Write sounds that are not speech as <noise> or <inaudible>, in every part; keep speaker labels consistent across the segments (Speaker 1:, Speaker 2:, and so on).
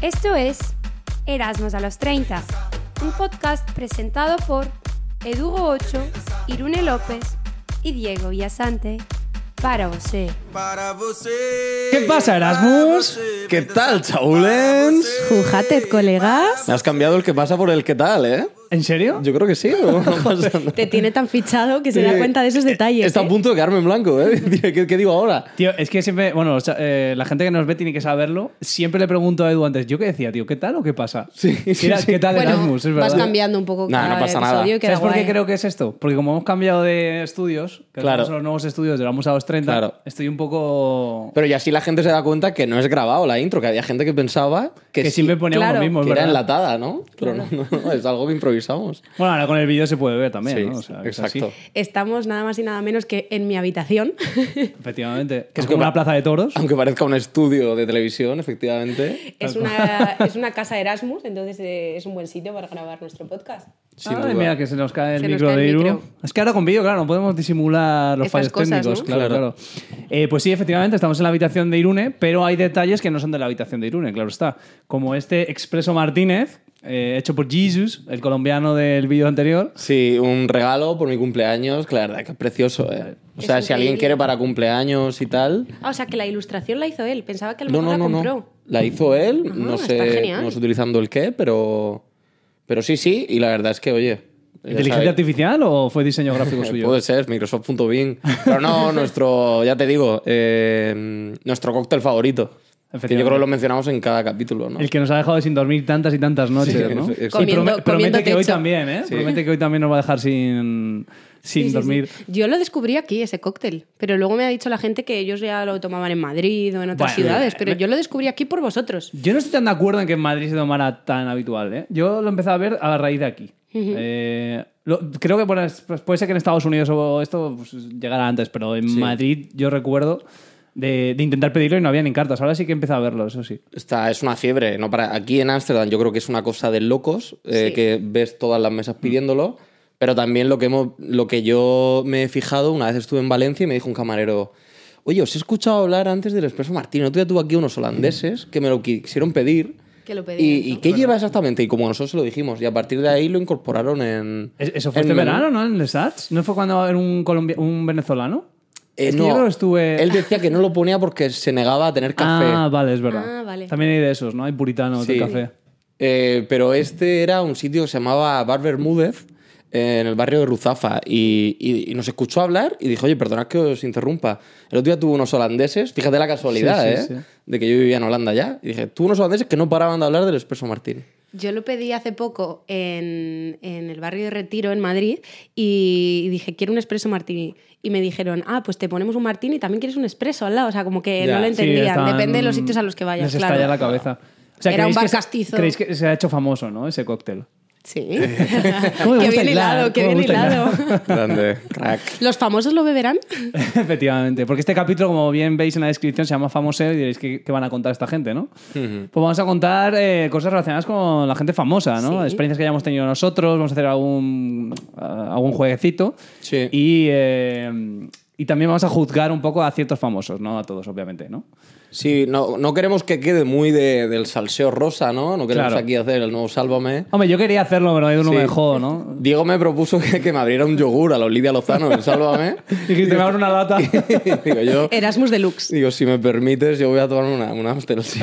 Speaker 1: Esto es Erasmus a los 30, un podcast presentado por Edugo Ocho, Irune López y Diego Villasante para você.
Speaker 2: Para você.
Speaker 3: ¿Qué pasa, Erasmus?
Speaker 4: ¿Qué tal, Chaulens?
Speaker 5: Jujate, colegas.
Speaker 4: Me has cambiado el que pasa por el que tal, ¿eh?
Speaker 3: ¿En serio?
Speaker 4: Yo creo que sí.
Speaker 3: <laughs>
Speaker 4: ¿no? No pasa nada.
Speaker 5: Te tiene tan fichado que se da cuenta de esos detalles.
Speaker 4: Está
Speaker 5: ¿eh?
Speaker 4: a punto de quedarme en blanco, ¿eh? <laughs> ¿Qué, qué digo ahora?
Speaker 3: Tío, es que siempre, bueno, o sea, eh, la gente que nos ve tiene que saberlo. Siempre le pregunto a Edu antes, ¿yo qué decía, tío? ¿Qué tal o qué pasa?
Speaker 4: Sí, sí,
Speaker 3: Mira,
Speaker 4: sí.
Speaker 3: ¿Qué tal
Speaker 5: Bueno,
Speaker 3: Erasmus? Es
Speaker 5: vas
Speaker 3: verdad.
Speaker 5: cambiando un poco
Speaker 4: Nah,
Speaker 5: cada
Speaker 4: no pasa nada.
Speaker 5: episodio, queda
Speaker 3: ¿Sabes por qué
Speaker 5: guay.
Speaker 3: creo que es esto? Porque como hemos cambiado de estudios, que
Speaker 4: Claro.
Speaker 3: hacemos los nuevos estudios de Vamos a los 30,
Speaker 4: Claro.
Speaker 3: estoy un poco...
Speaker 4: Pero y así la gente se da cuenta que no es grabado la intro, que había gente que pensaba que,
Speaker 3: que
Speaker 4: sí,
Speaker 3: siempre poníamos
Speaker 5: claro,
Speaker 3: lo mismo,
Speaker 4: que
Speaker 3: es
Speaker 4: era
Speaker 3: verdad.
Speaker 4: enlatada, ¿no? Pero no, no, es algo que improvisamos.
Speaker 3: Bueno, ahora con el vídeo se puede ver también,
Speaker 4: sí,
Speaker 3: ¿no? O sea, es así.
Speaker 4: exacto.
Speaker 5: Estamos nada más y nada menos que en mi habitación. <laughs>
Speaker 3: Efectivamente. Que es
Speaker 4: Aunque
Speaker 3: como
Speaker 4: pa-
Speaker 3: una plaza de toros.
Speaker 4: Aunque parezca un estudio de televisión, efectivamente.
Speaker 5: es, una, <laughs> es una casa Erasmus, entonces eh, es un buen sitio para grabar nuestro podcast.
Speaker 4: Sin
Speaker 3: Ay,
Speaker 4: duda.
Speaker 3: mira, que se nos cae el
Speaker 5: Se nos
Speaker 3: micro
Speaker 5: cae el
Speaker 3: de Iru.
Speaker 5: micro.
Speaker 3: Es que ahora con vídeo, claro, no podemos disimular los
Speaker 5: Estas
Speaker 3: fallos
Speaker 5: cosas,
Speaker 3: técnicos.
Speaker 5: ¿no?
Speaker 3: Claro, claro. Eh, pues sí, efectivamente, estamos en la habitación de Irune, pero hay detalles que no son de la habitación de Irune, claro está. Como este Expreso Martínez, eh, hecho por Jesus, el colombiano del vídeo anterior.
Speaker 4: Sí, un regalo por mi cumpleaños, que la verdad que es precioso, ¿eh? O
Speaker 5: Es
Speaker 4: sea, si alguien
Speaker 5: increíble.
Speaker 4: quiere para cumpleaños y tal,
Speaker 5: Ah, o sea, que la ilustración la hizo él. Pensaba que a lo
Speaker 4: No,
Speaker 5: mejor
Speaker 4: no, no,
Speaker 5: la compró.
Speaker 4: no. La hizo él,
Speaker 5: Ah,
Speaker 4: no
Speaker 5: está
Speaker 4: sé,
Speaker 5: genial.
Speaker 4: no sé utilizando el qué, pero, pero sí, sí, y la verdad es que, oye... ya
Speaker 3: ¿Inteligencia
Speaker 4: sabéis,
Speaker 3: artificial o fue diseño
Speaker 4: <laughs>
Speaker 3: gráfico
Speaker 4: eh,
Speaker 3: suyo?
Speaker 4: Puede ser, Microsoft.bing. Pero
Speaker 5: <laughs>
Speaker 4: no, nuestro, ya te digo, eh, nuestro cóctel favorito. Que yo
Speaker 3: Efectivamente.
Speaker 4: creo que lo mencionamos en cada capítulo, ¿no?
Speaker 3: El que nos ha dejado sin dormir tantas y tantas noches,
Speaker 4: Sí,
Speaker 3: ¿no?
Speaker 4: efe-
Speaker 3: Y
Speaker 5: Comiendo-
Speaker 3: prome-
Speaker 5: comiendo
Speaker 3: promete que hoy
Speaker 5: techo.
Speaker 3: también, ¿eh? Promete que hoy también nos va a dejar sin, sin
Speaker 5: Sí, sí, sí.
Speaker 3: dormir.
Speaker 5: Yo lo descubrí aquí, ese cóctel. Pero luego me ha dicho la gente que ellos ya lo tomaban en Madrid o en
Speaker 3: Bueno,
Speaker 5: otras ciudades.
Speaker 3: eh,
Speaker 5: Pero
Speaker 3: me-
Speaker 5: yo lo descubrí aquí por vosotros.
Speaker 3: Yo no estoy tan de acuerdo en que en Madrid se tomara tan habitual. ¿eh? Yo lo empecé a ver a raíz de aquí. Eh, lo- creo que bueno, es- pues puede ser que en Estados Unidos o esto pues, llegara antes, pero en Madrid yo recuerdo de, de intentar pedirlo y no había ni cartas. Ahora sí que empecé a verlo, eso sí.
Speaker 4: Está, es una fiebre. ¿no? Para, aquí en Ámsterdam yo creo que es una cosa de locos, eh,
Speaker 5: Sí.
Speaker 4: que ves todas las mesas pidiéndolo. Pero también lo que, hemos, lo que yo me he fijado, una vez estuve en Valencia y me dijo un camarero, oye, os he escuchado hablar antes del Espresso Martini. Otro día tuve aquí unos holandeses que me lo quisieron pedir.
Speaker 5: Que lo pedían,
Speaker 4: ¿Y, y
Speaker 5: ¿no?
Speaker 4: qué lleva exactamente? Y como nosotros se lo dijimos, y a partir de ahí lo incorporaron en...
Speaker 3: Es- Eso fue
Speaker 4: en
Speaker 3: este
Speaker 4: menú.
Speaker 3: verano, ¿no? En Les Arts. ¿No fue cuando era un, colombia- un venezolano?
Speaker 4: Eh,
Speaker 3: Es que
Speaker 4: no,
Speaker 3: yo creo que estuve-
Speaker 4: Él decía que no lo ponía porque se negaba a tener café.
Speaker 3: Ah, vale, es verdad.
Speaker 5: Ah, vale.
Speaker 3: También hay de esos, ¿no? Hay puritanos
Speaker 4: Sí.
Speaker 3: de café.
Speaker 4: Eh, pero este era un sitio que se llamaba Bar Bermúdez, eh, en el barrio de Ruzafa. Y, y- y nos escuchó hablar y dijo, oye, perdonad que os interrumpa. El otro día tuvo unos holandeses, fíjate la casualidad,
Speaker 3: Sí, sí,
Speaker 4: ¿eh?
Speaker 3: sí.
Speaker 4: De que yo vivía en Holanda ya. Y dije, tuvo unos holandeses que no paraban de hablar del espresso martini.
Speaker 5: Yo lo pedí hace poco en, en el barrio de Retiro, en Madrid, y dije, quiero un espresso martini. Y me dijeron, ah, pues te ponemos un martini y también quieres un espresso al lado. O sea, como que
Speaker 4: Ya,
Speaker 5: no lo
Speaker 4: sí,
Speaker 5: entendían.
Speaker 3: están-
Speaker 5: Depende de los sitios a los que vayas,
Speaker 3: Les
Speaker 5: claro.
Speaker 3: estalla la cabeza. O sea,
Speaker 5: Era un
Speaker 3: ¿creéis que
Speaker 5: bar
Speaker 3: se-
Speaker 5: castizo.
Speaker 3: ¿Creéis que se ha hecho famoso, no? Ese cóctel. <laughs>
Speaker 5: Sí. <laughs>
Speaker 3: ¿Cómo me
Speaker 5: qué
Speaker 3: gusta
Speaker 5: bien
Speaker 3: hilar?
Speaker 5: hilado, qué
Speaker 3: ¿Cómo me
Speaker 5: bien
Speaker 3: gusta
Speaker 5: hilado.
Speaker 4: Grande, crack.
Speaker 5: <laughs> ¿Los famosos lo beberán?
Speaker 3: Efectivamente, porque este capítulo, como bien veis en la descripción, se llama Famoseo y diréis que, van a contar esta gente, ¿no? Pues vamos a contar eh, cosas relacionadas con la gente famosa, ¿no?
Speaker 5: Sí.
Speaker 3: Experiencias que hayamos tenido nosotros, vamos a hacer algún, ah, algún jueguecito.
Speaker 4: Sí.
Speaker 3: Y, eh, y también vamos a juzgar un poco a ciertos famosos, ¿no? A todos, obviamente, ¿no?
Speaker 4: Sí, no, no queremos que quede muy de- del salseo rosa, ¿no? No queremos
Speaker 3: Claro.
Speaker 4: aquí hacer el nuevo sálvame.
Speaker 3: Hombre, yo quería hacerlo, pero Edu no
Speaker 4: Sí.
Speaker 3: me dejó,
Speaker 4: <laughs>
Speaker 3: ¿no?
Speaker 4: Diego me propuso que, que me abriera un yogur a la Olivia Lozano en Sálvame.
Speaker 3: <laughs>
Speaker 4: este-".
Speaker 3: Dijiste, me abre una lata.
Speaker 4: <laughs> Digo yo,
Speaker 5: Erasmus Deluxe.
Speaker 4: Digo, si me permites, yo voy a tomar una, una
Speaker 3: <laughs>
Speaker 4: Amstel. sí.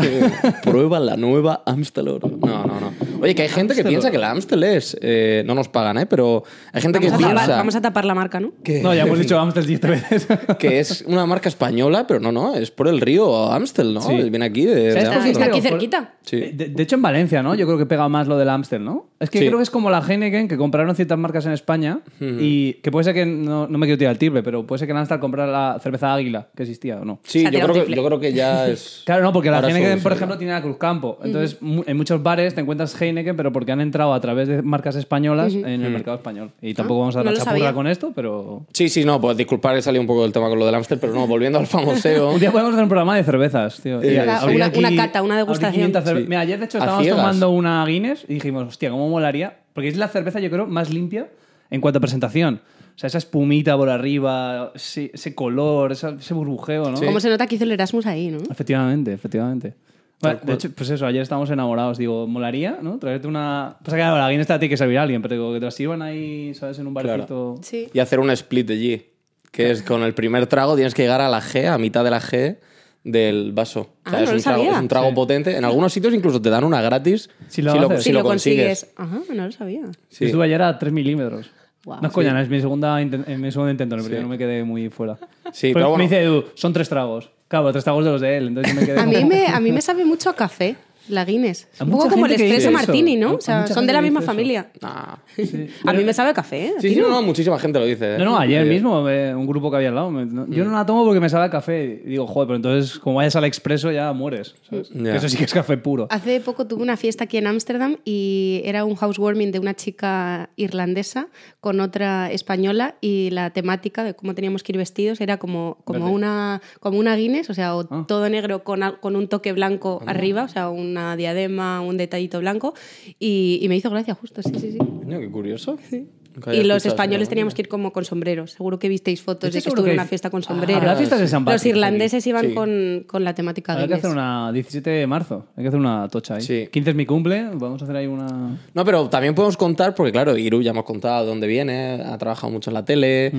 Speaker 4: Prueba la nueva Amstel Oro. No, no, no. Oye, que hay gente que piensa que la Amstel es... eh, no nos pagan, ¿eh? Pero hay gente
Speaker 5: Vamos a,
Speaker 4: que
Speaker 5: tapar,
Speaker 4: piensa
Speaker 5: vamos a tapar la marca, ¿no?
Speaker 4: que,
Speaker 3: No, ya hemos dicho Amstel 10
Speaker 4: <laughs>
Speaker 3: veces.
Speaker 4: que es una marca española, pero no, no. Es por el río Amstel, ¿no?
Speaker 3: Sí.
Speaker 4: Viene aquí de, de
Speaker 3: ¿Sabes por qué
Speaker 4: Amstel.
Speaker 5: Está aquí
Speaker 3: Por-
Speaker 5: cerquita.
Speaker 4: Sí.
Speaker 3: Eh, De, de hecho, en Valencia, ¿no? Yo creo que pega más lo del Amstel, ¿no? Es que
Speaker 4: Sí.
Speaker 3: creo que es como la Heineken, que compraron ciertas marcas en España y que puede ser que, no, no me quiero tirar el tibre, pero puede ser que el Amstel comprara la cerveza Águila, que existía o no.
Speaker 4: Sí,
Speaker 5: Se ha
Speaker 4: yo
Speaker 5: tirado
Speaker 4: creo, que,
Speaker 5: triple.
Speaker 4: yo creo que ya es...
Speaker 3: <laughs> Claro, no, porque la
Speaker 4: ahora
Speaker 3: Heineken,
Speaker 4: solo
Speaker 3: por
Speaker 4: se-
Speaker 3: ejemplo, tiene la Cruz Campo. Entonces, mu- en muchos bares te encuentras Heineken, pero porque han entrado a través de marcas españolas en el mercado español. Y tampoco vamos a dar
Speaker 5: Ah, no
Speaker 3: la
Speaker 5: lo
Speaker 3: chapurra
Speaker 5: sabía.
Speaker 3: con esto, pero...
Speaker 4: Sí, sí, no, pues disculpar que salí un poco del tema con lo del Amstel, pero no, volviendo al famoseo.
Speaker 3: <laughs> Un día podemos hacer un programa de cervezas, tío.
Speaker 4: Eh,
Speaker 3: Mira,
Speaker 4: sí.
Speaker 3: habría
Speaker 5: Una- una cata, una
Speaker 3: habría
Speaker 5: degustación.
Speaker 3: 500 cerve-
Speaker 4: Sí.
Speaker 3: Mira, ayer de hecho
Speaker 4: A
Speaker 3: estábamos
Speaker 4: ciegas.
Speaker 3: tomando una Guinness y dijimos, hostia, ¿cómo molaría? Porque es la cerveza, yo creo, más limpia en cuanto a presentación. O sea, esa espumita por arriba, ese, ese color, esa- ese burbujeo, ¿no?
Speaker 5: ¿Cómo se nota que hizo el Erasmus ahí, no?
Speaker 3: Efectivamente, efectivamente. Bueno, de hecho, pues eso, ayer estábamos enamorados. Digo, molaría, ¿no? Traerte una. Pasa que claro, la guinda está tiene que servir a alguien, pero digo, que te la sirvan ahí, ¿sabes? En un
Speaker 4: Claro.
Speaker 3: barcito.
Speaker 5: Sí.
Speaker 4: Y hacer un split allí. Que es con el primer trago tienes que llegar a la G, a mitad de la G del vaso. O sea,
Speaker 5: Ah,
Speaker 4: es,
Speaker 5: no
Speaker 4: un
Speaker 5: lo sabía.
Speaker 4: trago, es un trago
Speaker 3: Sí.
Speaker 4: potente. En algunos sitios incluso te dan una gratis
Speaker 3: Si lo haces.
Speaker 5: Si,
Speaker 3: Si
Speaker 5: lo consigues. Ajá, no lo sabía.
Speaker 3: Yo
Speaker 4: Sí.
Speaker 3: estuve ayer a 3 milímetros.
Speaker 5: Guau.
Speaker 3: no es coña, no, es mi, segunda inten- eh, mi segundo intento, no, pero yo no me quedé muy fuera.
Speaker 4: Sí,
Speaker 3: Pero
Speaker 4: pero bueno.
Speaker 3: Me dice Edu, son tres tragos. Claro, pero tres tragos de los de él, entonces yo me quedé
Speaker 5: A
Speaker 3: como- <laughs>
Speaker 5: mí me, a mí me sabe mucho a café, la Guinness.
Speaker 3: Hay
Speaker 5: Un poco
Speaker 3: mucha
Speaker 5: como el
Speaker 3: gente que dice
Speaker 5: espresso
Speaker 3: eso.
Speaker 5: martini, ¿no? O
Speaker 3: Hay
Speaker 5: sea,
Speaker 3: mucha
Speaker 5: son de
Speaker 3: gente
Speaker 5: la
Speaker 3: que
Speaker 5: misma
Speaker 3: dice eso.
Speaker 5: familia.
Speaker 4: Ah.
Speaker 3: Sí.
Speaker 5: A mí me sabe a café, ¿eh? ¿A
Speaker 4: Sí,
Speaker 5: ti
Speaker 4: sí,
Speaker 5: no?
Speaker 4: no, no, muchísima gente lo dice. ¿eh?
Speaker 3: No, no, ayer
Speaker 4: Sí.
Speaker 3: mismo, eh, un grupo que había al lado. me- no-
Speaker 4: Mm.
Speaker 3: yo no la tomo porque me sabe a café. Y Digo, joder, pero entonces, como vayas al expreso, ya mueres. ¿sabes?
Speaker 4: Ya.
Speaker 3: Que Eso sí que es café puro.
Speaker 5: Hace poco tuve una fiesta aquí en Ámsterdam y era un housewarming de una chica irlandesa con otra española y la temática de cómo teníamos que ir vestidos era como, como,
Speaker 3: Verde.
Speaker 5: una, como una Guinness, o sea, o
Speaker 3: Ah.
Speaker 5: todo negro con, al- con un toque blanco arriba, o sea, una diadema, un detallito blanco y, y me hizo gracia justo, sí, sí, sí.
Speaker 4: Coño, qué curioso. Nunca había
Speaker 5: Y los
Speaker 4: escuchado
Speaker 5: españoles
Speaker 4: esa
Speaker 5: teníamos que ir como con sombreros. Seguro que visteis
Speaker 3: Estoy
Speaker 5: fotos de que
Speaker 3: Este seguro
Speaker 5: estuve
Speaker 3: que
Speaker 5: en una
Speaker 3: hay-
Speaker 5: fiesta con
Speaker 3: Ah,
Speaker 5: sombreros.
Speaker 3: las fiestas de San
Speaker 5: los
Speaker 3: Patricio,
Speaker 5: irlandeses iban
Speaker 4: Sí.
Speaker 5: con, con la temática
Speaker 3: Hay que
Speaker 5: Guinness.
Speaker 3: hacer una 17 de marzo. Hay que hacer una tocha ahí.
Speaker 4: Sí.
Speaker 3: 15 es mi cumple. Vamos a hacer ahí una.
Speaker 4: No, pero también podemos contar, porque claro, Iru ya hemos contado de dónde viene, ha trabajado mucho en la tele.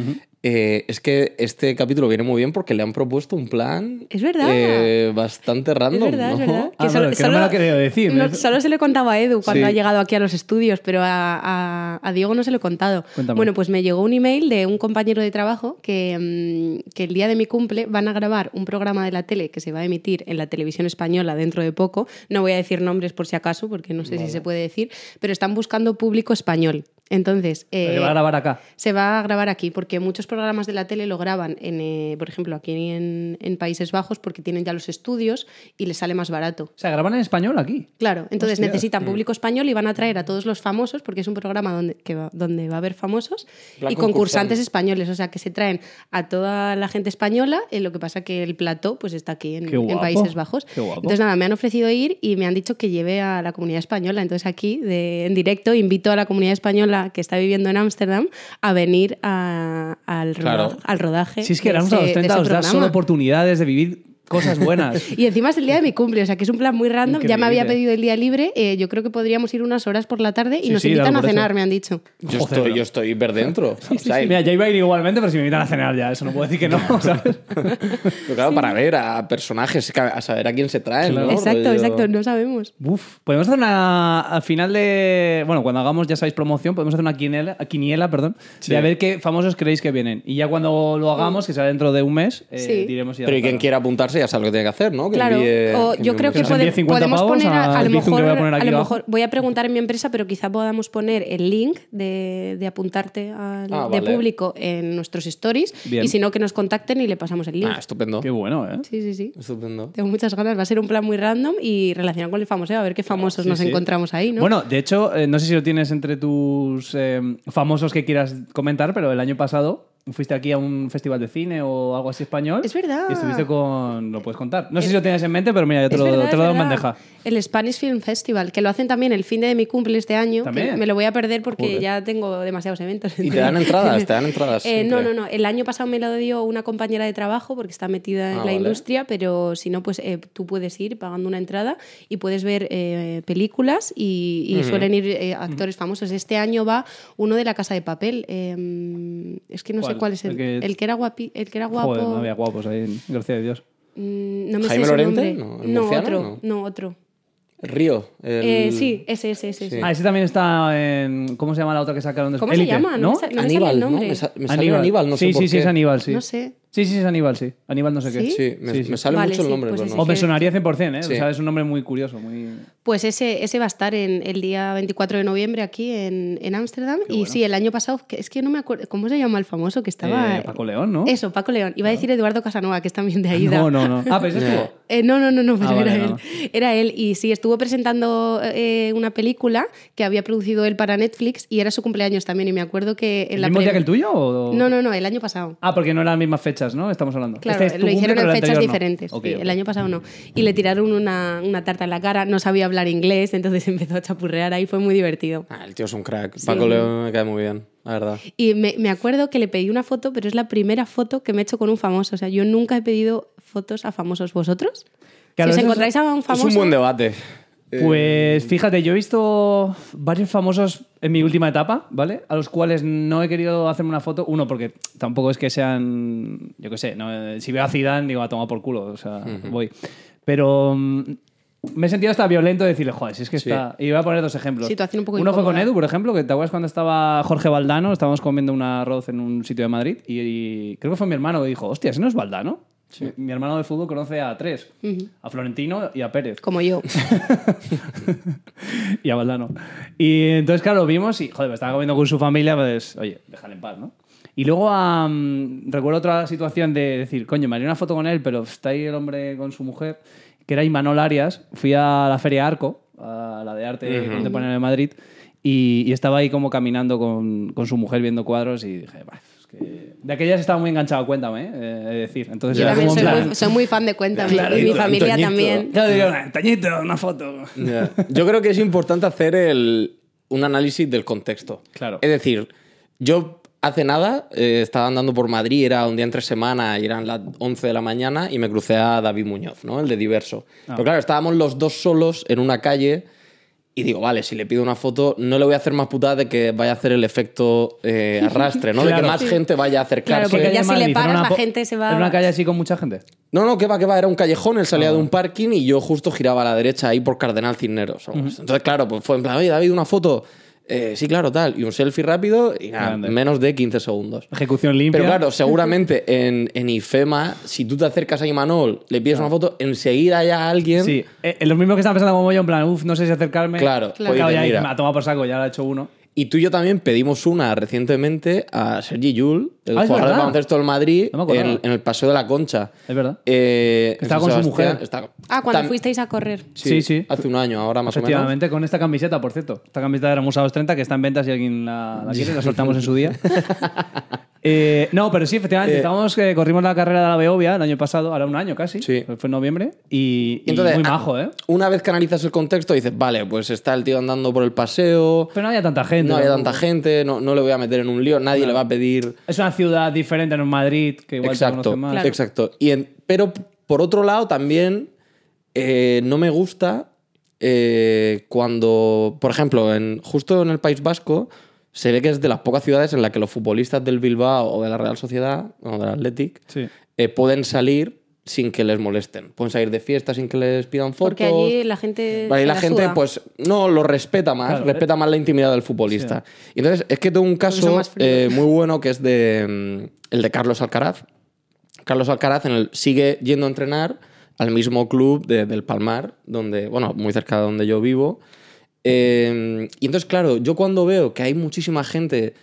Speaker 4: Eh, es que este capítulo viene muy bien porque le han propuesto un plan.
Speaker 5: Es verdad.
Speaker 4: eh, bastante random.
Speaker 5: Es verdad, es
Speaker 4: ¿no?
Speaker 5: verdad.
Speaker 3: Ah, bueno, que no me lo quería decir.
Speaker 5: no, solo se lo he contado a Edu cuando
Speaker 4: Sí.
Speaker 5: ha llegado aquí a los estudios, pero a, a- a Diego no se lo he contado.
Speaker 3: Cuéntame.
Speaker 5: Bueno, pues me llegó un email de un compañero de trabajo que, mm, que el día de mi cumple van a grabar un programa de la tele que se va a emitir en la televisión española dentro de poco. No voy a decir nombres por si acaso, porque no sé si se puede decir, pero están buscando público español. Entonces, eh,
Speaker 3: Se va a grabar acá.
Speaker 5: se va a grabar aquí, porque muchos programas de la tele lo graban, en, eh, por ejemplo, aquí en, en Países Bajos, porque tienen ya los estudios y les sale más barato.
Speaker 3: O sea, graban en español aquí.
Speaker 5: Claro, entonces
Speaker 3: Hostia. Mm.
Speaker 5: necesitan público español y van a traer a todos los famosos, porque es un programa donde, que va, donde va a haber famosos
Speaker 4: Plan
Speaker 5: y concursantes
Speaker 4: concursante.
Speaker 5: españoles. O sea, que se traen a toda la gente española, eh, lo que pasa que el plató pues está aquí en,
Speaker 3: Qué
Speaker 5: en
Speaker 3: guapo,
Speaker 5: Países Bajos.
Speaker 3: qué guapo.
Speaker 5: Entonces, nada, me han ofrecido ir y me han dicho que lleve a la comunidad española. Entonces, aquí, de- en directo, invito a la comunidad española que está viviendo en Ámsterdam a venir a- al,
Speaker 4: Claro.
Speaker 5: roda- al rodaje.
Speaker 3: Si es que
Speaker 5: Eh, de
Speaker 3: éramos a
Speaker 5: ese-
Speaker 3: los
Speaker 5: de
Speaker 3: 30,
Speaker 5: ese
Speaker 3: os da solo
Speaker 5: programa.
Speaker 3: oportunidades de vivir cosas
Speaker 5: <laughs>
Speaker 3: buenas.
Speaker 5: Y encima es el día de mi cumple, o sea que es un plan muy random. Ya me había
Speaker 3: Increíble.
Speaker 5: pedido el día libre, eh, yo creo que podríamos ir unas horas por la tarde y
Speaker 3: Sí,
Speaker 5: nos
Speaker 3: sí,
Speaker 5: invitan
Speaker 3: dale
Speaker 5: a
Speaker 3: por eso.
Speaker 5: cenar, me han dicho.
Speaker 4: Yo
Speaker 3: Joder,
Speaker 4: estoy,
Speaker 3: no.
Speaker 4: yo estoy
Speaker 3: <laughs>
Speaker 4: hiper dentro. O sea,
Speaker 3: Mira, ya iba a ir igualmente, pero si me invitan a cenar ya, eso no puedo decir
Speaker 5: <laughs>
Speaker 3: que no, ¿sabes?
Speaker 4: pero claro, para ver a personajes, a saber a quién se traen,
Speaker 3: Claro.
Speaker 4: ¿no?
Speaker 5: exacto,
Speaker 4: Rollo-
Speaker 5: exacto, no sabemos.
Speaker 3: Uf, podemos hacer una. Al final de. Bueno, cuando hagamos, ya sabéis, promoción, podemos hacer una quiniela, quiniela perdón,
Speaker 4: Sí.
Speaker 3: de a ver qué famosos creéis que vienen. Y ya cuando lo hagamos, que sea dentro de un mes, eh,
Speaker 5: Mm. Sí.
Speaker 3: diremos ya.
Speaker 4: Pero y
Speaker 3: para-
Speaker 4: quien quiera apuntarse ya sabe lo que tiene que hacer, ¿no? Que
Speaker 5: Claro,
Speaker 4: envíe-
Speaker 5: o
Speaker 4: que
Speaker 5: yo
Speaker 4: envíe
Speaker 5: creo
Speaker 4: un
Speaker 5: que
Speaker 3: mensaje.
Speaker 5: pode-
Speaker 3: Envíe 50
Speaker 5: podemos
Speaker 3: pavos
Speaker 5: poner a, a
Speaker 3: al
Speaker 5: lo
Speaker 3: Bizum que
Speaker 5: mejor,
Speaker 3: voy a poner aquí
Speaker 5: a lo
Speaker 3: abajo.
Speaker 5: mejor- voy a preguntar en mi empresa, pero quizá podamos poner el link de, de apuntarte al,
Speaker 4: Ah,
Speaker 5: de
Speaker 4: vale.
Speaker 5: público en nuestros stories
Speaker 3: Bien.
Speaker 5: y si no que nos contacten y le pasamos el link.
Speaker 4: Ah, estupendo.
Speaker 3: Qué bueno, ¿eh?
Speaker 5: sí, sí, sí.
Speaker 4: Estupendo.
Speaker 5: Tengo muchas ganas, va a ser un plan muy random y relacionado con el famoso, a ver qué famosos
Speaker 3: Sí,
Speaker 5: nos
Speaker 3: sí.
Speaker 5: encontramos ahí, ¿no?
Speaker 3: Bueno, de hecho, eh, no sé si lo tienes entre tus eh, famosos que quieras comentar, pero el año pasado fuiste aquí a un festival de cine o algo así español.
Speaker 5: Es verdad.
Speaker 3: Y estuviste con. Lo puedes contar. No sé si lo tienes en mente, pero mira, yo te
Speaker 5: Es
Speaker 3: lo,
Speaker 5: verdad,
Speaker 3: te lo
Speaker 5: es
Speaker 3: doy en
Speaker 5: verdad.
Speaker 3: bandeja.
Speaker 5: El Spanish Film Festival, que lo hacen también el fin de mi cumple este año. que
Speaker 3: También.
Speaker 5: me lo voy a perder porque
Speaker 3: Joder.
Speaker 5: ya tengo demasiados eventos.
Speaker 4: Y te dan
Speaker 5: <laughs>
Speaker 4: entradas, te dan entradas.
Speaker 5: Eh, no, no,
Speaker 4: siempre.
Speaker 5: no. El año pasado me lo dio una compañera de trabajo porque está metida
Speaker 4: Ah,
Speaker 5: en la
Speaker 4: vale.
Speaker 5: industria, pero si no, pues eh, tú puedes ir pagando una entrada y puedes ver eh, películas y, y suelen ir eh, actores famosos. Este año va uno de la Casa de Papel. eh, es que no
Speaker 3: ¿Cuál?
Speaker 5: sé cuál es el,
Speaker 3: El
Speaker 5: el
Speaker 3: que-
Speaker 5: que... era guapi- el que era guapo.
Speaker 3: Joder, no había guapos ahí, gracias a Dios.
Speaker 5: Mm, no me
Speaker 4: ¿Jaime
Speaker 5: sé su
Speaker 4: Lorente?
Speaker 5: nombre.
Speaker 4: No, ¿el murciano?
Speaker 5: otro.
Speaker 4: No.
Speaker 5: no otro.
Speaker 4: Río. el-
Speaker 5: Eh, sí, ese, ese, ese.
Speaker 4: Sí.
Speaker 5: ese.
Speaker 3: Ah, ese también está en. ¿Cómo se llama la otra que sacaron después?
Speaker 5: ¿Cómo se
Speaker 3: Élite,
Speaker 5: llama? No,
Speaker 3: ¿No?
Speaker 5: me sa- no me sale
Speaker 4: Aníbal,
Speaker 5: el
Speaker 4: ¿no?
Speaker 5: nombre.
Speaker 4: Me, sa- me salió Aníbal, no
Speaker 3: sí,
Speaker 4: sé por
Speaker 3: sí, sí,
Speaker 4: qué.
Speaker 3: es Aníbal, sí.
Speaker 5: No sé.
Speaker 3: Sí, sí, es Aníbal, sí. Aníbal no sé qué.
Speaker 5: ¿Sí?
Speaker 4: Sí, me,
Speaker 3: Sí, sí.
Speaker 4: me sale
Speaker 5: Vale,
Speaker 4: mucho el
Speaker 5: sí,
Speaker 4: nombre,
Speaker 5: pues
Speaker 4: pero
Speaker 5: ese
Speaker 4: no.
Speaker 3: O me
Speaker 5: que-
Speaker 3: sonaría 100%, ¿eh?
Speaker 4: Sí.
Speaker 3: O sea, es un nombre muy curioso, muy... eh,
Speaker 5: Pues ese, ese va a estar en el día 24 de noviembre aquí en en Ámsterdam. y sí, el año pasado, que- es que no me acuerdo, ¿cómo se llama el famoso que estaba?
Speaker 3: Eh, Paco León, ¿no?
Speaker 5: Eso, Paco León. Iba a decir Eduardo Casanova, que es también de Aida.
Speaker 3: No,
Speaker 5: <laughs>
Speaker 3: no, no. Ah, pero ese
Speaker 4: Ya.
Speaker 3: estuvo.
Speaker 5: Eh, no, no, no, no, pero
Speaker 3: Ah, vale,
Speaker 5: era
Speaker 3: no.
Speaker 5: él. Era él. Y sí, estuvo presentando eh, una película que había producido él para Netflix y era su cumpleaños también. Y me acuerdo que en
Speaker 3: ¿El
Speaker 5: la
Speaker 3: mismo día
Speaker 5: pre-
Speaker 3: que el tuyo o...?
Speaker 5: No, no, no, el año pasado.
Speaker 3: Ah, porque no eran las mismas fechas, ¿no? Estamos hablando.
Speaker 5: Claro,
Speaker 3: Este es tu
Speaker 5: lo hicieron
Speaker 3: cumple, pero el
Speaker 5: en fechas
Speaker 3: anterior no.
Speaker 5: diferentes.
Speaker 3: Ok,
Speaker 5: sí,
Speaker 3: ok.
Speaker 5: El año pasado no. Y le tiraron una, una tarta en la cara, no sabía hablar inglés, entonces <laughs> empezó a chapurrear ahí, fue muy divertido.
Speaker 4: Ah, el tío es un crack. Paco León me cae muy bien, la verdad.
Speaker 5: Y me, me acuerdo que le pedí una foto, pero es la primera foto que me he hecho con un famoso. O sea, yo nunca he pedido fotos a famosos vosotros?
Speaker 3: Claro, eso
Speaker 5: si os
Speaker 3: es-
Speaker 5: encontráis a un famoso...
Speaker 4: Es un buen debate.
Speaker 3: Pues fíjate, yo he visto varios famosos en mi última etapa, ¿vale? A los cuales no he querido hacerme una foto. Uno, porque tampoco es que sean. Yo qué sé, no, eh, si veo a Zidane, digo, a tomar por culo, o sea, voy. Pero. mm, me he sentido hasta violento de decirle, joder, si es que
Speaker 4: Sí.
Speaker 3: está. Y voy a poner dos ejemplos.
Speaker 5: Situación un poco ¿eh?
Speaker 3: Uno fue con
Speaker 5: incómoda.
Speaker 3: Edu, por ejemplo, que te acuerdas cuando estaba Jorge Valdano, estábamos comiendo un arroz en un sitio de Madrid y, y creo que fue mi hermano que dijo, hostia, ese no es Valdano. Mi, mi hermano de fútbol conoce a tres, a Florentino y a Pérez <laughs>
Speaker 5: Como yo.
Speaker 3: y a Valdano. Y entonces, claro, vimos y, joder, me estaba comiendo con su familia, pues, oye, déjale en paz, ¿no? Y luego ah, mm, recuerdo otra situación de decir, coño, me haría una foto con él, pero está ahí el hombre con su mujer, que era Imanol Arias. Fui a la Feria Arco, a la de arte contemporáneo de Madrid, y, y estaba ahí como caminando con, con su mujer viendo cuadros y dije, "Bah, es que... De aquellas estaba muy enganchado, cuéntame, eh, he de decir. Entonces
Speaker 5: Yo
Speaker 3: era
Speaker 5: también
Speaker 3: como
Speaker 5: soy
Speaker 3: en plan-
Speaker 5: muy, soy muy fan de Cuéntame.
Speaker 4: Claro,
Speaker 5: y mi
Speaker 4: y
Speaker 5: familia
Speaker 4: Antoñito.
Speaker 5: también.
Speaker 3: Claro, digo, Tañito, una foto.
Speaker 4: Ya. Yo creo que es importante hacer el- un análisis del contexto.
Speaker 3: Claro.
Speaker 4: Es decir, yo hace nada eh, estaba andando por Madrid, era un día entre semana y eran las 11 de la mañana y me crucé a David Muñoz, ¿no? El de Diverso.
Speaker 3: Ah.
Speaker 4: Pero claro, estábamos los dos solos en una calle y digo, vale, si le pido una foto, no le voy a hacer más putada de que vaya a hacer el efecto eh, arrastre, ¿no? De
Speaker 3: Claro.
Speaker 4: que más gente vaya a acercarse.
Speaker 5: Claro, porque
Speaker 3: calle
Speaker 5: ya
Speaker 3: de
Speaker 5: si le
Speaker 3: Madrid? ¿Era
Speaker 5: paras,
Speaker 3: una
Speaker 5: la
Speaker 3: po-
Speaker 5: gente se va-
Speaker 3: ¿Era una calle así con mucha gente?
Speaker 4: No, no, que va, que va, era un callejón, él
Speaker 3: Ah.
Speaker 4: salía de un parking y yo justo giraba a la derecha ahí por Cardenal Cisneros. vamos. Entonces, claro, pues fue en plan, oye, David, una foto. Eh, sí, claro, tal. Y un selfie rápido y nada,
Speaker 3: Grande.
Speaker 4: menos de 15 segundos.
Speaker 3: Ejecución limpia.
Speaker 4: Pero
Speaker 3: <laughs>
Speaker 4: claro, seguramente en, en IFEMA, si tú te acercas a Imanol, le pides una foto, enseguida ya alguien...
Speaker 3: Sí, eh, eh, los mismos que están pensando como yo, en plan, uff, no sé si acercarme.
Speaker 4: Claro,
Speaker 3: claro.
Speaker 4: pues
Speaker 3: ya
Speaker 4: mira.
Speaker 3: dices, me ha tomado por saco, ya lo ha hecho uno.
Speaker 4: Y tú y yo también pedimos una recientemente a Sergi Yul, el
Speaker 3: Ah, es
Speaker 4: jugador de
Speaker 3: verdad.
Speaker 4: baloncesto del Madrid,
Speaker 3: No me acordaba.
Speaker 4: en, en el Paseo de la Concha.
Speaker 3: Es verdad.
Speaker 4: Eh, en
Speaker 3: Estaba
Speaker 4: San
Speaker 3: con su
Speaker 4: Sebastián,
Speaker 3: mujer.
Speaker 4: está-
Speaker 5: Ah, cuando
Speaker 4: tam-
Speaker 5: fuisteis a correr.
Speaker 3: Sí,
Speaker 4: Sí,
Speaker 3: sí.
Speaker 4: sí. Hace un año ahora, más o menos.
Speaker 3: Efectivamente, con esta camiseta, por cierto. Esta camiseta de Ramus 30 que está en venta si alguien la, la quiere, la soltamos en su
Speaker 4: <laughs>
Speaker 3: día. Eh, no, pero sí, efectivamente, estábamos, eh, corrimos la carrera de la Beovia el año pasado, ahora un año casi,
Speaker 4: Sí.
Speaker 3: fue en noviembre, y, y
Speaker 4: Y entonces,
Speaker 3: muy
Speaker 4: ah,
Speaker 3: majo, ¿eh?
Speaker 4: Una vez que analizas el contexto, dices, vale, pues está el tío andando por el paseo,
Speaker 3: Pero no había tanta gente.
Speaker 4: no había
Speaker 3: tampoco.
Speaker 4: tanta gente, no, no le voy a meter en un lío, nadie le va a pedir.
Speaker 3: Es una ciudad diferente, no es Madrid, que igual te
Speaker 4: exacto,
Speaker 3: conoce más.
Speaker 5: Claro.
Speaker 4: exacto. Y en- pero por otro lado, también eh, no me gusta eh, cuando, por ejemplo, en, justo en el País Vasco. Se ve que es de las pocas ciudades en las que los futbolistas del Bilbao o de la Real Sociedad o del Athletic
Speaker 3: Sí.
Speaker 4: eh, pueden salir sin que les molesten. Pueden salir de fiesta sin que les pidan fotos.
Speaker 5: Porque allí Eh, la gente.
Speaker 4: Vale, y
Speaker 5: se
Speaker 4: la, gente,
Speaker 5: suda.
Speaker 4: pues, no, lo respeta más,
Speaker 3: Claro. eh.
Speaker 4: respeta más la intimidad del futbolista. Y entonces, es que tengo un
Speaker 5: son
Speaker 4: caso
Speaker 5: más fríos.
Speaker 4: eh, muy bueno que es de mm, el de Carlos Alcaraz. Carlos Alcaraz en el- sigue yendo a entrenar al mismo club de- del Palmar, donde, bueno, muy cerca de donde yo vivo. Eh, y entonces, claro, yo cuando veo que hay muchísima gente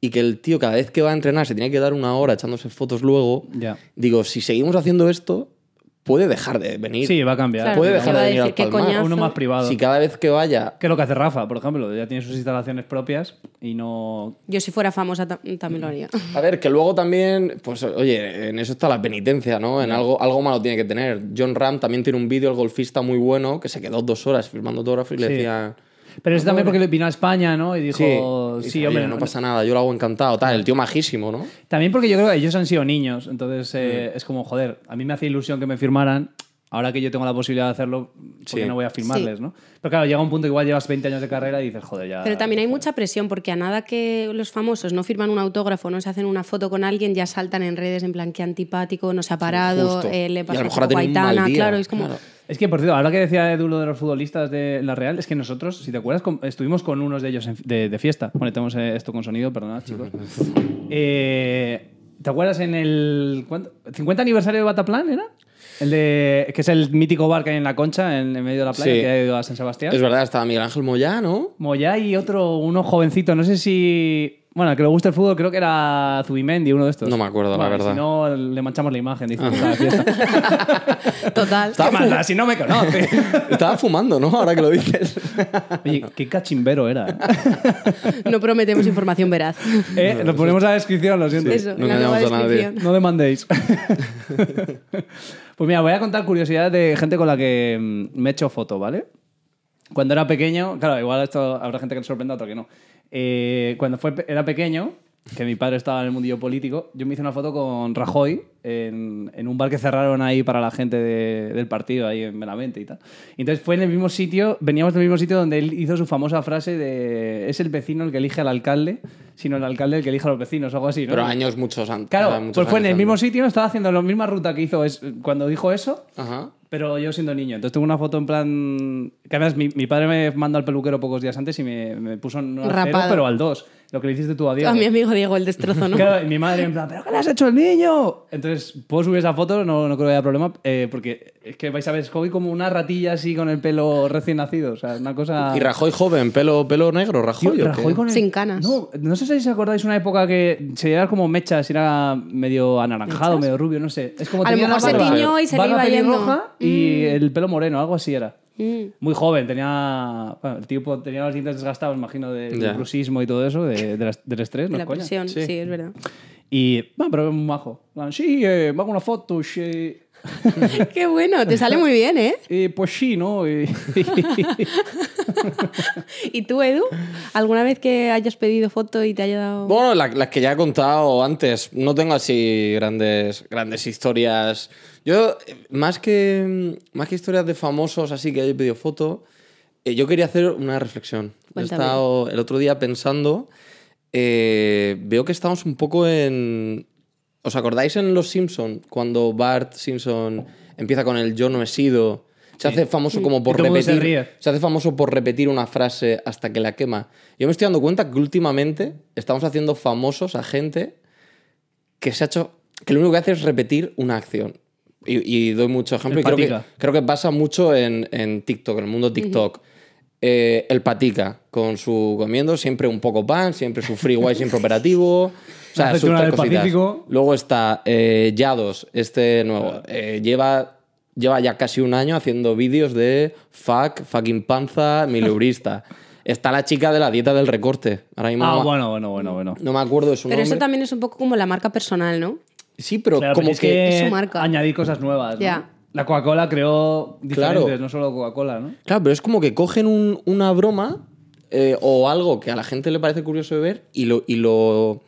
Speaker 4: y que el tío cada vez que va a entrenar se tiene que dar una hora echándose fotos luego,
Speaker 3: Ya.
Speaker 4: digo, si seguimos haciendo esto, puede dejar de venir.
Speaker 3: Sí, va a cambiar.
Speaker 5: Claro,
Speaker 4: puede
Speaker 5: que
Speaker 4: dejar de
Speaker 5: va a
Speaker 4: venir
Speaker 5: decir,
Speaker 4: al
Speaker 5: "Qué
Speaker 4: Palmar".
Speaker 5: coñazo".
Speaker 3: Ah, Uno más privado.
Speaker 4: Si cada vez que vaya
Speaker 3: Que es lo que hace Rafa, por ejemplo, ya tiene sus instalaciones propias y no.
Speaker 5: Yo si fuera famosa ta- también lo haría.
Speaker 4: A ver, que luego también, pues oye, en eso está la penitencia, ¿no? En algo, algo malo tiene que tener. John Ram también tiene un vídeo, el golfista muy bueno, que se quedó dos horas firmando autógrafos y le
Speaker 3: Sí.
Speaker 4: decían...
Speaker 3: Pero es también porque le vino a España, ¿no? Y dijo, sí,
Speaker 4: Y dice,
Speaker 3: hombre.
Speaker 4: "Oye, no pasa nada, yo lo hago encantado, tal, el tío majísimo, ¿no?
Speaker 3: También porque yo creo que ellos han sido niños, entonces eh,
Speaker 4: Mm.
Speaker 3: es como, joder, a mí me hacía ilusión que me firmaran. Ahora que yo tengo la posibilidad de hacerlo, porque
Speaker 4: Sí.
Speaker 3: no voy a firmarles, ¿no? Pero claro, llega un punto que igual llevas 20 años de carrera y dices, joder, ya.
Speaker 5: Pero también hay mucha presión porque a nada que los famosos no firman un autógrafo, no se hacen una foto con alguien, ya saltan en redes en plan que antipático, no se ha parado,
Speaker 4: Justo.
Speaker 5: eh,
Speaker 4: Y a
Speaker 5: le
Speaker 4: lo
Speaker 5: pasa
Speaker 4: mejor ha
Speaker 5: poco a
Speaker 4: tenido un mal
Speaker 5: Aitana,
Speaker 4: día,
Speaker 5: claro, es como
Speaker 4: claro.
Speaker 3: Es que, por cierto, ahora que decía Edu lo de los futbolistas de La Real, es que nosotros, si te acuerdas, com- estuvimos con unos de ellos en- de, de fiesta. Bueno, tenemos eh, esto con sonido, perdonad, chicos. Eh, ¿Te acuerdas en el ¿cuánto? 50 aniversario de Bataplan, era? El de, que es el mítico bar que hay en la concha, en, en medio de la playa,
Speaker 4: Sí.
Speaker 3: que ha ido a San Sebastián.
Speaker 4: Es verdad, estaba Miguel Ángel Moyá,
Speaker 3: <laughs>
Speaker 4: ¿no?
Speaker 3: Moyá y otro, uno jovencito, no sé si... Bueno, al que le gusta el fútbol creo que era Zubimendi, uno de estos.
Speaker 4: No me acuerdo, la
Speaker 3: Bueno,
Speaker 4: verdad. Ah.
Speaker 3: Si no, le manchamos la imagen, dice. en la fiesta.
Speaker 5: <laughs>
Speaker 4: <laughs>
Speaker 5: total.
Speaker 3: ¿Qué más da? Si no me conoce.
Speaker 4: Estaba fumando, ¿no? Ahora que
Speaker 3: <laughs>
Speaker 4: lo dices.
Speaker 3: Oye, qué cachimbero era. ¿eh?
Speaker 5: <laughs> No prometemos información veraz.
Speaker 3: Eh, lo ponemos en la descripción, lo siento.
Speaker 5: <laughs> Eso,
Speaker 4: no
Speaker 5: la nueva
Speaker 4: engañamos a nadie.
Speaker 5: descripción.
Speaker 3: No demandéis. pues mira, voy a contar curiosidades de gente con la que mm, me he hecho foto, ¿vale? Cuando era pequeño, claro, igual esto habrá gente que le sorprenda, otra que no. Eh, cuando fue, era pequeño, que mi padre estaba en el mundillo político, yo me hice una foto con Rajoy en, en un bar que cerraron ahí para la gente de- del partido, ahí en Benavente y tal. Y entonces fue en el mismo sitio, veníamos del mismo sitio donde él hizo su famosa frase de es el vecino el que elige al alcalde, sino el alcalde el que elige a los vecinos, o algo así, ¿no?
Speaker 4: Pero años muchos antes.
Speaker 3: Claro,
Speaker 4: ah, muchos
Speaker 3: pues fue en
Speaker 4: años
Speaker 3: el mismo
Speaker 4: antes.
Speaker 3: sitio, estaba haciendo la misma ruta que hizo es- cuando dijo eso,
Speaker 4: Ajá.
Speaker 3: pero yo siendo niño. Entonces tengo una foto en plan... Que además mi, mi padre me mandó al peluquero pocos días antes y me, me puso no al cero,
Speaker 5: Rapado.
Speaker 3: pero al 2. Lo que le hiciste tú a Diego.
Speaker 5: A mi amigo Diego el
Speaker 3: <laughs>
Speaker 5: destrozo, ¿no?
Speaker 3: Claro, y mi madre en plan, ¿pero qué le has hecho al niño? Entonces, puedo subir esa foto, no, no creo que haya problema, eh, porque es que vais a ver, es Kobe como una ratilla así con el pelo recién nacido, o sea, una cosa...
Speaker 4: Y Rajoy joven, pelo, pelo negro,
Speaker 3: Tío,
Speaker 4: Rajoy. ¿o qué?
Speaker 3: Rajoy con el-
Speaker 5: Sin canas.
Speaker 3: No, no sé si os acordáis una época que se llevaba como mechas, y era medio anaranjado, medio rubio, no sé. Es como
Speaker 5: A lo
Speaker 3: tenía
Speaker 5: mejor
Speaker 3: la
Speaker 5: se
Speaker 3: barba-
Speaker 5: tiñó y se le
Speaker 3: barba
Speaker 5: iba yendo. Mm.
Speaker 3: pelirroja Y el pelo moreno, algo así era. Muy joven, tenía. bueno, el tipo tenía los dientes desgastados, imagino, de- del
Speaker 4: Ya.
Speaker 3: bruxismo y todo eso, de, de las- del estrés, no
Speaker 5: la
Speaker 3: es coña.
Speaker 5: presión, sí. es verdad. <laughs>
Speaker 3: Y, bueno, pero es un majo. En plan, Sí, eh, me hago una foto, sí.
Speaker 5: Qué bueno, te sale muy bien, ¿eh?
Speaker 3: Eh, pues sí, ¿no? <laughs> Eh,
Speaker 5: ¿Y tú, Edu? ¿Alguna vez que hayas pedido foto y te haya dado...
Speaker 4: Bueno, la- las que ya he contado antes. No tengo así grandes, grandes historias. Yo, eh, más que, más que historias de famosos así que haya pedido foto, eh, yo quería hacer una reflexión. Yo He
Speaker 5: Cuéntame.
Speaker 4: estado el otro día pensando. eh, veo que estamos un poco en. ¿Os acordáis en Los Simpson cuando Bart Simpson empieza con el yo no he sido? Se hace famoso como
Speaker 3: Y
Speaker 4: por
Speaker 3: todo el mundo se
Speaker 4: repetir.
Speaker 3: ríe.
Speaker 4: Se hace famoso por repetir una frase hasta que la quema. Yo me estoy dando cuenta que últimamente estamos haciendo famosos a gente que se ha hecho. que lo único que hace es repetir una acción. Y, y doy mucho ejemplo.
Speaker 3: El
Speaker 4: y creo que,
Speaker 3: patica.
Speaker 4: creo que pasa mucho en, en TikTok, en el mundo TikTok. Eh, el patica, con su comiendo, siempre un poco pan, siempre su free guay,
Speaker 3: <laughs>
Speaker 4: siempre operativo. O sea,
Speaker 3: Una
Speaker 4: sus
Speaker 3: aceituna
Speaker 4: tres
Speaker 3: del
Speaker 4: cositas.
Speaker 3: Pacífico.
Speaker 4: Luego está eh, Yados, este nuevo. Eh, lleva, lleva ya casi un año haciendo vídeos de fuck, fucking panza,
Speaker 3: <laughs>
Speaker 4: mileurista. está la chica de la dieta del recorte. Ahora mismo no,
Speaker 3: ah,
Speaker 4: me-
Speaker 3: bueno, bueno, bueno, bueno.
Speaker 4: no me acuerdo de su
Speaker 5: Pero eso
Speaker 4: nombre.
Speaker 5: también es un poco como la marca personal, ¿no?
Speaker 4: Sí, pero
Speaker 3: Claro,
Speaker 4: como
Speaker 3: pero es que,
Speaker 4: que...
Speaker 5: es su marca.
Speaker 3: añadir cosas nuevas. ¿no?
Speaker 5: Ya.
Speaker 3: La Coca-Cola creó diferentes,
Speaker 4: Claro.
Speaker 3: no solo Coca-Cola, ¿no?
Speaker 4: Claro, pero es como que cogen un- una broma eh, o algo que a la gente le parece curioso de ver y lo, y lo... O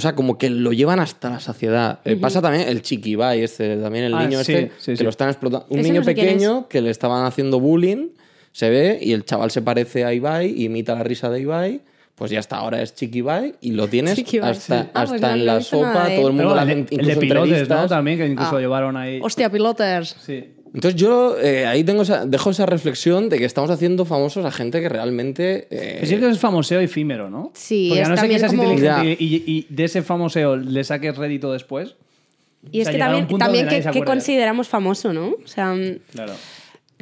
Speaker 4: sea, como que lo llevan hasta la saciedad. Eh, Pasa también el chiqui Bai este, también el
Speaker 3: Ah,
Speaker 4: niño
Speaker 3: sí,
Speaker 4: este,
Speaker 3: sí,
Speaker 4: que
Speaker 3: sí.
Speaker 4: lo están explotando. Un
Speaker 5: Ese
Speaker 4: niño
Speaker 5: no sé quién
Speaker 4: pequeño que le estaban haciendo bullying, se ve, y el chaval se parece a Ibai, imita la risa de Ibai, pues ya hasta ahora es chiqui Bai y lo tienes
Speaker 5: Chiqui Bai,
Speaker 4: hasta,
Speaker 5: sí. Ah, pues
Speaker 4: hasta
Speaker 5: no,
Speaker 4: en
Speaker 5: no he
Speaker 4: la
Speaker 5: visto nada
Speaker 4: sopa,
Speaker 5: de él.
Speaker 4: todo el mundo
Speaker 3: Pero
Speaker 4: la
Speaker 3: el,
Speaker 4: hace
Speaker 3: de- el
Speaker 4: incluso
Speaker 3: de pilotes, ¿no?
Speaker 4: entrevistas.
Speaker 3: También, que incluso
Speaker 5: Ah.
Speaker 3: llevaron ahí.
Speaker 5: Hostia, pilotes.
Speaker 3: Sí.
Speaker 4: Entonces yo eh, ahí tengo esa- dejo esa reflexión de que estamos haciendo famosos a gente que realmente... eh,
Speaker 3: Pero sí Pues que es famoseo efímero, ¿no?
Speaker 5: Sí,
Speaker 3: Porque a
Speaker 5: es
Speaker 3: no sé que
Speaker 5: también
Speaker 3: seas
Speaker 5: como-
Speaker 3: inteligente y, y- y de ese famoseo le saques rédito después.
Speaker 5: Y es
Speaker 3: O sea,
Speaker 5: que
Speaker 3: llegar a un
Speaker 5: también,
Speaker 3: punto
Speaker 5: también
Speaker 3: donde nadie
Speaker 5: que,
Speaker 3: se
Speaker 5: que
Speaker 3: acuerda.
Speaker 5: consideramos famoso, ¿no? O sea,
Speaker 3: Claro.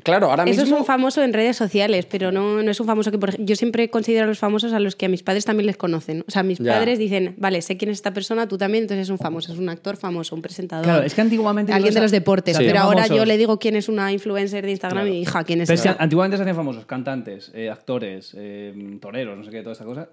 Speaker 4: Claro, ahora
Speaker 5: eso
Speaker 4: mismo...
Speaker 5: es un famoso en redes sociales, pero no, no es un famoso que, por ej- yo siempre considero a los famosos a los que a mis padres también les conocen. O sea, mis
Speaker 4: Ya.
Speaker 5: padres dicen, vale, sé quién es esta persona, tú también, entonces es un famoso, es un actor famoso, un presentador.
Speaker 3: Claro, es que antiguamente.
Speaker 5: Alguien de los deportes,
Speaker 3: se hacían
Speaker 5: pero ahora yo
Speaker 3: famosos.
Speaker 5: le digo quién es una influencer de Instagram y hija, quién es.
Speaker 3: Pero es que
Speaker 5: esta?
Speaker 3: antiguamente se hacían famosos cantantes, eh, actores, eh, toreros, no sé qué, toda esta cosa.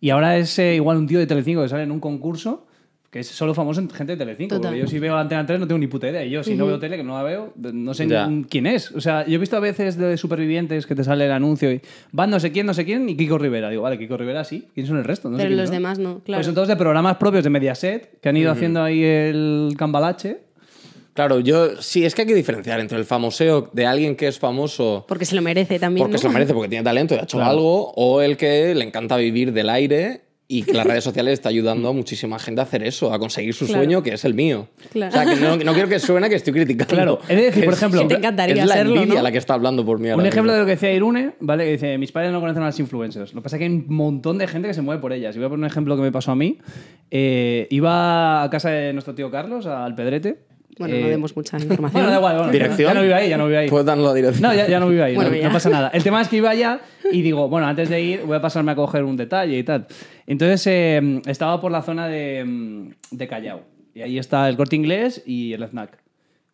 Speaker 3: Y ahora es eh, igual un tío de Telecinco que sale en un concurso que es solo famoso en gente de Telecinco.
Speaker 5: Total.
Speaker 3: Porque yo si veo Antena 3 no tengo ni puta idea. Y yo si no veo tele, que no la veo, no sé
Speaker 4: Ya.
Speaker 3: ni quién es. O sea, yo he visto a veces de supervivientes que te sale el anuncio y van no sé quién, no sé quién y Kiko Rivera. Digo, vale, Kiko Rivera sí. ¿Quiénes son el resto? No sé
Speaker 5: Pero
Speaker 3: quién
Speaker 5: los
Speaker 3: son.
Speaker 5: demás no, claro.
Speaker 3: Pues son todos de programas propios de Mediaset que han ido haciendo ahí el cambalache.
Speaker 4: Claro, yo... Sí, es que hay que diferenciar entre el famoseo de alguien que es famoso
Speaker 5: Porque se lo merece también.
Speaker 4: porque
Speaker 5: ¿no?
Speaker 4: se lo merece, porque tiene talento y ha hecho
Speaker 3: Claro.
Speaker 4: algo, o el que le encanta vivir del aire y que las redes sociales está ayudando a muchísima gente a hacer eso, a conseguir su
Speaker 5: Claro.
Speaker 4: sueño, que es el mío.
Speaker 5: Claro.
Speaker 4: O sea, que no, no quiero que suene que estoy criticando.
Speaker 3: Claro, he de decir,
Speaker 4: Que
Speaker 3: por
Speaker 4: es-
Speaker 3: ejemplo- Que te
Speaker 5: encantaría
Speaker 4: Es la
Speaker 5: serlo,
Speaker 4: envidia
Speaker 5: ¿no?
Speaker 4: la que está hablando por mí ahora
Speaker 3: Un ejemplo de
Speaker 4: mismo.
Speaker 3: lo que decía Irune, ¿vale? Que dice, mis padres no conocen a las influencers. Lo que pasa es que hay un montón de gente que se mueve por ellas. Y voy a poner un ejemplo que me pasó a mí. Eh, iba a casa de nuestro tío Carlos, al Pedrete.
Speaker 5: Bueno,
Speaker 3: Eh,
Speaker 5: no demos mucha información.
Speaker 3: <laughs> Bueno, da
Speaker 5: <laughs>
Speaker 3: igual. bueno,
Speaker 4: ¿Dirección?
Speaker 3: Ya no vive ahí, ya no vive ahí.
Speaker 4: ¿Puedo darnos la dirección?
Speaker 3: No, ya, ya no vivo ahí,
Speaker 5: Bueno,
Speaker 3: no,
Speaker 5: ya.
Speaker 3: no pasa nada. El tema es que iba
Speaker 5: <laughs>
Speaker 3: allá y digo, bueno, antes de ir voy a pasarme a coger un detalle y tal. Entonces eh, estaba por la zona de, mm, de Callao y ahí está el corte inglés y el snack.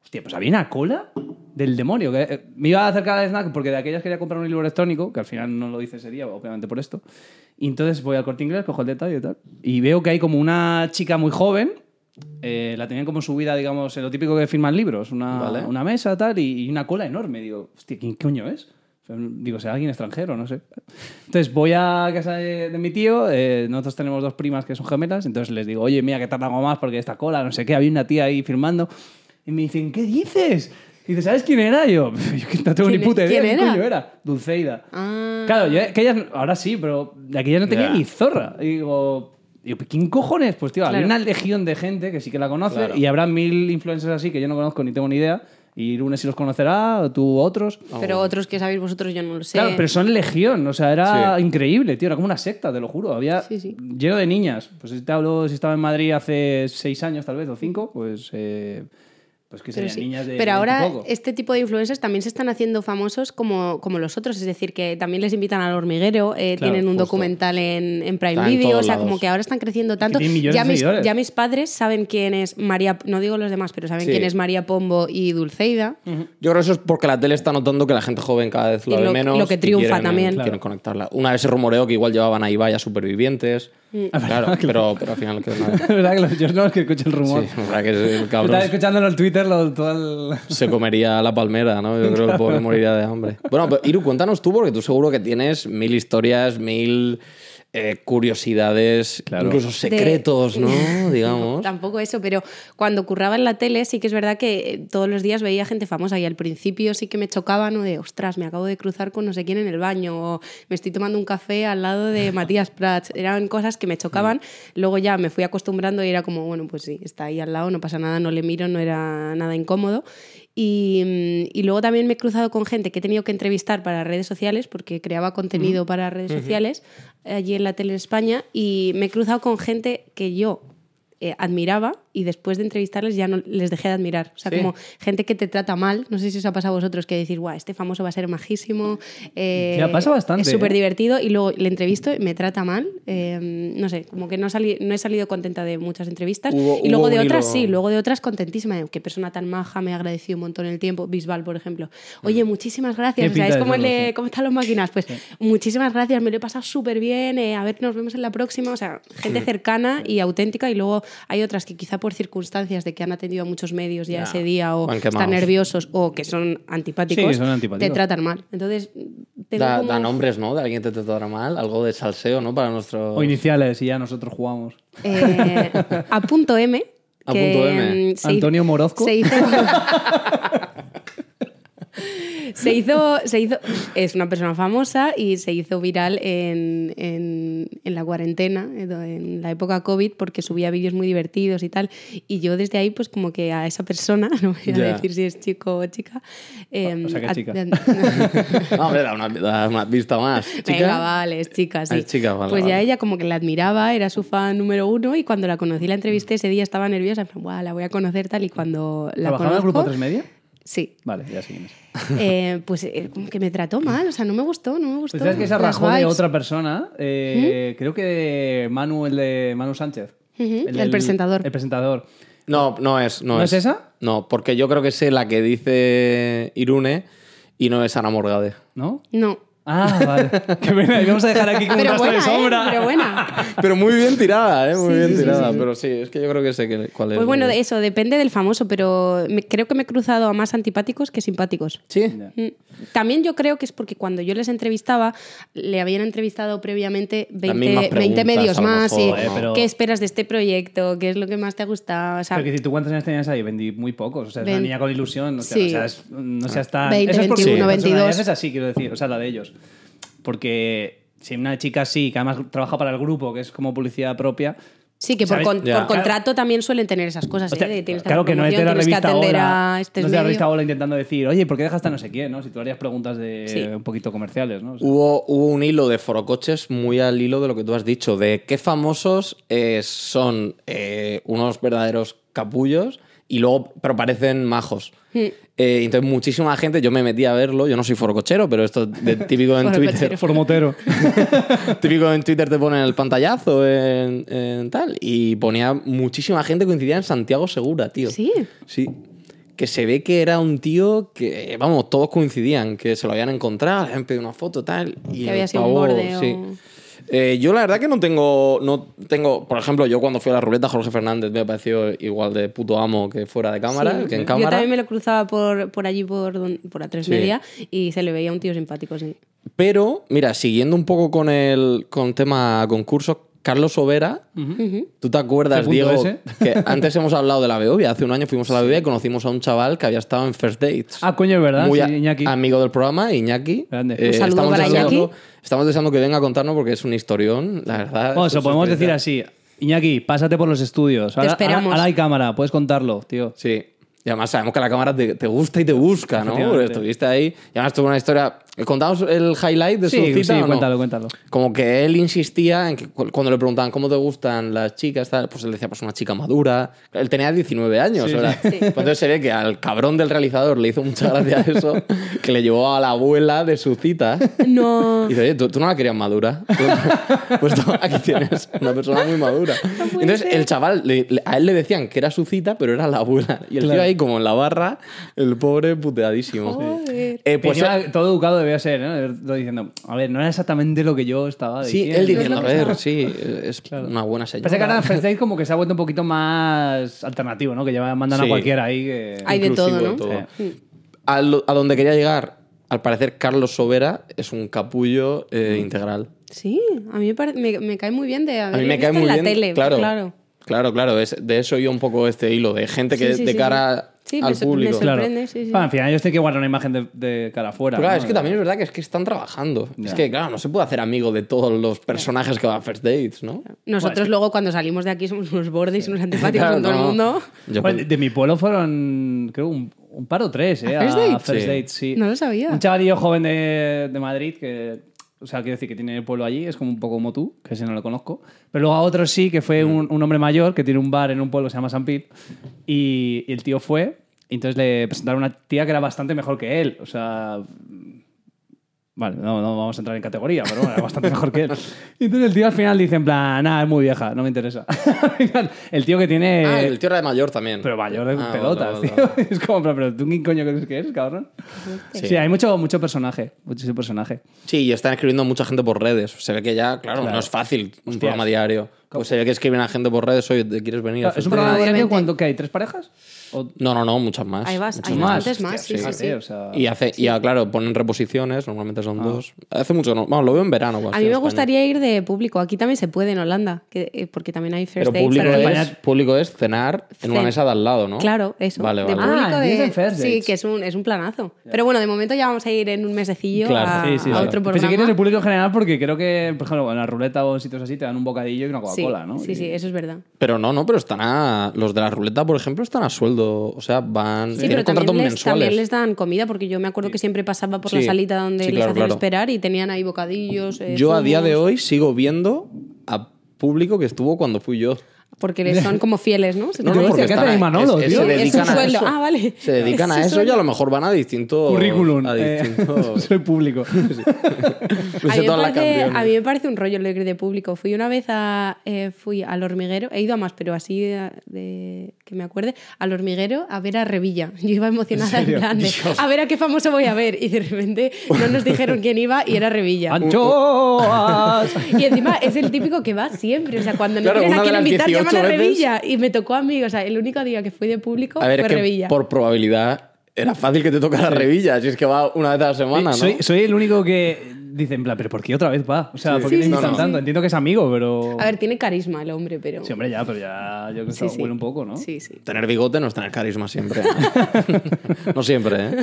Speaker 3: Hostia, pues había una cola del demonio. Que, eh, me iba a acercar al snack porque de aquellas quería comprar un libro electrónico, que al final no lo hice ese día, obviamente por esto. Y entonces voy al corte inglés, cojo el detalle y tal. Y veo que hay como una chica muy joven. eh, la tenían como subida, digamos, en lo típico que firman libros, una,
Speaker 4: Vale.
Speaker 3: una mesa tal, y, y una cola enorme. Digo, hostia, ¿quién coño es? Digo, sea alguien extranjero, no sé. Entonces voy a casa de, de mi tío, eh, nosotros tenemos dos primas que son gemelas, entonces les digo, oye, mira que tardan más porque esta cola, no sé qué, había una tía ahí firmando. Y me dicen, ¿qué dices? Y dices, ¿sabes quién era? Y yo, <laughs> yo que no tengo ni
Speaker 5: ¿Quién-
Speaker 3: puta idea,
Speaker 5: quién
Speaker 3: ¿quién
Speaker 5: era?
Speaker 3: coño era? Dulceida.
Speaker 5: Ah.
Speaker 3: Claro, yo, que ellas, ahora sí, pero de aquellas no tenía
Speaker 4: Ya.
Speaker 3: ni zorra. Y digo, digo, ¿quién cojones? Pues tío, había
Speaker 5: Claro.
Speaker 3: una legión de gente que sí que la conoce
Speaker 4: Claro.
Speaker 3: y habrá mil influencers así que yo no conozco ni tengo ni idea. Y lunes sí los conocerá, o tú otros.
Speaker 5: Pero otros que sabéis vosotros, yo no lo sé.
Speaker 3: Ah, Claro, pero son legión, o sea, era
Speaker 4: Sí.
Speaker 3: increíble, tío, era como una secta, te lo juro. Había
Speaker 5: Sí, sí.
Speaker 3: lleno de niñas. Pues si te hablo, si estaba en Madrid hace seis años, tal vez, o cinco, pues. eh, pues que
Speaker 5: Pero
Speaker 3: serían
Speaker 5: sí.
Speaker 3: niñas de. 20
Speaker 5: Pero ahora
Speaker 3: poco. <laughs>
Speaker 5: este tipo de influencers también se están haciendo famosos como, como los otros, es decir, que también les invitan al hormiguero, eh,
Speaker 3: Claro,
Speaker 5: tienen un
Speaker 4: justo.
Speaker 5: documental en, en Prime
Speaker 4: Está en
Speaker 5: Video,
Speaker 4: todos
Speaker 5: o sea,
Speaker 4: lados.
Speaker 5: como que ahora están creciendo tanto.
Speaker 3: tienen millones
Speaker 5: ya,
Speaker 3: de
Speaker 5: mis,
Speaker 3: seguidores.
Speaker 5: ya mis padres saben quién es María, no digo los demás, pero saben
Speaker 4: Sí.
Speaker 5: quién es María Pombo y
Speaker 3: Mm.
Speaker 5: Dulceida.
Speaker 4: Yo creo que eso es porque la tele está notando que la gente joven cada vez
Speaker 5: Y
Speaker 4: la ve
Speaker 5: lo-
Speaker 4: menos.
Speaker 5: lo que
Speaker 4: y
Speaker 5: triunfa
Speaker 4: quieren,
Speaker 5: también.
Speaker 4: quieren
Speaker 3: Claro.
Speaker 4: conectarla. Una vez se rumoreó que igual llevaban a Ibai a supervivientes.
Speaker 5: Mm.
Speaker 3: Ah,
Speaker 4: Claro, pero, pero al final quedó
Speaker 3: <laughs>
Speaker 4: nada.
Speaker 3: Es verdad que los, yo no es que escucho el rumor.
Speaker 4: Sí, la verdad que es el cabrón.
Speaker 3: Estaba escuchándolo en Twitter, lo, todo el-
Speaker 4: Se comería la palmera, ¿no? Yo creo que el pobre moriría de hambre. Bueno, pero Iru, cuéntanos tú, porque tú seguro que tienes mil historias, mil eh, curiosidades,
Speaker 3: Claro.
Speaker 4: incluso
Speaker 5: de-
Speaker 4: secretos,
Speaker 5: <laughs>
Speaker 4: ¿no? Digamos.
Speaker 5: Tampoco eso, pero cuando curraba en la tele sí que es verdad que eh, todos los días veía gente famosa y al principio sí que me chocaba, ¿no? De, ostras, me acabo de cruzar con no sé quién en el baño o me estoy tomando un café al lado de Matías Prats. Eran cosas que me chocaban. Luego ya me fui acostumbrando y era como, bueno, pues sí, está ahí al lado, no pasa nada, no le miro, no era nada incómodo. Y, mm, y luego también me he cruzado con gente que he tenido que entrevistar para redes sociales, porque creaba contenido para redes sociales eh, allí en la tele en España, y me he cruzado con gente que yo eh, admiraba y después de entrevistarles ya no les dejé de admirar. O sea,
Speaker 4: Sí.
Speaker 5: como gente que te trata mal, no sé si os ha pasado a vosotros que decís, guau, este famoso va a ser majísimo. eh,
Speaker 3: Ya pasa bastante,
Speaker 5: Es súper
Speaker 3: ¿eh?
Speaker 5: divertido y luego le entrevisto y me trata mal. eh, no sé, como que no, salí- no he salido contenta de muchas entrevistas.
Speaker 4: Hubo-
Speaker 5: y luego
Speaker 4: hubo
Speaker 5: de
Speaker 4: un
Speaker 5: otras
Speaker 4: hilo-
Speaker 5: sí, luego de otras contentísima. de, Qué persona tan maja, me ha agradecido un montón el tiempo. Bisbal, por ejemplo. Oye, muchísimas gracias.
Speaker 3: Tiene
Speaker 5: O sea,
Speaker 3: pinta
Speaker 5: es
Speaker 3: de
Speaker 5: como el
Speaker 3: serlo,
Speaker 5: de
Speaker 3: sí.
Speaker 5: eh, ¿Cómo están los máquinas? Pues muchísimas gracias, me lo he pasado súper bien. eh, a ver, nos vemos en la próxima. O sea, gente cercana y auténtica. Y luego hay otras que quizá por circunstancias de que han atendido a muchos medios ya,
Speaker 4: Ya,
Speaker 5: ese día o
Speaker 4: van
Speaker 5: están
Speaker 4: quemados.
Speaker 5: nerviosos o que son antipáticos,
Speaker 3: Sí, son antipáticos.
Speaker 5: te tratan mal. Entonces, tengo
Speaker 4: Da,
Speaker 5: como-
Speaker 4: da nombres, ¿no? De alguien que te tratará mal, algo de salseo, ¿no? Para nuestro.
Speaker 3: O iniciales y ya nosotros jugamos.
Speaker 5: Eh, a punto M.
Speaker 4: A
Speaker 5: que,
Speaker 4: punto M.
Speaker 5: mm, se
Speaker 3: Antonio
Speaker 5: hizo-
Speaker 3: Morozco.
Speaker 5: Se hizo. Se hizo, se hizo, es una persona famosa y se hizo viral en, en- en la cuarentena, eh, en la época COVID, porque subía vídeos muy divertidos y tal. Y yo desde ahí, pues como que a esa persona, <laughs> no voy a
Speaker 4: Ya.
Speaker 5: decir si es chico o chica. eh,
Speaker 3: O sea que es
Speaker 5: a- <laughs>
Speaker 3: chica. <laughs>
Speaker 4: No, hombre, da una, da una pista más. ¿Chica?
Speaker 5: Venga, vale, es chica, sí.
Speaker 4: Ah, es chica, vale,
Speaker 5: pues ya
Speaker 4: vale.
Speaker 5: ella como que la admiraba, era su fan número uno y cuando la conocí, la entrevisté ese día, estaba nerviosa, en plan, "Buah, la voy a conocer tal y cuando la
Speaker 3: ¿Trabajaba en el
Speaker 5: conozco...
Speaker 3: grupo 3 media?
Speaker 5: Sí,
Speaker 3: Vale, ya seguimos.
Speaker 5: Eh, pues eh, como que me trató mal, o sea, no me gustó, no me gustó.
Speaker 3: Pues sabes que se
Speaker 5: las
Speaker 3: rajó de
Speaker 5: vibes.
Speaker 3: otra persona, eh, creo que de Manu, el de Manu Sánchez.
Speaker 5: ¿Mm? Ujú, el presentador.
Speaker 3: El presentador.
Speaker 4: No, no es. ¿No,
Speaker 3: ¿No es esa?
Speaker 4: No, porque yo creo que es la que dice Irune y no es Ana Morgade.
Speaker 3: ¿No?
Speaker 5: No.
Speaker 3: Ah, vale. <laughs> Qué pena, y vamos a dejar aquí como
Speaker 5: Pero
Speaker 3: un rastro
Speaker 5: buena,
Speaker 3: de
Speaker 5: ¿eh?
Speaker 3: sombra.
Speaker 5: pero buena.
Speaker 4: <laughs> Pero muy bien tirada, ¿eh? Muy
Speaker 5: Sí,
Speaker 4: bien
Speaker 5: sí, sí,
Speaker 4: tirada.
Speaker 5: sí.
Speaker 4: Pero sí, es que yo creo que sé que- cuál es.
Speaker 5: Pues bueno, eso depende del famoso, pero me- creo que me he cruzado a más antipáticos que simpáticos.
Speaker 4: Sí.
Speaker 5: Mm. También yo creo que es porque cuando yo les entrevistaba, le habían entrevistado previamente
Speaker 4: Las mismas
Speaker 5: 20, 20
Speaker 4: preguntas,
Speaker 5: medios
Speaker 4: a lo
Speaker 5: más.
Speaker 4: mejor,
Speaker 5: y
Speaker 3: ¿no? Pero-
Speaker 5: ¿Qué esperas de este proyecto? ¿Qué es lo que más te ha gustado? O sea,
Speaker 3: Pero que si tú cuántos años tenías ahí, vendí muy pocos. O sea, es una
Speaker 5: Veinte.
Speaker 3: niña con ilusión. O sea,
Speaker 5: Sí.
Speaker 3: no seas, no seas tan.
Speaker 5: Veinte,
Speaker 3: Eso es porque
Speaker 5: veintiuno,
Speaker 3: su personalidad
Speaker 5: veintidós.
Speaker 3: Es así, quiero decir. O sea, la de ellos. Porque si una chica así, que además trabaja para el grupo, que es como publicidad propia.
Speaker 5: sí, que por,
Speaker 3: ¿sabes?
Speaker 5: con-
Speaker 4: Ya.
Speaker 5: por contrato también suelen tener esas cosas. ¿eh?
Speaker 3: Hostia,
Speaker 5: De tienes que
Speaker 3: claro
Speaker 5: hacer
Speaker 3: que no es de
Speaker 5: promoción,
Speaker 3: la
Speaker 5: tienes que
Speaker 3: revista
Speaker 5: atender
Speaker 3: Hola.
Speaker 5: a
Speaker 3: no
Speaker 5: este
Speaker 3: es de la
Speaker 5: medio.
Speaker 3: revista Hola intentando decir, oye, ¿por qué dejaste a no sé quién? ¿no? Si tú harías preguntas de
Speaker 5: Sí.
Speaker 3: un poquito comerciales, ¿no? O sea,
Speaker 4: Hubo, hubo un hilo de forocoches muy al hilo de lo que tú has dicho, de qué famosos eh, son eh, unos verdaderos capullos y luego, pero parecen majos. Eh, entonces, muchísima gente, yo me metí a verlo, yo no soy forocochero, pero esto es de- típico en Twitter.
Speaker 5: <laughs> Forocochero.
Speaker 3: Formotero.
Speaker 4: Típico en Twitter te ponen el pantallazo en, en tal. Y ponía muchísima gente coincidía en Santiago Segura, tío.
Speaker 5: Sí.
Speaker 4: Sí. Que se ve que era un tío que, vamos, todos coincidían, que se lo habían encontrado, le habían pedido una foto, tal. Y
Speaker 5: Que
Speaker 4: el
Speaker 5: había sido un
Speaker 4: pavo,
Speaker 5: borde o-
Speaker 4: sí. Eh, yo la verdad que no tengo, no tengo, por ejemplo, yo cuando fui a la ruleta, Jorge Fernández me pareció igual de puto amo que fuera de cámara,
Speaker 5: Sí.
Speaker 4: que en
Speaker 5: Yo
Speaker 4: cámara.
Speaker 5: también me lo cruzaba por, por allí, por, don- por a tres
Speaker 4: Sí.
Speaker 5: media, y se le veía un tío simpático. sí.
Speaker 4: Pero, mira, siguiendo un poco con el con tema concurso, Carlos Overa, ¿tú te acuerdas,
Speaker 3: C.S.?
Speaker 4: Diego? Que antes hemos hablado de la Beovia. Hace un año fuimos a la Beovia y conocimos a un chaval que había estado en First Dates.
Speaker 3: Ah, coño, es verdad.
Speaker 4: Muy
Speaker 3: sí,
Speaker 4: a-
Speaker 3: Iñaki.
Speaker 4: amigo del programa, Iñaki. Eh,
Speaker 3: Grande. Un
Speaker 5: saludo
Speaker 4: estamos,
Speaker 5: para
Speaker 4: deseando,
Speaker 5: Iñaki.
Speaker 4: estamos deseando que venga a contarnos porque es un historión, la verdad.
Speaker 3: Vamos,
Speaker 4: es
Speaker 3: lo podemos
Speaker 4: sorpresa.
Speaker 3: decir así. Iñaki, pásate por los estudios. Ahora,
Speaker 5: esperamos.
Speaker 3: ahora- ahora hay cámara, puedes contarlo, tío.
Speaker 4: Sí. Y además sabemos que la cámara te, te gusta y te busca, ¿no?
Speaker 3: Efectivamente.
Speaker 4: Porque estuviste ahí. Y además tuvo una historia. ¿Contamos el highlight de su
Speaker 3: Sí,
Speaker 4: cita?
Speaker 3: sí,
Speaker 4: o no?
Speaker 3: cuéntalo, cuéntalo.
Speaker 4: Como que él insistía en que cu- cuando le preguntaban cómo te gustan las chicas, tal, pues él decía, pues una chica madura. Él tenía 19 años,
Speaker 3: Sí,
Speaker 4: ¿verdad? Pues entonces se ve que al cabrón del realizador le hizo mucha gracia eso, que le llevó a la abuela de su cita.
Speaker 5: No.
Speaker 4: Y dice, oye, ¿tú, tú no la querías madura. <laughs> pues toma, aquí tienes una persona muy madura. Entonces, el chaval, le- le- a él le decían que era su cita, pero era la abuela. Y el tío
Speaker 3: Claro.
Speaker 4: ahí, como en la barra, el pobre puteadísimo.
Speaker 5: Joder.
Speaker 4: Eh, pues
Speaker 3: Pues
Speaker 4: él-
Speaker 3: todo educado debía ser, ¿no? Él diciendo, a ver, no era exactamente lo que yo estaba
Speaker 4: sí,
Speaker 3: diciendo.
Speaker 4: él diciendo, a
Speaker 5: que
Speaker 4: ver,
Speaker 5: estaba.
Speaker 4: sí, es una buena señora.
Speaker 3: Parece que ahora First Dates como que se ha vuelto un poquito más alternativo, ¿no? Que ya mandan
Speaker 4: Sí.
Speaker 3: a cualquiera ahí que...
Speaker 5: Hay de
Speaker 4: Inclusivo
Speaker 5: todo, ¿no?
Speaker 4: A, lo- a donde quería llegar, al parecer, Carlos Sobera es un capullo eh,
Speaker 5: Mm.
Speaker 4: integral.
Speaker 5: Sí, a mí me, pare- me, me cae muy bien de
Speaker 4: A
Speaker 5: haber
Speaker 4: mí me
Speaker 5: visto
Speaker 4: cae muy
Speaker 5: en la
Speaker 4: bien.
Speaker 5: tele.
Speaker 4: claro,
Speaker 5: claro.
Speaker 4: claro, claro, es- de eso yo un poco este hilo, de gente que
Speaker 5: Sí, sí,
Speaker 4: de
Speaker 5: sí,
Speaker 4: cara
Speaker 5: sí. Sí, me
Speaker 4: al
Speaker 5: sor- me
Speaker 4: público.
Speaker 5: sorprende.
Speaker 3: Claro.
Speaker 5: Sorprende, sí, sí.
Speaker 3: Bueno, al final ellos tienen que guardar una imagen de, de cara afuera.
Speaker 4: Pero claro,
Speaker 3: ¿no?
Speaker 4: es que también es verdad que es que están trabajando. Es
Speaker 3: Ya.
Speaker 4: que, claro, no se puede hacer amigo de todos los personajes que van a First Dates, ¿no?
Speaker 5: Nosotros luego cuando salimos de aquí somos unos bordes y unos antipáticos
Speaker 4: Claro,
Speaker 5: con todo
Speaker 4: no.
Speaker 5: el mundo.
Speaker 4: Yo-
Speaker 3: Bueno, de, de mi pueblo fueron, creo, un, un par o tres, ¿eh?
Speaker 5: ¿A First Dates?
Speaker 3: First
Speaker 4: Sí.
Speaker 3: Dates, sí.
Speaker 5: No lo sabía.
Speaker 3: Un chavalillo joven de, de Madrid que, o sea, quiero decir que tiene el pueblo allí, es como un poco como tú, que ese no lo conozco. Pero luego a otro sí, que fue un, un hombre mayor que tiene un bar en un pueblo que se llama San Pit y, y el tío fue, y entonces le presentaron una tía que era bastante mejor que él, o sea... Vale, no, no vamos a entrar en categoría, pero bueno, era bastante <laughs> mejor que él. Y entonces el tío al final dice en plan, nada, es muy vieja, no me interesa. <laughs> Al final, el tío que tiene...
Speaker 4: Ah, el tío era de mayor también.
Speaker 3: Pero mayor de
Speaker 4: Ah,
Speaker 3: pelotas,
Speaker 4: vale, vale,
Speaker 3: tío.
Speaker 4: vale.
Speaker 3: <laughs> Es como, pero, pero tú quién coño crees que eres, cabrón. Sí, hay mucho, mucho personaje. Muchísimo personaje.
Speaker 4: Sí, y están escribiendo mucha gente por redes. Se ve que ya, claro, no es fácil un programa diario. Pues se ve que escriben a gente por redes, oye, ¿te quieres venir? a
Speaker 3: ¿Es
Speaker 4: First
Speaker 3: un programa
Speaker 4: Dates?
Speaker 3: diario cuando que hay tres parejas? ¿O
Speaker 4: No, no, no, muchas más.
Speaker 5: Ahí vas,
Speaker 4: muchas
Speaker 5: hay
Speaker 4: más.
Speaker 5: bastantes más, sí,
Speaker 3: Hostia,
Speaker 5: sí, sí.
Speaker 3: o sea,
Speaker 4: Y, hace, y ah, claro, ponen reposiciones, normalmente son dos. Hace mucho, no, vamos, lo veo en verano. cuando
Speaker 5: A
Speaker 4: estoy
Speaker 5: mí
Speaker 4: en
Speaker 5: me
Speaker 4: España.
Speaker 5: gustaría ir de público. Aquí también se puede en Holanda, que, eh, porque también hay
Speaker 4: Pero
Speaker 5: first dates.
Speaker 4: público
Speaker 5: aquí.
Speaker 4: es, público es cenar en una
Speaker 5: Cen-
Speaker 4: mesa de al lado, ¿no?
Speaker 5: Claro, eso.
Speaker 4: Vale,
Speaker 5: De
Speaker 4: vale.
Speaker 5: público
Speaker 3: Ah,
Speaker 5: de-
Speaker 3: dicen first
Speaker 5: Sí,
Speaker 3: dates.
Speaker 5: que es un, es un planazo. Pero bueno, de momento ya vamos a ir en un mesecillo
Speaker 4: Claro.
Speaker 5: a,
Speaker 4: Sí, sí,
Speaker 5: a
Speaker 4: claro.
Speaker 3: Pero
Speaker 5: otro
Speaker 3: Pues si
Speaker 5: programa.
Speaker 3: quieres el público en general, porque creo que, por ejemplo, en la ruleta o en sitios así te dan un bocadillo y una
Speaker 5: sí,
Speaker 3: Coca-Cola, ¿no?
Speaker 5: sí,
Speaker 3: Y-
Speaker 5: sí, eso es verdad.
Speaker 4: Pero no, no, pero están a. Los de la ruleta, por ejemplo, están a sueldo. O sea, van.
Speaker 5: Sí,
Speaker 4: tienen
Speaker 5: pero
Speaker 4: contratos
Speaker 5: también les,
Speaker 4: mensuales.
Speaker 5: también les dan comida, porque yo me acuerdo que siempre pasaba por la
Speaker 4: Sí.
Speaker 5: salita donde
Speaker 4: Sí,
Speaker 5: les
Speaker 4: claro,
Speaker 5: hacían
Speaker 4: claro.
Speaker 5: esperar y tenían ahí bocadillos. eh,
Speaker 4: yo a día de
Speaker 5: zumos,
Speaker 4: hoy sigo viendo a público que estuvo cuando fui yo.
Speaker 5: Porque les son como fieles, ¿no? Se
Speaker 3: No,
Speaker 5: tienen
Speaker 3: no,
Speaker 5: que-
Speaker 3: porque- ¿qué hace
Speaker 4: están a-
Speaker 3: ahí Manolo,
Speaker 4: es- es-
Speaker 3: tío?
Speaker 4: Se
Speaker 3: Es
Speaker 5: su
Speaker 4: dedican a
Speaker 5: sueldo.
Speaker 4: eso.
Speaker 5: Ah, vale.
Speaker 4: Se dedican
Speaker 5: Es
Speaker 4: a
Speaker 5: su
Speaker 4: eso y a
Speaker 5: sueldo.
Speaker 4: lo mejor van a distintos.
Speaker 3: Currículum.
Speaker 4: A
Speaker 3: eh,
Speaker 5: <laughs>
Speaker 3: <laughs>
Speaker 4: distintos.
Speaker 3: soy público.
Speaker 5: A mí,
Speaker 4: Hice
Speaker 5: me
Speaker 4: todas las
Speaker 5: parece,
Speaker 4: canciones.
Speaker 5: a mí me parece un rollo alegre de público. Fui una vez a, eh, fui al hormiguero, he ido a más, pero así de, de- que me acuerde, al hormiguero a ver a Revilla. <laughs> Yo iba emocionada en, plan de, a ver a qué famoso voy a ver. Y de repente no nos dijeron quién iba y era Revilla.
Speaker 3: ¡Anchoas!
Speaker 5: Y encima es el típico que va siempre. O sea, cuando no
Speaker 4: Claro,
Speaker 5: tienen
Speaker 4: una
Speaker 5: a
Speaker 4: de
Speaker 5: quién
Speaker 4: las
Speaker 5: invitar, llaman a
Speaker 4: 18 veces.
Speaker 5: Revilla. Y me tocó a mí. O sea, el único día que fui de público
Speaker 4: A ver, es
Speaker 5: fue
Speaker 4: que
Speaker 5: Revilla.
Speaker 4: por probabilidad era fácil que te tocara revilla, si es que va una vez a la semana, ¿no?
Speaker 3: soy, soy el único que dice, en plan, ¿pero por qué otra vez va? O sea, ¿por qué
Speaker 5: Sí,
Speaker 3: le
Speaker 5: sí,
Speaker 3: invitan
Speaker 5: sí,
Speaker 3: tanto?
Speaker 5: sí.
Speaker 3: Entiendo que es amigo, pero...
Speaker 5: A ver, tiene carisma el hombre, pero.
Speaker 3: Sí, hombre, ya, pero ya yo creo que
Speaker 5: Sí,
Speaker 3: se
Speaker 5: sí.
Speaker 3: huele un poco, ¿no?
Speaker 5: Sí, sí.
Speaker 4: Tener bigote no es tener carisma siempre. ¿eh?
Speaker 5: <laughs>
Speaker 4: no siempre, ¿eh?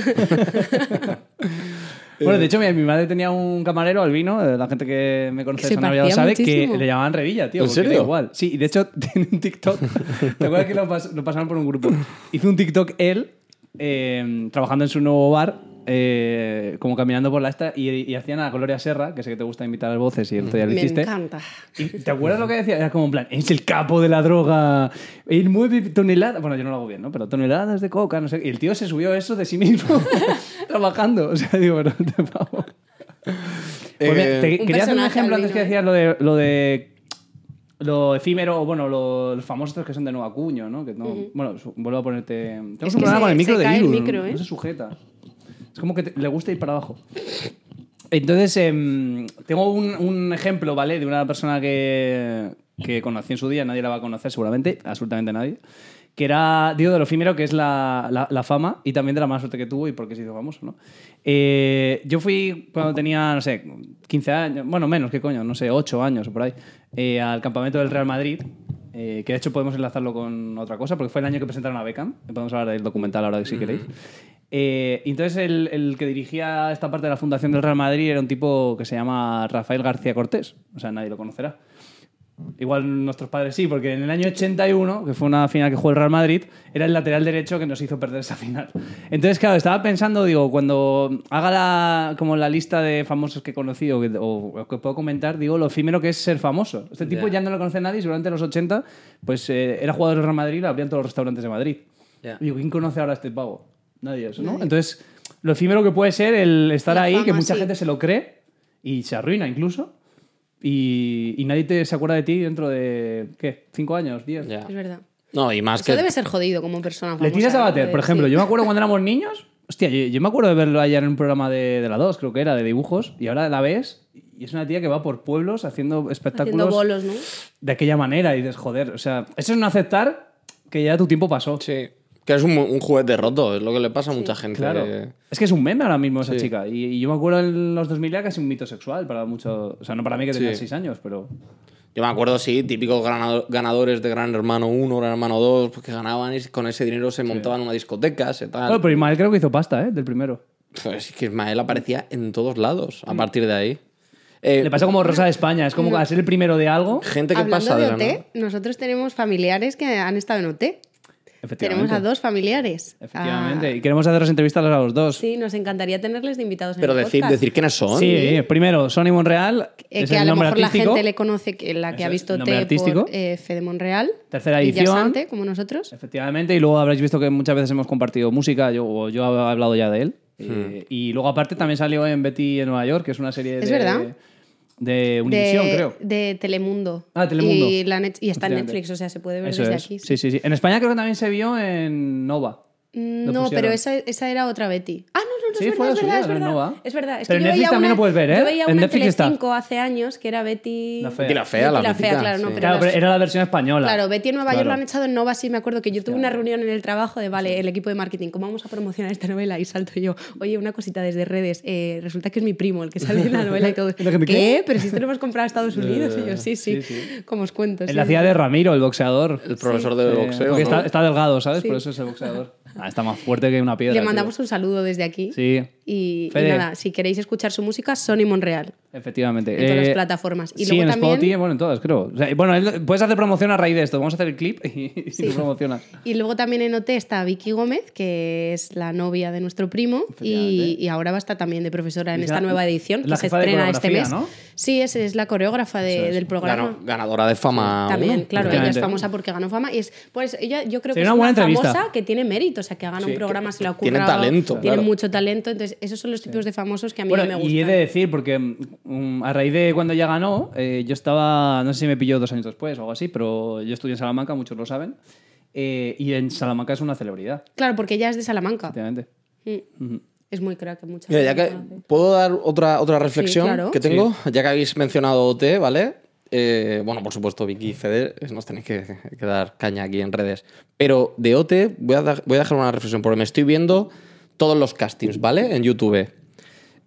Speaker 3: Bueno, de hecho, mi, mi madre tenía un camarero albino, eh, la gente que me conoce
Speaker 5: Que se
Speaker 3: de San Navidad lo
Speaker 5: parecía
Speaker 3: sabe,
Speaker 5: muchísimo.
Speaker 3: que le llamaban Revilla, tío.
Speaker 4: ¿En
Speaker 3: porque era
Speaker 4: serio?
Speaker 3: Igual. Sí, y de hecho, <laughs> tiene un TikTok. ¿Te acuerdas que lo, pas- lo pasaron por un grupo? Hizo un TikTok él, eh, trabajando en su nuevo bar, eh, como caminando por la esta, y, y hacían a Gloria Serra, que sé que te gusta invitar a voces y el otro día lo
Speaker 5: Me
Speaker 3: hiciste. Ah.
Speaker 5: encanta.
Speaker 3: ¿Y ¿Te acuerdas lo que decía? Era como en plan, es el capo de la droga, él mueve toneladas, bueno, yo no lo hago bien, ¿no? Pero toneladas de coca, no sé. Y el tío se subió eso de sí mismo trabajando. O sea, digo, pero te pavo. Pues mira, te quería hacer
Speaker 5: Un
Speaker 3: un
Speaker 5: personaje
Speaker 3: ejemplo antes
Speaker 5: albino,
Speaker 3: que
Speaker 5: ¿eh?
Speaker 3: decías lo de, lo de lo efímero, o bueno, lo- los famosos estos que son de nuevo acuño, ¿no? Que no Bueno, su- vuelvo a ponerte... Tenemos un
Speaker 5: que
Speaker 3: problema
Speaker 5: se-
Speaker 3: con el micro
Speaker 5: se
Speaker 3: de
Speaker 5: cae el
Speaker 3: Iru,
Speaker 5: micro, ¿eh?
Speaker 3: no se sujeta. Es como que te- le gusta ir para abajo. Entonces, em, tengo un, un ejemplo, ¿vale? De una persona que, que conocí en su día, nadie la va a conocer seguramente, absolutamente nadie, que era, digo, de lo efímero que es la, la- la fama y también de la mala suerte que tuvo y por qué se hizo famoso, ¿no? Eh, yo fui cuando tenía, no sé, 15 años, bueno, menos, ¿qué coño? No sé, 8 años o por ahí, eh, al campamento del Real Madrid. eh, que de hecho podemos enlazarlo con otra cosa, porque fue el año que presentaron a Beckham. que Podemos hablar del documental ahora si queréis. Eh, y entonces el, el que dirigía esta parte de la fundación del Real Madrid era un tipo que se llama Rafael García Cortés. O sea, nadie lo conocerá. Igual nuestros padres sí, porque en el año 81, que fue una final que jugó el Real Madrid, era el lateral derecho que nos hizo perder esa final. Entonces, claro, estaba pensando, digo, cuando haga la, como la lista de famosos que he conocido que- o, o que puedo comentar, digo lo efímero que es ser famoso. Este tipo ya no lo conoce nadie, seguramente en los 80, pues eh, era jugador del Real Madrid, lo abrían todos los restaurantes de Madrid.
Speaker 4: Ya.
Speaker 3: Digo, ¿quién conoce ahora a este pavo? Nadie, eso, ¿no? Entonces, lo efímero que puede ser el estar
Speaker 5: La
Speaker 3: ahí, que
Speaker 5: fama,
Speaker 3: mucha
Speaker 5: sí.
Speaker 3: gente se lo cree y se arruina incluso. Y, y nadie te, se acuerda de ti dentro de, ¿qué? ¿Cinco años? ¿Diez?
Speaker 4: Ya.
Speaker 5: Es verdad.
Speaker 4: No, y más
Speaker 5: Eso
Speaker 4: que.
Speaker 5: debe ser jodido como persona.
Speaker 3: Le
Speaker 5: famosa,
Speaker 3: tiras a bater,
Speaker 5: eh,
Speaker 3: por ejemplo.
Speaker 5: sí.
Speaker 3: Yo me acuerdo cuando éramos niños, hostia, yo, yo me acuerdo de verlo allá en un programa de, de la 2, creo que era, de dibujos, y ahora la ves y es una tía que va por pueblos haciendo espectáculos
Speaker 5: Haciendo bolos, ¿no?
Speaker 3: de aquella manera y dices, joder, o sea, eso es no aceptar que ya tu tiempo pasó.
Speaker 4: Sí. Que es un, un juguete roto, es lo que le pasa a mucha gente.
Speaker 3: Claro.
Speaker 4: que-
Speaker 3: Es que es un meme ahora mismo esa
Speaker 4: Sí.
Speaker 3: chica. Y, y yo me acuerdo en los 2000 era casi un mito sexual para muchos. O sea, no para mí que tenía
Speaker 4: Sí.
Speaker 3: 6 años, pero.
Speaker 4: Yo me acuerdo, sí, típicos granado- ganadores de Gran Hermano 1, Gran Hermano 2, pues que ganaban y con ese dinero se montaban una discoteca, se tal.
Speaker 3: Bueno, pero Ismael creo que hizo pasta, ¿eh? Del primero.
Speaker 4: Pues es que Ismael aparecía en todos lados a partir de ahí. Eh,
Speaker 3: Le pasa como Rosa de España. Es
Speaker 5: Mm.
Speaker 3: como a ser el primero de algo.
Speaker 4: Gente que
Speaker 5: Hablando
Speaker 4: pasa
Speaker 5: de
Speaker 4: la
Speaker 5: OT,
Speaker 4: nada.
Speaker 5: nosotros tenemos familiares que han estado en OT. Tenemos a dos familiares.
Speaker 3: Efectivamente.
Speaker 5: Ah,
Speaker 3: Y queremos haceros entrevistas a los dos. Sí,
Speaker 5: sí, nos encantaría tenerles de invitados
Speaker 4: Pero
Speaker 5: en el
Speaker 4: decir,
Speaker 5: podcast.
Speaker 4: decir quiénes son.
Speaker 3: primero, Sonny Monreal.
Speaker 5: Eh,
Speaker 3: es
Speaker 5: que a
Speaker 3: el
Speaker 5: lo
Speaker 3: nombre
Speaker 5: mejor
Speaker 3: artístico.
Speaker 5: la gente le conoce, que la que
Speaker 3: Eso
Speaker 5: ha
Speaker 3: es,
Speaker 5: visto
Speaker 3: nombre
Speaker 5: T
Speaker 3: artístico.
Speaker 5: por eh, Fede Monreal.
Speaker 3: Tercera
Speaker 5: y
Speaker 3: edición.
Speaker 5: Yasante, como nosotros.
Speaker 3: Efectivamente, y luego habréis visto que muchas veces hemos compartido música, yo, o yo he hablado ya de él. Eh, y luego aparte también salió en Betty en Nueva York, que es una serie
Speaker 5: Es
Speaker 3: de,
Speaker 5: verdad.
Speaker 3: de Univision,
Speaker 5: de,
Speaker 3: creo.
Speaker 5: de Telemundo.
Speaker 3: Ah, Telemundo.
Speaker 5: Y, la net- y está en
Speaker 3: Efectivamente.
Speaker 5: Netflix, o sea, se puede ver
Speaker 3: Eso
Speaker 5: desde
Speaker 3: es.
Speaker 5: aquí.
Speaker 3: Sí, sí, sí. En España creo que también se vio en Nova. Lo
Speaker 5: No,
Speaker 3: pusieron.
Speaker 5: pero esa, esa era otra Betty. Ah, no, no, no,
Speaker 3: Sí,
Speaker 5: es
Speaker 3: fue
Speaker 5: verdad, es
Speaker 3: la suya,
Speaker 5: verdad, es
Speaker 3: no,
Speaker 5: verdad.
Speaker 3: no va.
Speaker 5: Es verdad. Es
Speaker 3: Pero en
Speaker 5: que yo
Speaker 3: Netflix
Speaker 5: veía
Speaker 3: también
Speaker 5: una-
Speaker 3: lo puedes ver, ¿eh?
Speaker 5: Yo veía
Speaker 3: En
Speaker 5: una
Speaker 3: Netflix está.
Speaker 5: Telecinco hace años que era Betty...
Speaker 3: La fea.
Speaker 4: Betty la fea, la
Speaker 5: Betty la fea,
Speaker 4: mítica,
Speaker 5: claro, no,
Speaker 4: sí.
Speaker 5: pero-
Speaker 3: Claro,
Speaker 5: las-
Speaker 3: pero era la versión española.
Speaker 5: Claro, Betty en Nueva York
Speaker 3: Claro.
Speaker 5: lo han echado en Nova, sí, me acuerdo que yo tuve una reunión en el trabajo de, vale, el equipo de marketing, ¿cómo vamos a promocionar esta novela? Y salto yo, oye, una cosita desde redes, eh, resulta que es mi primo el que sale en la novela
Speaker 3: <laughs>
Speaker 5: y todo.
Speaker 3: La gente,
Speaker 5: ¿Qué?
Speaker 3: ¿qué?
Speaker 5: Pero si esto lo hemos comprado
Speaker 3: <laughs>
Speaker 5: a Estados Unidos. y yo, sí, sí,
Speaker 3: sí,
Speaker 5: como os cuento. sí.
Speaker 3: En la ciudad de Ramiro, el boxeador.
Speaker 4: El profesor de
Speaker 3: Eh,
Speaker 4: boxeo.
Speaker 3: porque
Speaker 4: ¿no?
Speaker 3: está, está delgado, ¿sabes? Por eso es el
Speaker 5: <laughs>
Speaker 3: boxeador. Ah, está más fuerte que una piedra.
Speaker 5: Le
Speaker 3: tío.
Speaker 5: mandamos un saludo desde aquí.
Speaker 3: Sí.
Speaker 5: Y, y
Speaker 3: Fede.
Speaker 5: nada, si queréis escuchar su música, Sony Monreal.
Speaker 3: Efectivamente. Eh,
Speaker 5: En todas las plataformas. Y
Speaker 3: sí,
Speaker 5: luego
Speaker 3: en
Speaker 5: también-
Speaker 3: Spotify, bueno, en todas, creo. O sea, bueno, él- puedes hacer promoción a raíz de esto. Vamos a hacer el clip y, y tú promocionas.
Speaker 5: Y luego también en OT está Vicky Gómez, que es la novia de nuestro primo, y,
Speaker 3: Efectivamente.
Speaker 5: y ahora va a estar también de profesora en
Speaker 3: Es
Speaker 5: esta
Speaker 3: la-
Speaker 5: nueva edición, que
Speaker 3: la
Speaker 5: se
Speaker 3: jefa de
Speaker 5: estrena este
Speaker 3: coreografía,
Speaker 5: mes.
Speaker 3: ¿no?
Speaker 5: Sí, es, es la coreógrafa de- del programa.
Speaker 4: Gano- ganadora de fama.
Speaker 5: También,
Speaker 4: uno.
Speaker 5: claro, ella es
Speaker 3: Efectivamente.
Speaker 5: famosa porque ganó fama y es pues ella yo creo que
Speaker 3: Sería
Speaker 5: es
Speaker 3: una
Speaker 5: una
Speaker 3: buena entrevista.
Speaker 5: famosa que tiene mérito, o sea, que ha ganado un programa, se le ha
Speaker 4: tiene
Speaker 5: currado,
Speaker 4: talento,
Speaker 5: tiene
Speaker 4: claro.
Speaker 5: mucho talento, entonces esos son los tipos de famosos que a mí
Speaker 3: Bueno,
Speaker 5: me gustan.
Speaker 3: y he de decir, porque mm, a raíz de cuando ella ganó, eh, yo estaba, no sé si me pilló dos años después o algo así, pero yo estudié en Salamanca, muchos lo saben, eh, y en Salamanca es una celebridad,
Speaker 5: Claro, porque ella es de Salamanca.
Speaker 3: efectivamente.
Speaker 5: Mm. Es muy crack, muchas
Speaker 4: Mira, ya que puedo dar otra, otra reflexión
Speaker 5: Sí, claro.
Speaker 4: que tengo, ya que habéis mencionado OT, ¿vale? Eh, bueno, por supuesto, Vicky y Fede, nos tenéis que, que dar caña aquí en redes. Pero de OT voy a, da- voy a dejar una reflexión, porque me estoy viendo todos los castings, ¿vale? En YouTube.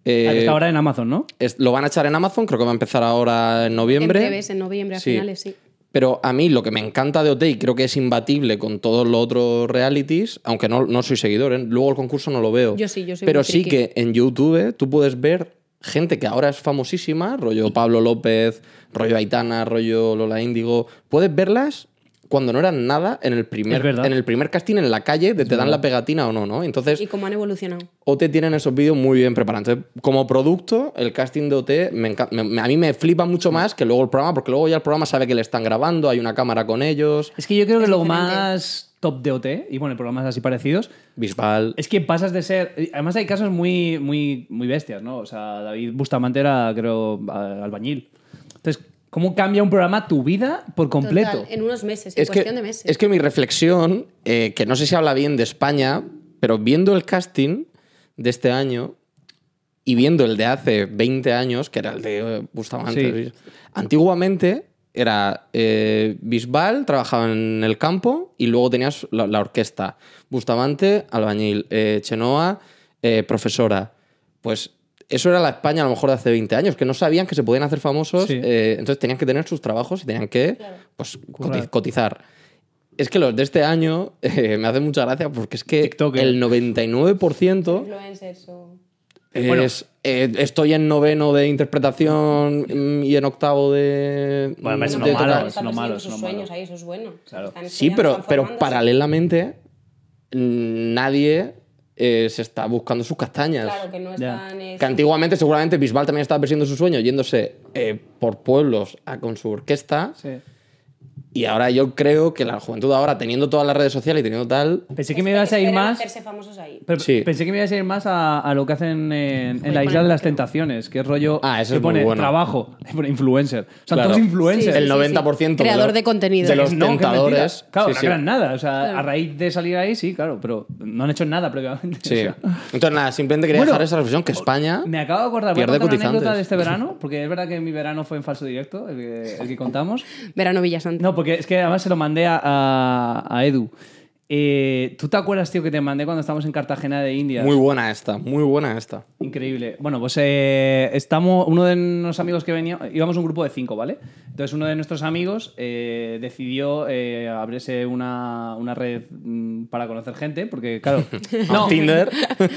Speaker 4: Eh,
Speaker 5: pues
Speaker 3: Ah, que está ahora en Amazon, ¿no?
Speaker 4: es- lo van a echar en Amazon, creo que va a empezar ahora en
Speaker 5: En
Speaker 4: noviembre.
Speaker 5: breves, en noviembre, a
Speaker 4: Sí.
Speaker 5: finales, sí.
Speaker 4: Pero a mí lo que me encanta de OT y creo que es imbatible con todos los otros realities, aunque no, no soy seguidor, ¿eh? luego el concurso no lo veo.
Speaker 5: Yo sí, yo soy
Speaker 4: Pero
Speaker 5: muy
Speaker 4: sí
Speaker 5: friki.
Speaker 4: que en YouTube tú puedes ver gente que ahora es famosísima, rollo Pablo López, rollo Aitana, rollo Lola Índigo. Puedes verlas cuando no eran nada en el
Speaker 3: Es
Speaker 4: primer,
Speaker 3: verdad.
Speaker 4: en el primer casting en la calle, de te dan la pegatina o no, ¿no? Entonces,
Speaker 5: Y cómo han evolucionado.
Speaker 4: OT tienen esos vídeos muy bien preparados. Entonces, como producto, el casting de OT me encan- me- me- a mí me flipa mucho más que luego el programa, porque luego ya el programa sabe que le están grabando, hay una cámara con ellos,
Speaker 3: Es que yo creo que
Speaker 5: Es
Speaker 3: lo
Speaker 5: diferente.
Speaker 3: más top de OT, y bueno, y programas así parecidos,
Speaker 4: Bisbal.
Speaker 3: es que pasas de ser... Además hay casos muy, muy, muy bestias, ¿no? O sea, David Bustamante era, creo, a- albañil. Entonces, ¿cómo cambia un programa tu vida por completo?
Speaker 5: Total, en unos meses, en
Speaker 4: Es que,
Speaker 5: cuestión de meses.
Speaker 4: es que mi reflexión, eh, que no sé si habla bien de España, pero viendo el casting de este año, y viendo el de hace 20 años, que era el de eh, Bustamante.
Speaker 3: Sí.
Speaker 4: Antiguamente era eh, Bisbal, trabajaba en el campo y luego tenías la, la orquesta. Bustamante, albañil. eh, Chenoa, eh, profesora. Pues eso era la España a lo mejor de hace 20 años, que no sabían que se podían hacer famosos.
Speaker 3: Sí.
Speaker 4: eh, entonces tenían que tener sus trabajos y tenían que pues,
Speaker 3: Currar.
Speaker 4: coti- cotizar. Es que los de este año <laughs> eh, me hacen mucha gracia porque es que
Speaker 3: TikToker.
Speaker 4: el 99%
Speaker 5: Influencers o...
Speaker 4: es,
Speaker 3: Bueno.
Speaker 4: eh, estoy en noveno de interpretación mm, y en octavo de. mm,
Speaker 3: Bueno, me parece
Speaker 4: de
Speaker 3: lo malo,
Speaker 4: tocar.
Speaker 3: es lo malo, es lo malo.
Speaker 5: ahí, eso es bueno. O sea,
Speaker 3: Claro.
Speaker 5: están
Speaker 4: Sí,
Speaker 5: estudiando,
Speaker 4: pero,
Speaker 5: están
Speaker 4: pero
Speaker 5: formándose.
Speaker 4: paralelamente mm, nadie eh, se está buscando sus castañas.
Speaker 5: Claro, que no
Speaker 3: Ya.
Speaker 5: están... eh,
Speaker 4: Que antiguamente, seguramente, Bisbal también estaba persiguiendo su sueño, yéndose eh, por pueblos a- con su orquesta.
Speaker 3: Sí.
Speaker 4: Y ahora yo creo que la juventud de ahora, teniendo todas las redes sociales y teniendo tal,
Speaker 3: Pensé que me ibas a ir
Speaker 5: esperan
Speaker 3: más.
Speaker 5: hacerse famosos ahí.
Speaker 3: pero
Speaker 4: Sí.
Speaker 3: Pensé que me ibas a ir más a, a lo que hacen en, en la isla de las tentaciones, que es rollo
Speaker 4: Ah, eso
Speaker 3: que
Speaker 4: es muy
Speaker 3: pone
Speaker 4: bueno.
Speaker 3: trabajo, <laughs> que pone influencer. O sea,
Speaker 4: Claro.
Speaker 3: todos influencers.
Speaker 5: Sí,
Speaker 4: el
Speaker 5: sí,
Speaker 4: 90% de
Speaker 5: Creador
Speaker 4: los-
Speaker 5: de contenido.
Speaker 4: De
Speaker 5: O sea,
Speaker 4: los
Speaker 3: No, qué mentira.
Speaker 4: tentadores.
Speaker 3: Claro,
Speaker 4: Sí,
Speaker 3: no
Speaker 4: sí.
Speaker 3: crean nada. O sea, a raíz de salir ahí, sí, claro, pero no han hecho nada previamente.
Speaker 4: Sí.
Speaker 3: O sea,
Speaker 4: Entonces, nada, simplemente quería
Speaker 3: Bueno,
Speaker 4: dejar esa reflexión que España.
Speaker 3: <laughs> me acabo de acordar, voy a
Speaker 4: Pierde
Speaker 3: contar una
Speaker 4: cotizantes.
Speaker 3: anécdota
Speaker 4: <laughs>
Speaker 3: de este verano, porque es verdad que mi verano fue en falso directo, el que, el que contamos.
Speaker 5: Verano Villasante.
Speaker 3: No, porque es que además se lo mandé a, a- a Edu. Eh, ¿Tú te acuerdas, tío, que te mandé cuando estábamos en Cartagena de India?
Speaker 4: Muy buena esta, muy buena esta.
Speaker 3: Increíble. Bueno, pues eh, estamos, uno de los amigos que venía, íbamos un grupo de cinco, ¿vale? Entonces uno de nuestros amigos eh, decidió eh, abrirse una, una red mm, para conocer gente, porque
Speaker 4: <laughs>
Speaker 3: claro... no,
Speaker 4: Tinder.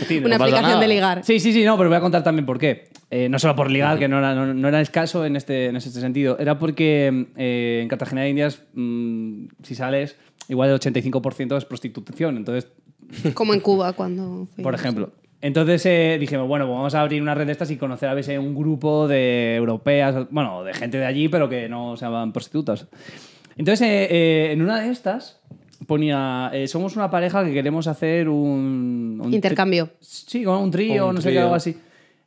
Speaker 3: Tinder.
Speaker 5: Una
Speaker 4: pasa
Speaker 5: aplicación
Speaker 4: nada.
Speaker 5: de ligar.
Speaker 3: Sí, sí, sí, no, pero voy a contar también por qué. Eh, no solo por ligar, que no era, no, no era el caso en este, en este sentido. Era porque eh, en Cartagena de Indias, mm, si sales, igual el 85% es prostitución. Entonces,
Speaker 5: Como en Cuba cuando... fui.
Speaker 3: por ejemplo. Entonces eh, dijimos, bueno, pues vamos a abrir una red de estas y conocer a veces un grupo de europeas, bueno, de gente de allí, pero que no se llaman prostitutas. Entonces, eh, eh, en una de estas ponía, eh, somos una pareja que queremos hacer un... un- Eh,
Speaker 5: Intercambio.
Speaker 3: Sí, con un trío,
Speaker 4: Un
Speaker 3: no sé qué,
Speaker 4: trío.
Speaker 3: algo así.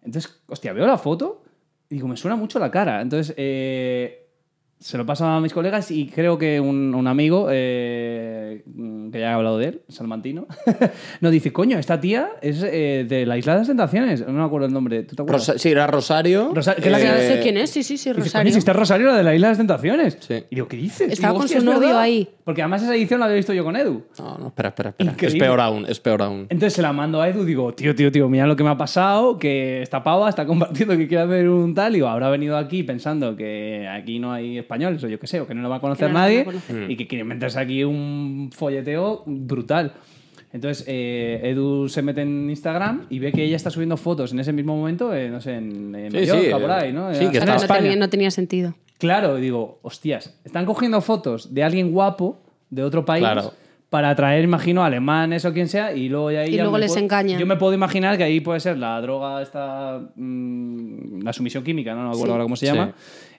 Speaker 3: Entonces, hostia, veo la foto y digo, me suena mucho la cara. Entonces, eh, se lo paso a mis colegas y creo que un, un amigo, eh, mm, que ya he hablado de él, Salmantino, <laughs> nos dice, coño, esta tía es eh, de la Isla de las Tentaciones. No me acuerdo el nombre, ¿tú te acuerdas?
Speaker 4: Rosa- sí, era Rosario. eh,
Speaker 3: Rosa- que es la
Speaker 5: Sí,
Speaker 3: que-
Speaker 5: no sé quién es, sí, sí, sí,
Speaker 3: Y dice, coño,
Speaker 5: Rosario.
Speaker 3: si está Rosario, la de la Isla de las Tentaciones.
Speaker 4: Sí.
Speaker 3: Y digo, ¿qué dices?
Speaker 5: Estaba
Speaker 3: Digo,
Speaker 5: con
Speaker 3: "Hostia,
Speaker 5: su
Speaker 3: es
Speaker 5: novio
Speaker 3: verdad".
Speaker 5: ahí.
Speaker 3: Porque además esa edición la había visto yo con Edu.
Speaker 4: No, no, espera, espera, espera.
Speaker 3: Increíble.
Speaker 4: Es peor aún, es peor aún.
Speaker 3: Entonces se la mando a Edu, digo, tío, tío, tío, mira lo que me ha pasado, que esta pava está compartiendo que quiere hacer un tal, y digo, habrá venido aquí pensando que aquí no hay españoles, o yo qué sé, o que no lo va a conocer
Speaker 5: Que no lo
Speaker 3: nadie,
Speaker 5: van a
Speaker 3: y que quiere inventarse aquí un folleteo brutal. Entonces eh, Edu se mete en Instagram y ve que ella está subiendo fotos en ese mismo momento, eh, no sé, en, en
Speaker 4: Sí,
Speaker 3: Mallorca,
Speaker 4: sí,
Speaker 3: por
Speaker 4: eh,
Speaker 3: ahí, ¿no?
Speaker 4: sí,
Speaker 3: Ah,
Speaker 4: que está-
Speaker 3: en
Speaker 5: Claro, no,
Speaker 3: España.
Speaker 5: tenía, no tenía sentido.
Speaker 3: Claro, y digo, hostias, están cogiendo fotos de alguien guapo de otro país
Speaker 4: Claro.
Speaker 3: para atraer, imagino, alemanes o quien sea, y luego ya ahí
Speaker 5: Y
Speaker 3: ya
Speaker 5: luego
Speaker 3: me
Speaker 5: les
Speaker 3: puedo-
Speaker 5: engañan.
Speaker 3: Yo me puedo imaginar que ahí puede ser la droga esta, mm, la sumisión química, no, no me acuerdo
Speaker 5: Sí.
Speaker 3: ahora cómo se llama.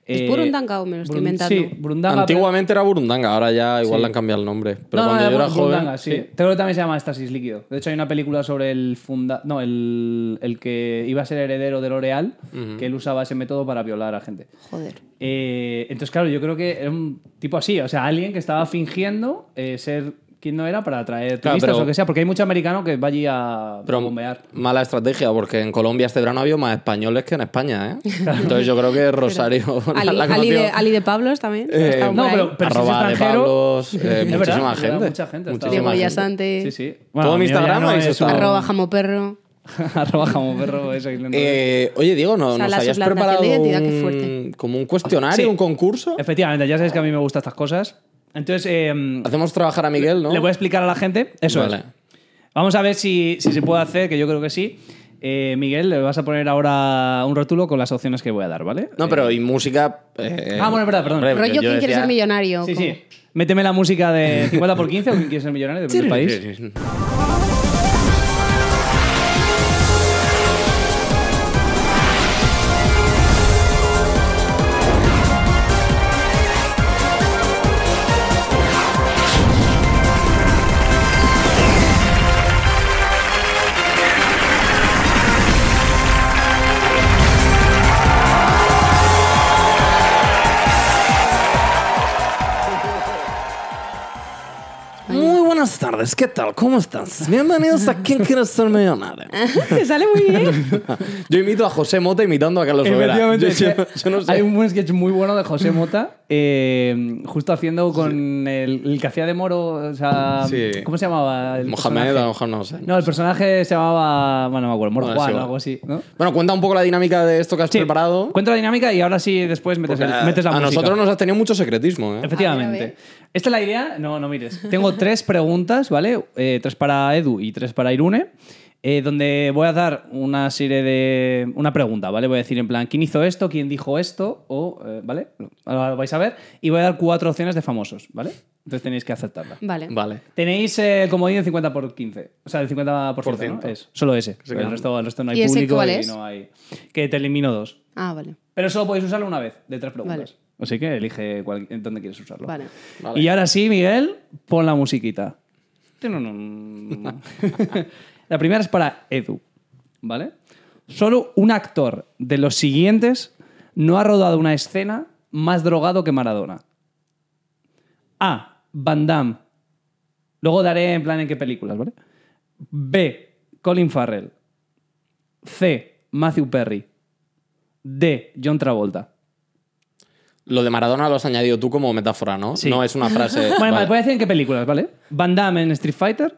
Speaker 5: ¿Es Burundanga o me lo estoy
Speaker 3: Burun-
Speaker 5: inventando?
Speaker 3: Sí, Burundanga.
Speaker 4: Antiguamente era Burundanga, ahora ya igual
Speaker 3: Sí.
Speaker 4: le han cambiado el nombre.
Speaker 3: pero-
Speaker 4: Pero
Speaker 3: No, no,
Speaker 4: cuando
Speaker 3: era
Speaker 4: yo era
Speaker 3: Bur-
Speaker 4: joven.
Speaker 3: Burundanga, sí. Creo que también se llama estasis líquido. De hecho, hay una película sobre el funda... No, el, el que iba a ser heredero de L'Oreal, que él usaba ese método para violar a gente.
Speaker 5: Joder.
Speaker 3: Eh, entonces, claro, yo creo que era un tipo así, o sea, alguien que estaba fingiendo eh, ser quien no era para atraer
Speaker 4: Claro,
Speaker 3: turistas
Speaker 4: pero-
Speaker 3: o lo que sea, porque hay mucho americano que va allí a,
Speaker 4: Pero
Speaker 3: a bombear.
Speaker 4: mala estrategia, porque en Colombia este verano había más españoles que en España,
Speaker 3: <laughs>
Speaker 4: ¿eh? Entonces yo creo que Rosario. la-
Speaker 5: Ali,
Speaker 4: <laughs> la
Speaker 5: Ali
Speaker 4: conoció.
Speaker 5: de, Ali de Pablos también.
Speaker 4: Eh,
Speaker 5: estaba por
Speaker 3: no,
Speaker 5: ahí.
Speaker 3: pero- si es
Speaker 4: Arroba de
Speaker 3: extranjero-
Speaker 4: Pablos, eh,
Speaker 3: Es verdad,
Speaker 4: muchísima
Speaker 3: es verdad,
Speaker 4: gente.
Speaker 3: mucha gente ha estado-
Speaker 4: Muchísima
Speaker 5: Diego
Speaker 4: gente.
Speaker 5: Villasante,
Speaker 3: Sí, sí.
Speaker 4: Todo mi
Speaker 3: mío ya
Speaker 4: Instagram ahí se
Speaker 3: es
Speaker 4: está-
Speaker 3: un-
Speaker 5: arroba jamoperro.
Speaker 3: <laughs> arroba jamón perro, eso, y no-
Speaker 4: Eh, oye, Diego, ¿no,
Speaker 5: O sea,
Speaker 4: ¿nos
Speaker 5: la
Speaker 4: habías
Speaker 5: suplantación
Speaker 4: preparado
Speaker 5: de identidad, qué
Speaker 4: un-
Speaker 5: fuerte.
Speaker 4: como un cuestionario,
Speaker 3: Sí.
Speaker 4: un concurso?
Speaker 3: Efectivamente, ya sabes que a mí me gustan estas cosas. Entonces, eh,
Speaker 4: Hacemos trabajar a Miguel, ¿no?
Speaker 3: le voy a explicar a la gente. Eso
Speaker 4: Vale.
Speaker 3: es. Vamos a ver si, si se puede hacer, que yo creo que sí. Eh, Miguel, le vas a poner ahora un rótulo con las opciones que voy a dar, ¿vale?
Speaker 4: No, pero y música. eh,
Speaker 3: Ah, bueno, es verdad, perdón.
Speaker 4: hombre,
Speaker 5: Rollo,
Speaker 4: yo
Speaker 5: ¿quién quiere
Speaker 4: decía-
Speaker 5: ser millonario?
Speaker 3: Sí,
Speaker 5: Como-
Speaker 3: sí. Méteme la música
Speaker 4: <laughs>
Speaker 3: de 50 por 15 o quien quiere ser millonario, depende del país.
Speaker 4: Sí, sí, sí. Muy buenas tardes, ¿qué tal? ¿Cómo estás? Bienvenidos a ¿Quién quiere ser
Speaker 5: <laughs>
Speaker 4: millonario?
Speaker 5: <laughs> Te sale
Speaker 3: <laughs>
Speaker 5: muy bien.
Speaker 4: Yo imito a José Mota imitando a Carlos Overa.
Speaker 3: Efectivamente,
Speaker 4: Yo,
Speaker 3: es que
Speaker 4: yo- <laughs> yo no
Speaker 3: <laughs>
Speaker 4: sé.
Speaker 3: Hay un buen sketch muy bueno de José Mota, eh, justo haciendo con el, el que hacía de Moro, o sea,
Speaker 4: Sí.
Speaker 3: ¿cómo se llamaba? El
Speaker 4: Mohamed,
Speaker 3: personaje?
Speaker 4: a lo mejor no sé.
Speaker 3: No, el personaje se llamaba, bueno, no me acuerdo, Moro
Speaker 4: Bueno,
Speaker 3: Juan
Speaker 4: sí,
Speaker 3: o
Speaker 4: bueno.
Speaker 3: algo así, ¿no?
Speaker 4: Bueno, cuenta un poco la dinámica de esto que has
Speaker 3: Sí,
Speaker 4: preparado.
Speaker 3: Cuenta la dinámica y ahora sí, después metes, el-
Speaker 4: Porque
Speaker 3: metes la
Speaker 4: a
Speaker 3: música.
Speaker 4: nosotros nos has tenido mucho secretismo, ¿eh?
Speaker 3: Efectivamente.
Speaker 5: A ver, a ver.
Speaker 3: Esta es la idea. No, no mires.
Speaker 5: <laughs>
Speaker 3: Tengo tres preguntas, ¿vale? Eh, tres para Edu y tres para Irune. eh, donde voy a dar una serie de. Una pregunta, ¿vale? Voy a decir en plan, ¿quién hizo esto? ¿Quién dijo esto? O, eh, ¿Vale? Ahora lo vais a ver. Y voy a dar cuatro opciones de famosos, ¿vale? Entonces tenéis que aceptarla.
Speaker 5: Vale.
Speaker 4: Vale.
Speaker 3: Tenéis eh, el comodín del 50 por 15. O sea, el 50 por
Speaker 4: Por
Speaker 3: 100, ¿no?
Speaker 4: ciento.
Speaker 3: Es, solo ese.
Speaker 4: Se
Speaker 3: El
Speaker 4: quedan-
Speaker 3: resto, el resto no hay
Speaker 5: ¿Y ese
Speaker 3: público
Speaker 5: cuál
Speaker 3: y
Speaker 5: es?
Speaker 3: no hay. Que te elimino dos.
Speaker 5: Ah, vale.
Speaker 3: Pero solo podéis usarlo una vez, de tres preguntas.
Speaker 5: Vale.
Speaker 3: Así que elige cuál, en dónde quieres usarlo.
Speaker 5: Vale.
Speaker 4: Vale.
Speaker 3: Y ahora sí, Miguel, pon la musiquita. Tinunum. <laughs> la primera es para Edu, ¿vale? Solo un actor de los siguientes no ha rodado una escena más drogado que Maradona. A. Van Damme. Luego daré en plan en qué películas, ¿vale? B. Colin Farrell. C. Matthew Perry. D. John Travolta.
Speaker 4: Lo de Maradona lo has añadido tú como metáfora, ¿no?
Speaker 3: Sí.
Speaker 4: No es una frase.
Speaker 3: <laughs> Bueno, pues-
Speaker 4: Vale.
Speaker 3: vale, voy a decir en qué películas, ¿vale? Van Damme en Street Fighter.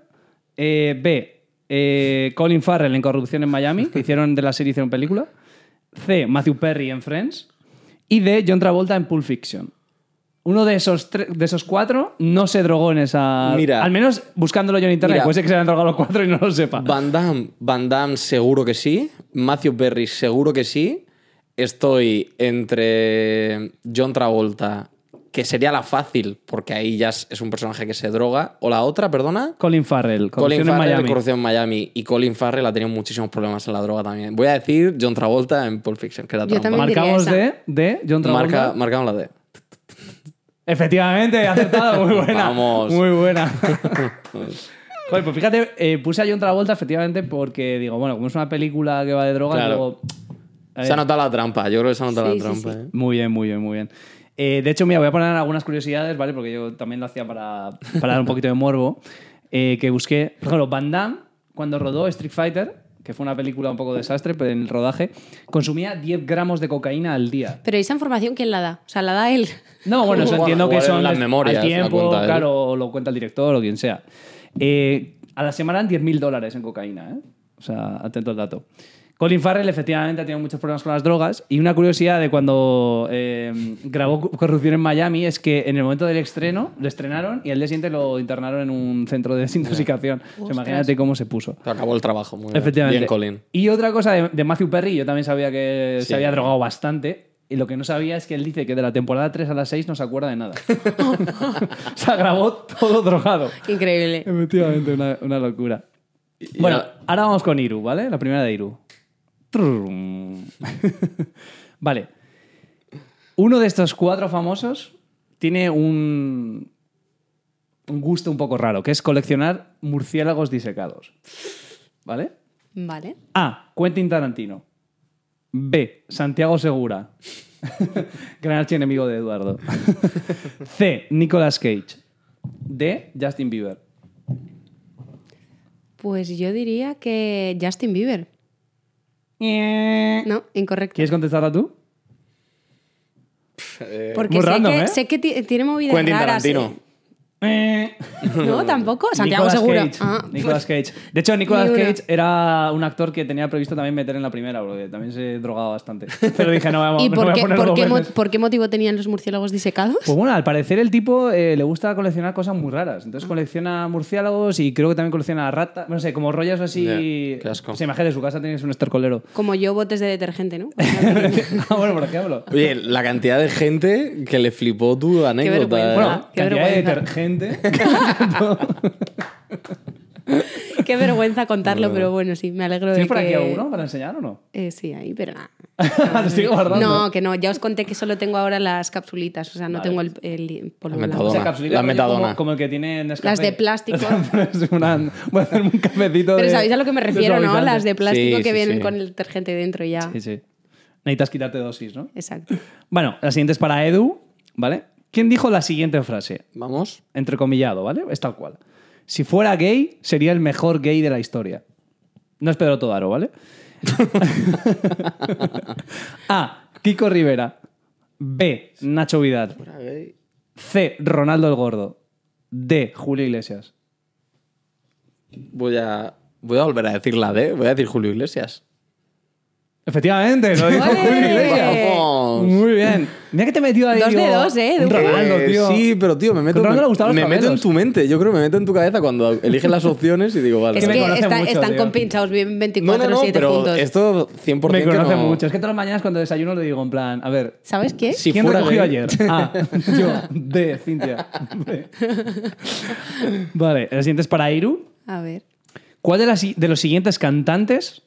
Speaker 3: eh, B. eh, Colin Farrell en Corrupción en Miami, que hicieron de la serie hicieron película. C. Matthew Perry en Friends. Y D. John Travolta en Pulp Fiction. Uno de esos, tre- de esos cuatro no se drogó en esa.
Speaker 4: Mira.
Speaker 3: Al menos buscándolo yo en internet.
Speaker 4: Mira.
Speaker 3: Puede ser que se hayan drogado los cuatro y no lo sepa.
Speaker 4: Van Damme, Van Damme seguro que sí. Matthew Perry seguro que sí. Estoy entre John Travolta, que sería la fácil, porque ahí ya es es un personaje que se droga. O la otra, perdona.
Speaker 3: Colin Farrell, Corrupción
Speaker 4: Colin Farrell,
Speaker 3: en Miami.
Speaker 4: Corrupción en Miami. Y Colin Farrell ha tenido muchísimos problemas en la droga también. Voy a decir John Travolta en Pulp Fiction, que era
Speaker 5: Yo
Speaker 4: trampa.
Speaker 5: también diría
Speaker 3: Marcamos
Speaker 5: esa.
Speaker 3: D. D. John Travolta.
Speaker 4: Marca, marcamos la D.
Speaker 3: Efectivamente, acertado, muy buena.
Speaker 4: Vamos.
Speaker 3: Muy
Speaker 4: <laughs>
Speaker 3: buena. Joder, pues fíjate, eh, puse a John Travolta efectivamente porque digo, bueno, como es una película que va de drogas,
Speaker 4: Claro.
Speaker 3: luego. A
Speaker 4: Se ha
Speaker 3: ver,
Speaker 4: notado la trampa. Yo creo que se ha notado
Speaker 5: Sí,
Speaker 4: la
Speaker 5: sí,
Speaker 4: trampa.
Speaker 5: sí.
Speaker 4: ¿eh?
Speaker 3: Muy bien, muy bien, muy bien. Eh, de hecho, mira, voy a poner algunas curiosidades, ¿vale? Porque yo también lo hacía para, para dar un poquito de morbo. eh, que busqué, por ejemplo, Van Damme, cuando rodó Street Fighter, que fue una película un poco desastre, pero en el rodaje, consumía 10 gramos de cocaína al día.
Speaker 5: Pero esa información, ¿quién la da? O sea, la da él. <laughs>
Speaker 4: <laughs>
Speaker 3: No, bueno, eso
Speaker 4: Bueno,
Speaker 3: entiendo que
Speaker 4: igual en
Speaker 3: son
Speaker 4: las
Speaker 3: al
Speaker 4: memorias la
Speaker 3: tiempo,
Speaker 4: cuenta él.
Speaker 3: claro, o lo cuenta el director o quien sea. Eh, a la semana 10.000 dólares en cocaína, ¿eh? O sea, atento al dato. Colin Farrell efectivamente ha tenido muchos problemas con las drogas y una curiosidad de cuando eh, grabó Cu- Corrupción en Miami es que en el momento del estreno lo estrenaron y al día siguiente lo internaron en un centro de desintoxicación. O sea,
Speaker 5: Ostras.
Speaker 3: imagínate cómo se puso.
Speaker 4: Se acabó el trabajo. Muy bien.
Speaker 3: Efectivamente.
Speaker 4: Bien, Colin.
Speaker 3: Y otra cosa de, de Matthew Perry, yo también sabía que se
Speaker 4: Sí.
Speaker 3: había drogado bastante. Y lo que no sabía es que él dice que de la temporada 3 a la 6 no se acuerda de
Speaker 4: <laughs>
Speaker 3: nada. <laughs> se grabó todo drogado.
Speaker 5: Increíble.
Speaker 3: Efectivamente, una, una locura.
Speaker 4: Y-
Speaker 3: Bueno,
Speaker 4: y-
Speaker 3: ahora vamos con Iru, ¿vale? La primera de Iru. <laughs> Trurrum. vale. Uno de estos cuatro famosos tiene un, un gusto un poco raro, que es coleccionar murciélagos disecados. ¿Vale?
Speaker 5: Vale.
Speaker 3: A. Quentin Tarantino. B. Santiago Segura. <laughs> Gran archienemigo de Eduardo. <laughs> C. Nicolas Cage. D. Justin Bieber.
Speaker 5: Pues yo diría que Justin Bieber. No, incorrecto.
Speaker 3: ¿Quieres contestarla tú?
Speaker 5: Porque
Speaker 3: Muy
Speaker 5: sé,
Speaker 3: random,
Speaker 5: que,
Speaker 3: ¿eh?
Speaker 5: sé que ti- tiene movidas
Speaker 4: Quentin
Speaker 5: raras. ¿eh?
Speaker 4: Tarantino.
Speaker 5: No, tampoco.
Speaker 3: <laughs>
Speaker 5: Santiago
Speaker 3: Nicolas
Speaker 5: Segura.
Speaker 3: Cage.
Speaker 5: Ah,
Speaker 3: <laughs> Nicolas Cage. De hecho, Nicolas
Speaker 5: Ni una.
Speaker 3: Cage era un actor que tenía previsto también meter en la primera, porque también se drogaba bastante. Pero dije, no, vamos,
Speaker 5: ¿Y
Speaker 3: no
Speaker 5: por
Speaker 3: voy a
Speaker 5: qué,
Speaker 3: poner
Speaker 5: por
Speaker 3: dos
Speaker 5: qué mo-
Speaker 3: veces.
Speaker 5: por qué motivo tenían los murciélagos disecados?
Speaker 3: Pues bueno, al parecer el tipo eh, le gusta coleccionar cosas muy raras. Entonces colecciona murciélagos y creo que también colecciona ratas. No sé, como rollos así.
Speaker 4: Ya, qué asco.
Speaker 3: Se imagina, en su casa tienes un estercolero. <laughs>
Speaker 5: Como yo, botes de detergente, ¿no?
Speaker 3: ah, bueno, por ejemplo.
Speaker 4: Oye, la cantidad de gente que le flipó tu anécdota.
Speaker 5: vergüenza.
Speaker 4: ¿eh?
Speaker 3: Bueno,
Speaker 5: qué
Speaker 3: cantidad de
Speaker 5: vergüenza.
Speaker 3: detergente.
Speaker 5: <laughs> Qué vergüenza contarlo, pero bueno, sí, me alegro de
Speaker 3: ¿Tienes por
Speaker 5: que...
Speaker 3: aquí alguno para enseñar o no?
Speaker 5: Eh, sí, ahí, pero nada.
Speaker 3: <laughs> Lo estoy guardando.
Speaker 5: No, que no, ya os conté que solo tengo ahora las capsulitas, o sea, no
Speaker 3: Vale.
Speaker 5: tengo el, el polvo
Speaker 4: La
Speaker 5: blanco.
Speaker 3: O sea,
Speaker 4: Metadona.
Speaker 3: capsulita
Speaker 4: La
Speaker 3: rollo
Speaker 4: metadona.
Speaker 3: Como, como el que tiene Nescafé.
Speaker 5: Las de
Speaker 3: <laughs>
Speaker 5: plástico.
Speaker 3: Es pues una- voy a hacerme un cafecito
Speaker 5: Pero
Speaker 3: de-
Speaker 5: sabéis a lo que me
Speaker 3: de
Speaker 5: refiero, ¿no?
Speaker 3: suavizante.
Speaker 5: Las de plástico
Speaker 4: Sí,
Speaker 5: que
Speaker 4: sí,
Speaker 5: vienen
Speaker 4: sí.
Speaker 5: con el detergente dentro y ya.
Speaker 3: Sí, sí. Necesitas quitarte dosis, ¿no?
Speaker 5: Exacto.
Speaker 3: Bueno, la siguiente es para Edu, ¿vale? ¿Quién dijo la siguiente frase?
Speaker 4: Vamos.
Speaker 3: entrecomillado, ¿vale? Es tal cual. Si fuera gay, sería el mejor gay de la historia. No es Pedro Todaro,
Speaker 4: <laughs>
Speaker 3: ¿vale? A. Kiko Rivera. B. Nacho Vidal. C. Ronaldo el Gordo. D. Julio Iglesias.
Speaker 4: Voy a, voy a volver a decir la D. Voy a decir Julio Iglesias.
Speaker 3: Efectivamente, lo dijo
Speaker 4: <laughs>
Speaker 5: ¡Ole!
Speaker 3: Julio Iglesias.
Speaker 4: ¡Vamos!
Speaker 3: Muy bien. Mira que te he metido ahí.
Speaker 5: Dos de
Speaker 3: digo,
Speaker 5: dos, ¿eh? De
Speaker 3: un
Speaker 5: un-
Speaker 3: Ronaldo,
Speaker 4: Eh,
Speaker 3: tío.
Speaker 4: Sí, pero tío, me meto,
Speaker 3: Ronaldo le gustaban
Speaker 4: me,
Speaker 3: los
Speaker 4: meto en
Speaker 3: gemelos.
Speaker 4: tu mente. Yo creo que me meto en tu cabeza cuando eliges las opciones y digo, vale.
Speaker 5: Es
Speaker 3: me
Speaker 5: que
Speaker 3: conoce
Speaker 5: está-
Speaker 3: mucho,
Speaker 5: están
Speaker 3: tío.
Speaker 5: compinchados bien
Speaker 4: no,
Speaker 5: 24
Speaker 4: no, no,
Speaker 5: 7
Speaker 4: pero
Speaker 5: juntos.
Speaker 4: esto 100%
Speaker 3: Me
Speaker 4: que
Speaker 3: conoce
Speaker 4: no-
Speaker 3: mucho. Es que todas las mañanas cuando desayuno le digo en plan, a ver,
Speaker 5: ¿Sabes qué?
Speaker 4: Sí. Si
Speaker 3: ¿Quién
Speaker 4: fuera
Speaker 3: recogió
Speaker 4: gay. <laughs>
Speaker 3: ayer? A. Yo. D. Cintia. <laughs> B. Vale, el siguiente es para Iru.
Speaker 5: A ver. <laughs>
Speaker 3: ¿Cuál de, las- de los siguientes cantantes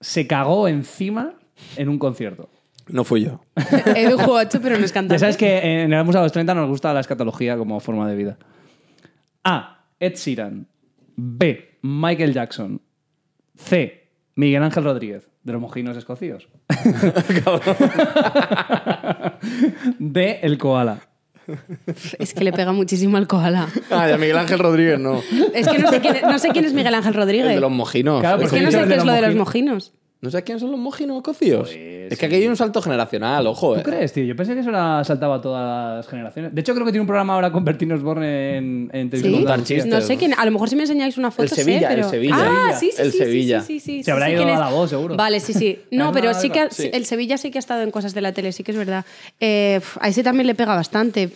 Speaker 3: se cagó encima en un concierto?
Speaker 4: No
Speaker 3: <laughs>
Speaker 4: fui yo.
Speaker 5: Edu jugó 8, pero no es cantante.
Speaker 3: Ya sabes que en el Museo de los 30 nos gusta la escatología como forma de vida. A. Ed Sheeran. B. Michael Jackson. C. Miguel Ángel Rodríguez, de los mojinos escocíos. <laughs> D. El koala.
Speaker 5: Es que le pega muchísimo al koala.
Speaker 4: Ah, ya Miguel Ángel Rodríguez no.
Speaker 5: Es que no sé quién, no sé quién es Miguel Ángel Rodríguez.
Speaker 4: El de los mojinos.
Speaker 3: Claro,
Speaker 5: es que
Speaker 3: porque yo
Speaker 5: no sé
Speaker 3: el
Speaker 5: qué
Speaker 3: de
Speaker 5: es
Speaker 3: los
Speaker 5: lo de los mojinos.
Speaker 4: ¿No sabes quiénes son los mojinos cocidos? es que aquí hay un salto generacional, ojo.
Speaker 3: ¿Tú
Speaker 4: eh.
Speaker 3: crees, tío? Yo pensé que eso era, saltaba a todas las generaciones. De hecho, creo que tiene un programa ahora con Bertín Osborne en, en televisión.
Speaker 5: ¿Sí?
Speaker 4: contar
Speaker 3: Andalucía.
Speaker 4: chistes.
Speaker 5: No sé quién. A lo mejor si me enseñáis una foto.
Speaker 4: El Sevilla,
Speaker 5: sé,
Speaker 4: el
Speaker 5: pero...
Speaker 4: Sevilla.
Speaker 5: Ah, sí, sí,
Speaker 4: El
Speaker 5: sí,
Speaker 4: Sevilla.
Speaker 5: sí, sí, sí, sí,
Speaker 3: Se habrá
Speaker 5: sí,
Speaker 3: ido
Speaker 5: quién
Speaker 3: a
Speaker 5: es.
Speaker 3: la voz, seguro.
Speaker 5: Vale,
Speaker 3: <laughs>
Speaker 5: sí, sí.
Speaker 3: Además,
Speaker 5: No, pero
Speaker 3: no,
Speaker 5: sí que
Speaker 4: sí.
Speaker 5: el Sevilla sí que ha estado en cosas de la tele, sí que es verdad. Eh, pf, a ese también le pega bastante.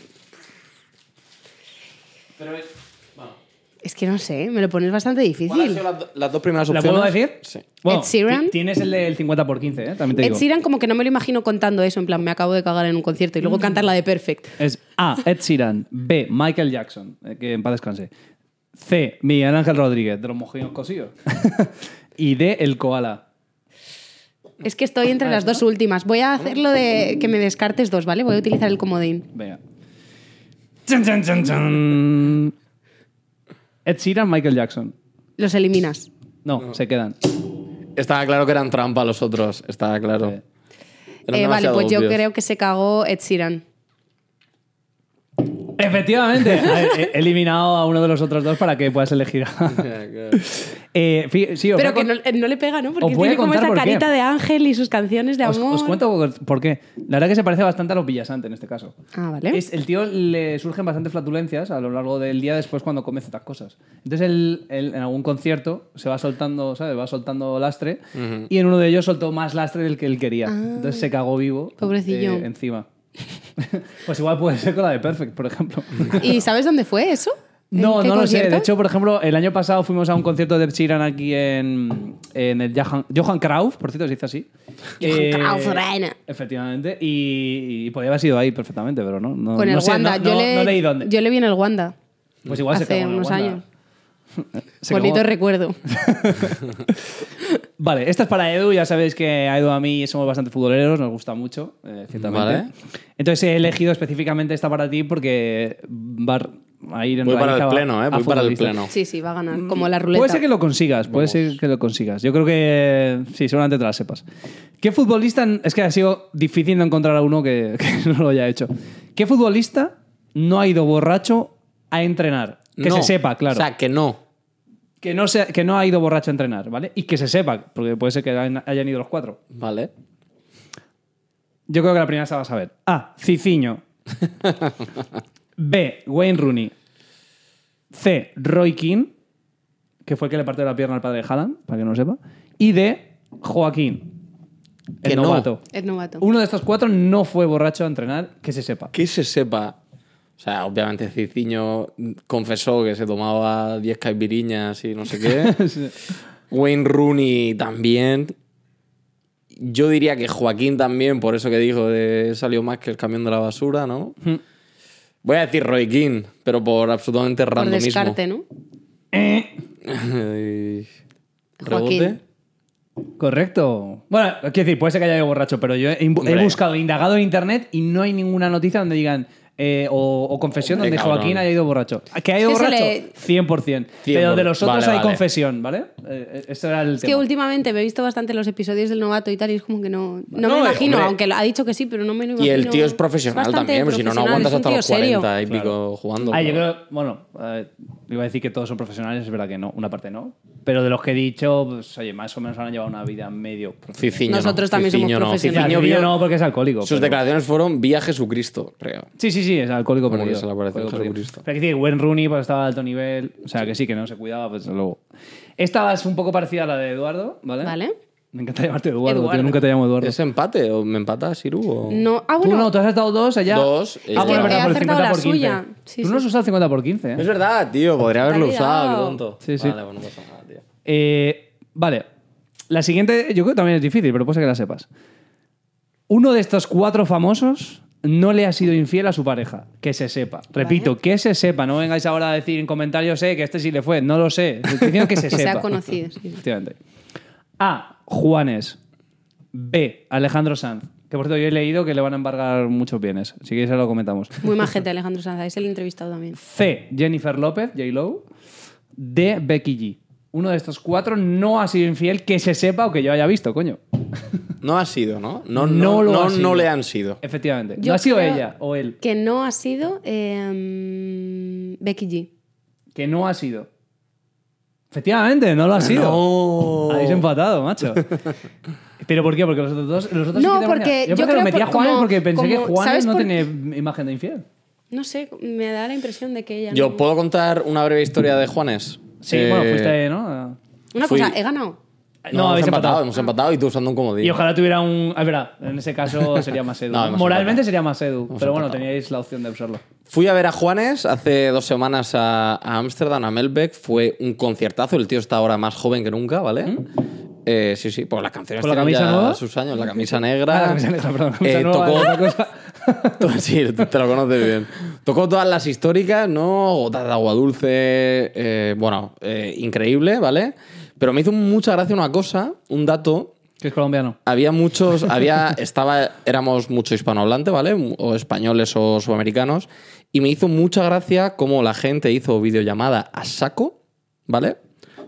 Speaker 5: Es que no sé, me lo pones bastante
Speaker 4: ¿Cuáles han
Speaker 5: difícil.
Speaker 4: sido las, do- las dos primeras
Speaker 3: ¿Lo
Speaker 4: opciones?
Speaker 3: puedo decir?
Speaker 4: Sí.
Speaker 3: Bueno,
Speaker 5: Ed Sheeran.
Speaker 3: ti- Tienes el del 50 por 15, ¿eh? También te
Speaker 5: Ed
Speaker 3: digo.
Speaker 5: Sheeran como que no me lo imagino contando eso, en plan, me acabo de cagar en un concierto y luego
Speaker 3: Mm.
Speaker 5: cantar la de Perfect.
Speaker 3: Es A. Ed Sheeran. B. Michael Jackson. eh, Que en paz descanse. C. Miguel Ángel Rodríguez, de los mojinos cosidos. <laughs> y D. El koala.
Speaker 5: Es que estoy entre las dos últimas. Voy a hacer lo de que me descartes dos, ¿vale? Voy a utilizar el comodín.
Speaker 3: Venga. Chan, chan, chan, chan. Ed Sheeran, Michael Jackson.
Speaker 5: Los eliminas.
Speaker 3: No, se quedan.
Speaker 4: Estaba claro que eran trampa los otros. Estaba claro.
Speaker 3: Sí.
Speaker 4: Eran
Speaker 5: Eh, vale,
Speaker 4: demasiado
Speaker 5: pues yo
Speaker 4: obvios.
Speaker 5: creo que se cagó Ed Sheeran.
Speaker 3: Efectivamente. <laughs> A ver, he he eliminado a uno de los otros dos para que puedas elegir. Eh, fi- sí, os
Speaker 5: Pero
Speaker 3: voy
Speaker 5: que
Speaker 3: a
Speaker 5: no,
Speaker 3: con-
Speaker 5: eh, no le pega, ¿no?
Speaker 3: Os
Speaker 5: Porque
Speaker 3: voy a
Speaker 5: tiene como
Speaker 3: contar
Speaker 5: esa
Speaker 3: por qué.
Speaker 5: carita de ángel y sus canciones de
Speaker 3: os,
Speaker 5: amor.
Speaker 3: os cuento por qué. La verdad que se parece bastante a los Villasante en este caso.
Speaker 5: Ah, vale.
Speaker 3: Es, el tío le surgen bastantes flatulencias a lo largo del día después cuando come ciertas cosas. Entonces él, él en algún concierto se va soltando, ¿sabes? Va soltando lastre y en uno de ellos soltó más lastre del que él quería. Entonces se cagó vivo
Speaker 5: Ah. Pobrecillo.
Speaker 3: eh, encima. <laughs> pues igual puede ser con la de Perfect, por ejemplo.
Speaker 5: ¿Y sabes dónde fue eso? ¿En
Speaker 3: No,
Speaker 5: qué
Speaker 3: no lo sé.
Speaker 5: concierto?
Speaker 3: De hecho, por ejemplo, el año pasado fuimos a un concierto de Ed Sheeran aquí en, en el Johan, Johan Cruyff, por cierto, se dice así.
Speaker 5: <laughs>
Speaker 3: Eh,
Speaker 5: Johan Cruyff Arena.
Speaker 3: Efectivamente. Y, y podía haber sido ahí perfectamente, pero no. no
Speaker 5: Con el
Speaker 3: no sé,
Speaker 5: Wanda.
Speaker 3: no-
Speaker 5: yo,
Speaker 3: no-
Speaker 5: le,
Speaker 3: no leí dónde.
Speaker 5: yo le vi en el Wanda.
Speaker 3: pues igual se
Speaker 5: hace
Speaker 3: cagó en el
Speaker 5: unos
Speaker 3: Wanda.
Speaker 5: años.
Speaker 3: Se
Speaker 5: Bonito
Speaker 3: cagó.
Speaker 5: recuerdo.
Speaker 3: Vale, esta es para Edu. Ya sabéis que a Edu a mí somos bastante futboleros, nos gusta mucho, eh, ciertamente.
Speaker 4: Vale.
Speaker 3: Entonces he elegido específicamente esta para ti porque va a ir en
Speaker 4: Voy para el
Speaker 3: raíz a-
Speaker 4: pleno, ¿eh?
Speaker 3: a
Speaker 4: Voy para el
Speaker 3: futbolistas.
Speaker 4: pleno.
Speaker 5: Sí, sí, va a ganar. Como la ruleta.
Speaker 3: Mm. Puede ser que lo consigas, puede ser que lo consigas. Yo creo que sí, seguramente te la sepas. ¿Qué futbolista, es que ha sido difícil de encontrar a uno que, <laughs> que no lo haya hecho? ¿Qué futbolista no ha ido borracho a entrenar? Que
Speaker 4: No.
Speaker 3: se sepa, claro.
Speaker 4: O sea, que no.
Speaker 3: que, no sea- que no ha ido borracho a entrenar, ¿vale? Y que se sepa, porque puede ser que hayan hayan ido los cuatro.
Speaker 4: Vale.
Speaker 3: Yo creo que la primera se va a saber. A.
Speaker 4: <laughs>
Speaker 3: Ciciño. B. Wayne Rooney. C. Roy King, que fue el que le partió la pierna al padre de Haaland, para que no lo sepa. Y D. Joaquín, el
Speaker 4: Que no.
Speaker 3: novato.
Speaker 5: Es novato.
Speaker 3: Uno de estos cuatro no fue borracho a entrenar, que se
Speaker 4: <laughs>
Speaker 3: sepa.
Speaker 4: Que se sepa. O sea, obviamente Ciciño confesó que se tomaba 10 caipiriñas y no sé qué. Wayne Rooney también. Yo diría que Joaquín también, por eso que dijo de salió más que el camión de la basura, ¿no?
Speaker 3: Hmm.
Speaker 4: Voy a decir Roy King, pero por absolutamente
Speaker 5: Por
Speaker 4: randomismo. <laughs>
Speaker 5: descarte, ¿no?
Speaker 4: Ay.
Speaker 5: Joaquín.
Speaker 4: ¿Rebote?
Speaker 3: Correcto. Bueno, quiero decir, puede ser que haya ido borracho, pero yo he, he
Speaker 4: Hombre.
Speaker 3: buscado, indagado en internet y no hay ninguna noticia donde digan eh, o, o confesión donde
Speaker 4: cabrón.
Speaker 3: Joaquín haya ido borracho. ¿Que ha ido
Speaker 5: Es que se
Speaker 3: borracho?
Speaker 5: le-
Speaker 3: 100%. Pero de los otros
Speaker 4: Vale,
Speaker 3: hay
Speaker 4: vale.
Speaker 3: confesión, ¿vale? Eh, ese era el
Speaker 5: Es que
Speaker 3: tema.
Speaker 5: últimamente me he visto bastante los episodios del novato y tal, y es como que no, no,
Speaker 3: eh,
Speaker 4: No,
Speaker 5: me imagino,
Speaker 4: hombre.
Speaker 5: aunque lo- ha dicho que sí, pero no me lo imagino.
Speaker 4: Y el tío es
Speaker 5: Es
Speaker 4: profesional
Speaker 5: bastante
Speaker 4: también, pues si no, no
Speaker 5: profesional,
Speaker 4: aguantas
Speaker 5: es un
Speaker 4: hasta los
Speaker 5: tío
Speaker 4: 40
Speaker 5: serio.
Speaker 4: y pico jugando.
Speaker 3: Ah, yo
Speaker 4: pero-
Speaker 3: creo, bueno, eh, iba a decir que todos son profesionales, es verdad que no, una parte no. Pero de los que he dicho, pues, oye, más o menos han llevado una vida medio profesional.
Speaker 4: Ciciño no,
Speaker 5: Nosotros también somos
Speaker 4: Ciciño no,
Speaker 5: profesionales.
Speaker 4: Ciciño
Speaker 3: Claro,
Speaker 4: vio-
Speaker 3: yo no, porque es alcohólico.
Speaker 4: Sus
Speaker 3: pero-
Speaker 4: declaraciones fueron vía Jesucristo, creo.
Speaker 3: Sí, sí, sí, es alcohólico
Speaker 4: Como que
Speaker 3: perdido.
Speaker 4: se le apareció
Speaker 3: Alcohólico perdido.
Speaker 4: Jesucristo.
Speaker 3: Pero aquí dice, Gwen Rooney pues, estaba de alto nivel, o sea, que sí, que no se cuidaba, pues luego. Esta es un poco parecida a la de Eduardo,
Speaker 4: ¿eh?
Speaker 3: ¿vale?
Speaker 5: Vale.
Speaker 3: Me encanta llamarte Eduardo, tío,
Speaker 5: Eduardo.
Speaker 3: nunca te llamo Eduardo.
Speaker 4: ¿Es empate o me empata Siru? O...
Speaker 5: No, ah,
Speaker 3: Tú
Speaker 5: bueno,
Speaker 3: no, tú has acertado dos allá.
Speaker 4: Dos,
Speaker 3: Ah,
Speaker 4: y
Speaker 3: bueno,
Speaker 4: yo.
Speaker 3: es verdad,
Speaker 5: He
Speaker 3: por el
Speaker 5: acertado
Speaker 3: 50
Speaker 5: la
Speaker 3: por 15.
Speaker 5: suya. Sí,
Speaker 3: tú no
Speaker 5: sí.
Speaker 3: has usado el 50 por 15, ¿eh?
Speaker 4: Es verdad, tío, podría haberlo
Speaker 5: Te ha
Speaker 4: usado, qué
Speaker 5: olvidado.
Speaker 4: tonto.
Speaker 3: Sí, sí.
Speaker 4: Vale, bueno, no pasa nada, tío.
Speaker 3: Eh, vale. La siguiente, yo creo que también es difícil, pero puede ser que la sepas. Uno de estos cuatro famosos no le ha sido infiel a su pareja. Que se sepa. Repito, que se sepa. No vengáis ahora a decir en comentarios, eh, que este sí le fue. No lo sé. Estoy diciendo que se
Speaker 5: <laughs> que
Speaker 3: sepa. <laughs>
Speaker 5: sea conocido. sí.
Speaker 3: Efectivamente. A. Juanes. B. Alejandro Sanz. Que por cierto, yo he leído que le van a embargar muchos bienes. Si queréis, ahora lo comentamos.
Speaker 5: Muy majete Alejandro Sanz, es el entrevistado también.
Speaker 3: C. Jennifer López, J. Lo. D. Becky G. Uno de estos cuatro no ha sido infiel que se sepa o que yo haya visto, coño.
Speaker 4: No ha sido, ¿no? No,
Speaker 3: No
Speaker 4: no, no,
Speaker 3: lo ha
Speaker 4: no
Speaker 3: sido.
Speaker 4: le han sido.
Speaker 3: Efectivamente.
Speaker 5: Yo
Speaker 3: no ha sido
Speaker 5: creo
Speaker 3: ella o él.
Speaker 5: Que no ha sido eh, Becky G.
Speaker 3: Que no ha sido. Efectivamente, no lo ha sido.
Speaker 4: No.
Speaker 3: Habéis empatado,
Speaker 4: <laughs>
Speaker 3: macho. ¿Pero por qué? Porque los otros dos. Los otros sí
Speaker 5: No,
Speaker 3: que te
Speaker 5: porque
Speaker 3: parecían.
Speaker 5: yo
Speaker 3: Yo, porque
Speaker 5: creo
Speaker 3: lo metí a
Speaker 5: por-
Speaker 3: Juanes
Speaker 5: como-
Speaker 3: porque pensé
Speaker 5: como-
Speaker 3: que Juanes
Speaker 5: ¿sabes
Speaker 3: no
Speaker 5: por-
Speaker 3: tenía imagen de infiel.
Speaker 5: No sé, me da la impresión de que ella.
Speaker 4: Yo
Speaker 5: no-
Speaker 4: puedo contar una breve historia de Juanes.
Speaker 3: Sí,
Speaker 4: Eh,
Speaker 3: bueno, fuiste, ¿no? Ah.
Speaker 5: Una
Speaker 4: fui-
Speaker 5: cosa, he ganado.
Speaker 4: No, hemos empatado, hemos empatado y tú usando un comodín.
Speaker 3: Y ojalá tuviera un. Es verdad, en ese caso sería
Speaker 4: <laughs>
Speaker 3: más Edu.
Speaker 4: No, hemos
Speaker 3: Moralmente
Speaker 4: empatado.
Speaker 3: sería más Edu, pero bueno,
Speaker 4: empatado.
Speaker 3: teníais la opción de usarlo.
Speaker 4: Fui a ver a Juanes hace dos semanas a a Ámsterdam, a, Melbeck. Fue un conciertazo. El tío está ahora más joven que nunca, ¿vale? Eh, sí, sí, por las canciones.
Speaker 3: ¿Mm? ¿Con la
Speaker 4: tienen
Speaker 3: camisa
Speaker 4: ya
Speaker 3: nueva?
Speaker 4: Sus años, la camisa
Speaker 3: Ah,
Speaker 4: negra.
Speaker 3: la camisa negra, perdón, la camisa
Speaker 4: <laughs> Eh,
Speaker 3: nueva,
Speaker 4: tocó-
Speaker 3: otra cosa.
Speaker 4: <laughs> To- Sí, te lo conoces bien. Tocó todas las históricas, ¿no? Gotas de agua dulce, eh, bueno, eh, increíble, ¿vale? Pero me hizo mucha gracia una cosa, un dato.
Speaker 3: Que es colombiano.
Speaker 4: Había
Speaker 5: <laughs>
Speaker 4: muchos, había, estaba, éramos mucho hispanohablante, ¿vale? O españoles o sudamericanos. Y me hizo mucha gracia cómo la gente hizo videollamada a saco, ¿vale?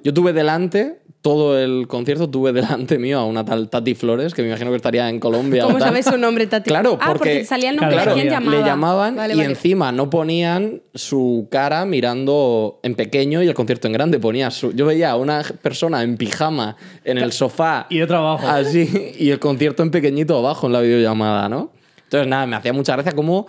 Speaker 4: Yo tuve delante, todo el concierto, tuve delante mío a una tal Tati Flores, que me imagino que estaría en Colombia. o
Speaker 5: ¿Cómo
Speaker 4: tal.
Speaker 5: sabes su nombre, Tati?
Speaker 4: Claro,
Speaker 5: Ah, porque
Speaker 4: porque
Speaker 5: salía el nombre
Speaker 3: Claro,
Speaker 5: de quién
Speaker 3: le
Speaker 5: llamaba.
Speaker 4: le llamaban
Speaker 5: Vale,
Speaker 4: y
Speaker 5: vale.
Speaker 4: encima no ponían su cara mirando en pequeño y el concierto en grande. Ponía su, yo veía a una persona en pijama en el sofá.
Speaker 3: Y otra abajo.
Speaker 4: Ah, Así, y el concierto en pequeñito abajo en la videollamada, ¿no? Entonces, nada, me hacía mucha gracia como...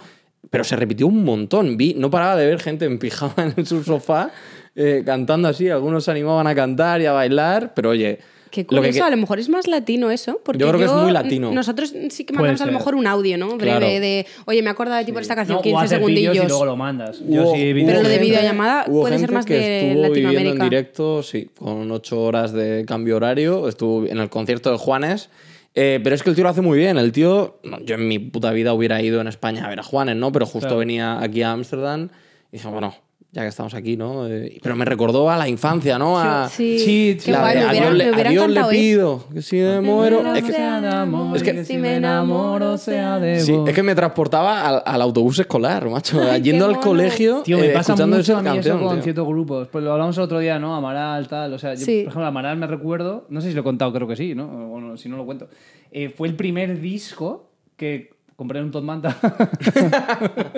Speaker 4: Pero se repitió un montón. Vi, no paraba de ver gente en pijama <laughs> en su sofá eh, cantando así. Algunos se animaban a cantar y a bailar, pero oye...
Speaker 5: Qué
Speaker 4: lo que-
Speaker 5: curioso, a lo mejor es más latino eso. Porque
Speaker 4: Yo creo que es muy latino.
Speaker 5: Nosotros sí que
Speaker 3: Puede
Speaker 5: mandamos a lo
Speaker 3: ser.
Speaker 5: mejor un audio, ¿no? Breve
Speaker 4: Claro.
Speaker 5: de, oye, me acuerdo de ti por esta canción,
Speaker 3: No, o
Speaker 5: 15
Speaker 3: hacer vídeos
Speaker 5: segundillos.
Speaker 3: Y luego lo mandas. Yo
Speaker 4: Hubo-
Speaker 3: sí,
Speaker 4: hubo
Speaker 3: vídeos.
Speaker 5: Pero lo de
Speaker 4: gente-
Speaker 5: videollamada
Speaker 4: hubo
Speaker 5: puede ser
Speaker 4: gente
Speaker 5: más
Speaker 4: que
Speaker 5: de
Speaker 4: estuvo viviendo
Speaker 5: Latinoamérica.
Speaker 4: en directo, sí, con ocho horas de cambio horario. Estuvo en el concierto de Juanes. Eh, pero es que el tío lo hace muy bien. El tío, no, yo en mi puta vida hubiera ido en España a ver a Juanes, ¿no? Pero justo
Speaker 3: Claro.
Speaker 4: venía aquí a Ámsterdam y dije, bueno, ya que estamos aquí, ¿no? Eh, pero me recordó a la infancia, ¿no? A,
Speaker 5: Sí,
Speaker 3: Sí,
Speaker 5: qué
Speaker 3: la
Speaker 5: guay,
Speaker 4: de
Speaker 5: me hubiera,
Speaker 4: a Dios le-
Speaker 5: me hubiera
Speaker 4: a Dios le
Speaker 5: encantado, ¿eh?
Speaker 4: pido que si me muero.
Speaker 5: muero,
Speaker 4: Es que-
Speaker 5: o sea,
Speaker 3: Es
Speaker 4: que-
Speaker 3: que si me enamoro, sea de
Speaker 4: Sí,
Speaker 3: vos.
Speaker 4: es que me transportaba al, al autobús escolar, macho.
Speaker 5: Ay, qué
Speaker 4: Yendo al
Speaker 5: mono.
Speaker 4: colegio,
Speaker 3: Tío, me
Speaker 4: eh,
Speaker 3: pasa
Speaker 4: escuchando
Speaker 3: mucho
Speaker 4: esa
Speaker 3: a mí
Speaker 4: canción,
Speaker 3: eso con
Speaker 4: tío.
Speaker 3: ciertos grupos. Pues lo hablamos el otro día, ¿no? Amaral, tal. O sea, yo,
Speaker 5: Sí.
Speaker 3: por ejemplo, Amaral me recuerdo, no sé si lo he contado, creo que sí, ¿no? O Bueno, si no lo cuento. Eh, fue el primer disco que compré en un Top Manta. <laughs>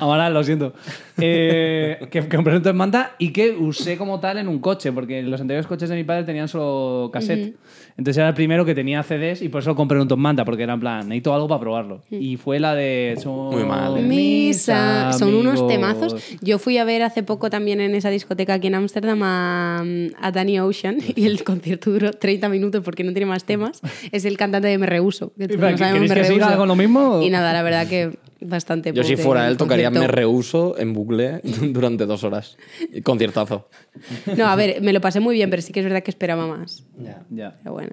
Speaker 3: Amaral, lo siento. Eh, que que compré un Top Manta y que usé como tal en un coche, porque los anteriores coches de mi padre tenían solo cassette. Entonces era el primero que tenía CDs y por eso lo compré en un Top Manta, porque era en plan, necesito algo para probarlo. Y fue la de...
Speaker 4: Muy mal, eh.
Speaker 5: Misa. Son unos
Speaker 3: amigos.
Speaker 5: temazos. Yo fui a ver hace poco también en esa discoteca aquí en Ámsterdam a, mm, a Danny Ocean <laughs> y el concierto duró 30 minutos porque no tiene más temas. Es el cantante de Me Rehuso. Que todos
Speaker 3: para,
Speaker 5: no sabemos
Speaker 3: ¿queréis
Speaker 5: Me
Speaker 3: que siga
Speaker 5: Rehuso.
Speaker 3: con lo mismo?
Speaker 5: Y nada, la verdad que bastante
Speaker 4: Yo si
Speaker 5: pobre
Speaker 4: fuera
Speaker 5: el
Speaker 4: él tocaría Me
Speaker 5: Este concierto.
Speaker 4: Rehuso en bucle <laughs> durante dos horas. Conciertazo.
Speaker 5: No, a ver, me lo pasé muy bien, pero sí que es verdad que esperaba más.
Speaker 3: Ya.
Speaker 5: Pero bueno.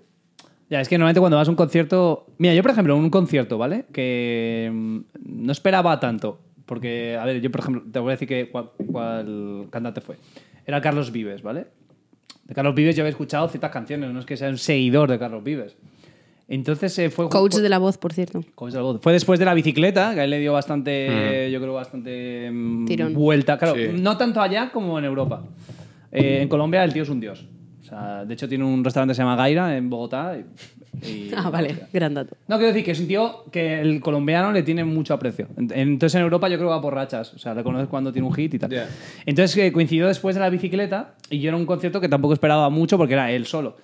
Speaker 3: Ya, es que normalmente cuando vas a un concierto. Mira, yo, por ejemplo, en un concierto, ¿vale? Que mm, no esperaba tanto. Porque, a ver, yo, por ejemplo, te voy a decir que cuál, cuál cantante fue. Era Carlos Vives, ¿vale? De Carlos Vives yo había escuchado ciertas canciones, no es que sea un seguidor de Carlos Vives. Entonces se fue...
Speaker 5: Coach de la voz, por cierto.
Speaker 3: Coach de la voz. Fue después de la bicicleta, que a él le dio bastante, yo creo, bastante mm,
Speaker 5: Tirón.
Speaker 3: vuelta. Claro,
Speaker 4: Sí.
Speaker 3: no tanto allá como en Europa. Eh, en Colombia el tío es un dios. O sea, de hecho tiene un restaurante que se llama Gaira en Bogotá. y- y-
Speaker 5: <laughs> Ah, vale, gran dato.
Speaker 3: No, quiero decir que es un tío que el colombiano le tiene mucho aprecio. Ent- Entonces en Europa yo creo que va por rachas. O sea, reconoces cuando tiene un hit y tal.
Speaker 4: Ya.
Speaker 3: Entonces eh, coincidió después de la bicicleta y yo era un concierto que tampoco esperaba mucho porque era él solo.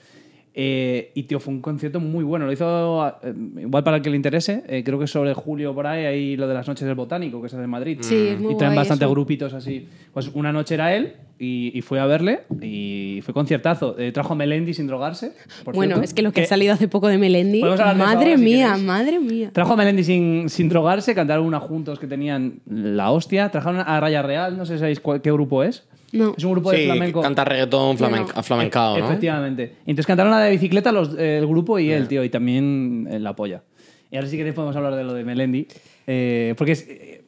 Speaker 3: Eh, y tío, fue un concierto muy bueno. Lo hizo, eh, igual para el que le interese, eh, creo que sobre julio por ahí, ahí lo de las noches del botánico que se hace en Madrid.
Speaker 5: Sí, es muy
Speaker 3: Y traen
Speaker 5: guay
Speaker 3: bastante
Speaker 5: eso.
Speaker 3: grupitos así. Pues una noche era él y, y fui a verle y fue conciertazo. Eh, trajo a Melendi sin drogarse. por
Speaker 5: Bueno,
Speaker 3: cierto,
Speaker 5: es que lo que ha salido hace poco de Melendi.
Speaker 3: Podemos hablar de eso
Speaker 5: Madre
Speaker 3: ahora, si
Speaker 5: mía,
Speaker 3: queréis.
Speaker 5: madre mía.
Speaker 3: Trajo a Melendi sin, sin drogarse, cantaron una juntos que tenían la hostia. Trajeron a Raya Real, no sé si sabéis cuál- qué grupo es.
Speaker 5: No.
Speaker 3: Es un grupo de
Speaker 4: Sí,
Speaker 3: flamenco. E,
Speaker 4: canta reggaetón flamenco,
Speaker 5: Bueno,
Speaker 4: aflamencado, ¿no?
Speaker 3: Efectivamente. Entonces cantaron la de bicicleta los- eh, el grupo y él, tío, y también eh, la polla. Y ahora sí que podemos hablar de lo de Melendi. eh, porque es- eh,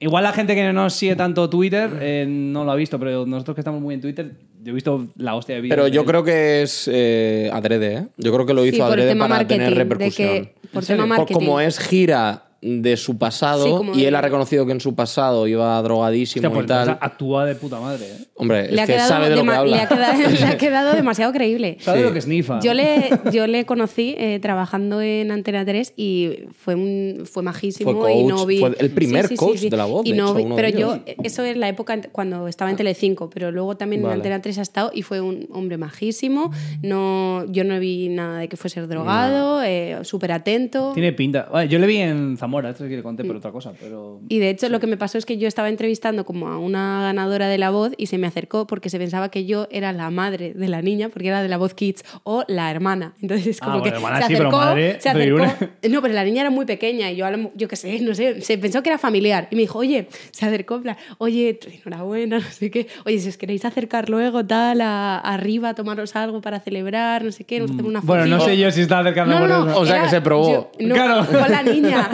Speaker 3: igual la gente que no sigue tanto Twitter eh, no lo ha visto, pero nosotros que estamos muy en Twitter, yo he visto la hostia de vídeos
Speaker 4: Pero
Speaker 3: de
Speaker 4: yo
Speaker 3: él.
Speaker 4: creo que es eh, adrede, ¿eh? Yo creo que lo hizo
Speaker 5: Sí, por
Speaker 4: adrede
Speaker 5: tema
Speaker 4: para
Speaker 5: marketing.
Speaker 4: tener
Speaker 5: de
Speaker 4: repercusión.
Speaker 5: que, por
Speaker 3: serio?
Speaker 5: tema
Speaker 3: Por
Speaker 4: Por
Speaker 5: marketing.
Speaker 4: como es gira de su
Speaker 5: Sí,
Speaker 4: pasado
Speaker 5: como
Speaker 4: y él
Speaker 5: de-
Speaker 4: ha reconocido que en su pasado iba drogadísimo
Speaker 3: Hostia, pues,
Speaker 4: y tal.
Speaker 3: pues, actúa de puta madre. ¿eh?
Speaker 4: Hombre,
Speaker 5: Le ha,
Speaker 4: es que
Speaker 5: quedado
Speaker 4: sabe de lo que
Speaker 5: dema- le, ha
Speaker 4: habla. <laughs>
Speaker 5: quedado, le ha quedado demasiado creíble.
Speaker 3: ¿Sabe
Speaker 4: Sí.
Speaker 3: lo que snifa?
Speaker 5: Yo le, yo le conocí eh, trabajando en Antena 3 y fue, un, fue majísimo.
Speaker 4: Fue
Speaker 5: y
Speaker 4: coach,
Speaker 5: no vi,
Speaker 4: fue el primer coach de La Voz,
Speaker 5: Y
Speaker 4: de
Speaker 5: no
Speaker 4: hecho,
Speaker 5: vi-
Speaker 4: uno de
Speaker 5: pero
Speaker 4: ellos. Ah.
Speaker 5: yo, eso en la época ant- cuando estaba en Telecinco, pero luego también
Speaker 4: Vale.
Speaker 5: en Antena 3 ha estado y fue un hombre majísimo. No, yo no vi nada de que fuese drogado, eh, súper atento.
Speaker 3: Tiene pinta. Bueno, yo le vi en Zamora, esto sí que le conté, pero otra cosa. Pero...
Speaker 5: Y de hecho lo que me pasó es que yo estaba entrevistando como a una ganadora de La Voz y se me acercó porque se pensaba que yo era la madre de la niña, porque era de La Voz Kids, o la hermana. Entonces es
Speaker 3: Ah,
Speaker 5: como
Speaker 3: bueno,
Speaker 5: que
Speaker 3: hermana
Speaker 5: se
Speaker 3: sí,
Speaker 5: acercó,
Speaker 3: pero madre,
Speaker 5: se
Speaker 3: pero
Speaker 5: acercó.
Speaker 3: una-
Speaker 5: <laughs> No, pero la niña era muy pequeña y yo, a lo mo- yo qué sé, no sé, se pensó que era familiar. Y me dijo, oye, se acercó, en plan, oye, enhorabuena, <laughs> no sé qué. Oye, si os queréis acercar luego, tal, a, arriba, a tomaros algo para celebrar, no sé qué, nos hacemos una foto.
Speaker 3: Bueno, no sé yo si está acercando
Speaker 5: No,
Speaker 3: por
Speaker 5: no,
Speaker 3: eso.
Speaker 5: no,
Speaker 4: O sea, que se probó.
Speaker 5: yo- no,
Speaker 3: Claro.
Speaker 5: Con
Speaker 3: <laughs>
Speaker 5: la niña.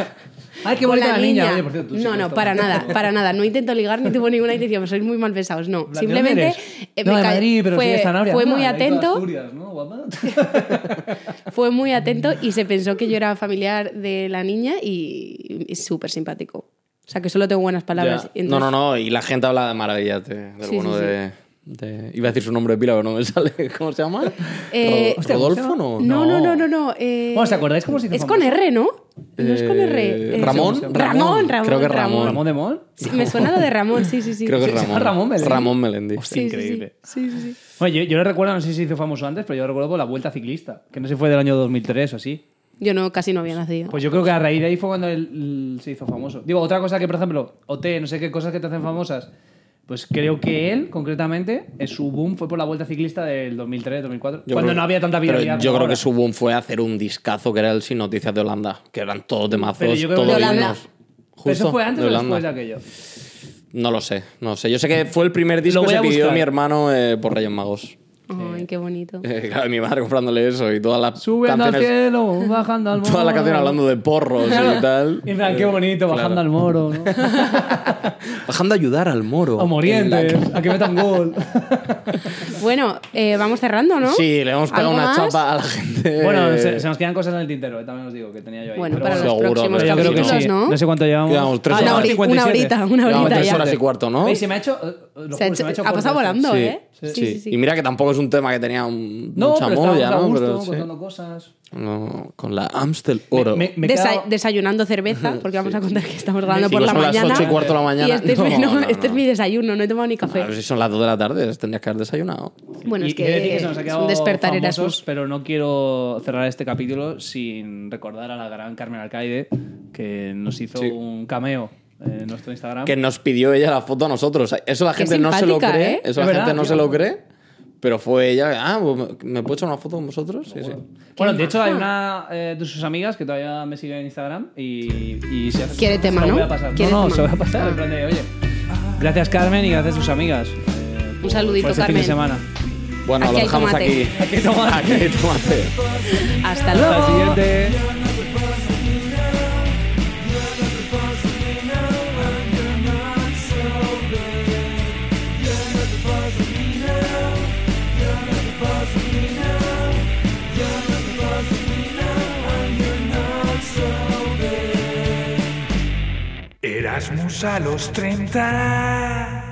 Speaker 3: Ay, qué
Speaker 5: Con
Speaker 3: bonita la niña. Oye, por cierto, tú sí
Speaker 5: no,
Speaker 3: que
Speaker 5: no,
Speaker 3: estás- <laughs>
Speaker 5: para nada, para nada. No intento ligar ni tuvo ninguna intención. Sois muy mal pensados. No,
Speaker 3: ¿De dónde
Speaker 5: simplemente
Speaker 3: eres?
Speaker 5: eh,
Speaker 3: No,
Speaker 5: me
Speaker 3: de
Speaker 5: ca-
Speaker 3: Madrid, pero soy de
Speaker 5: fue,
Speaker 3: Sanabria.
Speaker 5: fue
Speaker 3: Ah,
Speaker 5: muy
Speaker 3: de ahí toda
Speaker 5: atento,
Speaker 3: Asturias, ¿no, guapa? <laughs>
Speaker 5: fue muy atento y se pensó que yo era familiar de la niña y es súper simpático. O sea, que solo tengo buenas palabras.
Speaker 4: Ya.
Speaker 5: Entonces-
Speaker 4: No, no, no. Y la gente habla de maravillas de, del
Speaker 5: Sí,
Speaker 4: bueno
Speaker 5: sí, sí.
Speaker 4: de, de- Iba a decir su nombre de pila, pero no me <laughs> sale. ¿Cómo se llama?
Speaker 5: Eh,
Speaker 4: Ro- ¿Rodolfo no?
Speaker 5: No, no, no, no, no. eh,
Speaker 3: Bueno, ¿os acordáis cómo se hizo
Speaker 5: Es
Speaker 3: famoso?
Speaker 5: con R, ¿no? No es con R.
Speaker 4: Eh,
Speaker 5: eh,
Speaker 4: Ramón,
Speaker 5: Ramón,
Speaker 4: Ramón.
Speaker 5: Ramón.
Speaker 4: Creo que Ramón.
Speaker 3: ¿Ramón de Mon?
Speaker 5: Sí, me suena lo de Ramón, sí, sí, sí.
Speaker 4: Creo que es
Speaker 5: Sí, sí,
Speaker 4: Ramón.
Speaker 3: Ramón Melendi.
Speaker 4: Melendi.
Speaker 5: sí, sí, sí.
Speaker 3: Increíble.
Speaker 5: Sí, sí, sí.
Speaker 3: Bueno, yo, yo lo recuerdo, no sé si se hizo famoso antes, pero yo lo recuerdo por la Vuelta Ciclista, que no sé si fue del año 2003 o así.
Speaker 5: Yo no, casi no había nacido.
Speaker 3: Pues yo creo que a raíz de ahí fue cuando él mm, se hizo famoso. Digo, otra cosa que, por ejemplo, OT, no sé qué cosas que te hacen famosas. Pues creo que él, concretamente, eh, su boom fue por la Vuelta Ciclista del 2003, 2004,
Speaker 4: Yo
Speaker 3: cuando
Speaker 4: creo-
Speaker 3: no había tanta
Speaker 4: pero
Speaker 3: viralidad.
Speaker 4: Yo
Speaker 3: como
Speaker 4: creo
Speaker 3: ahora.
Speaker 4: que su boom fue hacer un discazo que era el Sin Noticias de Holanda, que eran todos
Speaker 3: Pero
Speaker 4: temazos,
Speaker 3: yo creo
Speaker 4: todos
Speaker 3: que-
Speaker 5: De Holanda.
Speaker 4: himnos.
Speaker 3: ¿Pero ¿Eso
Speaker 4: Justo,
Speaker 3: fue antes
Speaker 4: de
Speaker 3: o
Speaker 4: Holanda.
Speaker 3: después de aquello?
Speaker 4: No lo sé, no sé. Yo sé que fue el primer disco
Speaker 3: voy
Speaker 4: que se
Speaker 3: a
Speaker 4: pidió
Speaker 3: buscar.
Speaker 4: mi hermano eh, por Reyes Magos. <laughs>
Speaker 5: Ay, qué bonito.
Speaker 4: Eh, claro, mi madre comprándole eso y todas las
Speaker 3: Subiendo al
Speaker 4: canciones,
Speaker 3: cielo, bajando al moro.
Speaker 4: <laughs> toda la canción hablando Eh, de porros
Speaker 3: <laughs>
Speaker 4: y tal.
Speaker 3: Y en plan, qué bonito, bajando al moro,
Speaker 4: <laughs>
Speaker 3: ¿no?
Speaker 4: Bajando a ayudar al moro.
Speaker 3: O morientes,
Speaker 4: En la-
Speaker 3: a que metan
Speaker 4: <laughs>
Speaker 3: gol.
Speaker 5: Bueno, eh, vamos cerrando, ¿no?
Speaker 4: Sí, le hemos pegado
Speaker 5: ¿Algo
Speaker 4: una
Speaker 5: más?
Speaker 4: chapa a la gente.
Speaker 3: Bueno, se, se nos quedan cosas en el tintero, eh, también os digo que tenía yo ahí.
Speaker 5: Bueno,
Speaker 3: pero
Speaker 5: para
Speaker 4: bueno,
Speaker 5: los
Speaker 4: seguro,
Speaker 5: próximos
Speaker 4: pero
Speaker 3: yo creo que
Speaker 5: capítulos,
Speaker 3: sí.
Speaker 5: ¿no?
Speaker 3: No sé cuánto llevamos.
Speaker 4: Quedamos tres
Speaker 3: Ah,
Speaker 4: horas.
Speaker 3: llevamos
Speaker 5: Una hori-
Speaker 3: 57.
Speaker 5: una horita, una
Speaker 4: Llevamos
Speaker 5: horita
Speaker 4: tres
Speaker 5: ya.
Speaker 4: horas y cuarto, ¿no?
Speaker 3: Oye, se me ha hecho. eh, eh, lo
Speaker 5: Se ha
Speaker 3: juro, se me
Speaker 5: hecho-
Speaker 3: hecho
Speaker 5: ha
Speaker 3: corto
Speaker 5: pasado
Speaker 3: esto.
Speaker 5: volando.
Speaker 4: Sí,
Speaker 5: ¿eh?
Speaker 4: sí,
Speaker 5: Sí, sí, sí.
Speaker 4: Y mira que tampoco es un tema que tenía un,
Speaker 3: No,
Speaker 4: mucha
Speaker 3: pero
Speaker 4: molla,
Speaker 3: estábamos a
Speaker 4: ¿no?
Speaker 3: gusto,
Speaker 4: Pero sí.
Speaker 3: contando cosas.
Speaker 4: No, con la Amstel Oro.
Speaker 3: Me, me he
Speaker 5: Desa-
Speaker 3: quedado-
Speaker 5: Desayunando
Speaker 4: <laughs>
Speaker 5: cerveza, porque vamos a contar que estamos grabando
Speaker 4: Sí,
Speaker 5: por
Speaker 4: pues
Speaker 5: la
Speaker 4: son las
Speaker 5: mañana.
Speaker 4: ocho y cuarto de la mañana.
Speaker 5: Y este,
Speaker 4: <laughs>
Speaker 5: es,
Speaker 4: No,
Speaker 5: mi, no,
Speaker 4: no,
Speaker 5: este es
Speaker 4: no.
Speaker 5: mi desayuno, no he tomado ni
Speaker 4: A ver
Speaker 5: café.
Speaker 4: si son las 2 de la tarde, tendrías que haber desayunado.
Speaker 5: Bueno,
Speaker 3: Y-
Speaker 5: es
Speaker 3: y quiero decir
Speaker 5: que
Speaker 3: se nos ha
Speaker 5: es
Speaker 3: quedado
Speaker 5: un despertar
Speaker 3: famosos,
Speaker 5: Erasmus.
Speaker 3: Pero no quiero cerrar este capítulo sin recordar a la gran Carmen Alcaide, que nos hizo
Speaker 4: Sí.
Speaker 3: un cameo en nuestro Instagram.
Speaker 4: Que nos pidió ella la foto a nosotros. Eso la
Speaker 5: Qué
Speaker 4: gente no se lo
Speaker 5: simpática,
Speaker 4: cree.
Speaker 5: ¿eh?
Speaker 4: Eso
Speaker 3: Es
Speaker 4: la
Speaker 3: verdad,
Speaker 4: gente no
Speaker 3: tío.
Speaker 4: se lo cree. Pero fue ella. Ah, pues, ¿me puedo echar una foto con vosotros? Sí, sí.
Speaker 3: Bueno,
Speaker 5: Qué
Speaker 3: de hecho
Speaker 5: maja.
Speaker 3: hay una eh, de sus amigas que todavía me sigue en Instagram y, y se hace-
Speaker 5: Quiere
Speaker 3: se
Speaker 5: tema,
Speaker 3: lo
Speaker 5: ¿no?
Speaker 3: voy a pasar. No,
Speaker 5: Quiere
Speaker 3: no,
Speaker 5: tema.
Speaker 3: se lo voy a pasar. En plan de, oye, gracias Carmen y gracias a sus amigas. eh, por-
Speaker 5: saludito,
Speaker 3: por este fin
Speaker 5: Carmen. Oh.
Speaker 3: de semana.
Speaker 4: Bueno,
Speaker 5: Aquí
Speaker 4: lo
Speaker 5: hay
Speaker 4: dejamos
Speaker 5: tomate.
Speaker 4: aquí.
Speaker 3: Aquí tomate.
Speaker 4: Aquí hay tomate.
Speaker 5: Hasta
Speaker 3: Hasta
Speaker 5: luego.
Speaker 3: la siguiente.
Speaker 6: You're not the boss of me now. You're not the boss of me now. I'm Erasmus a los 30.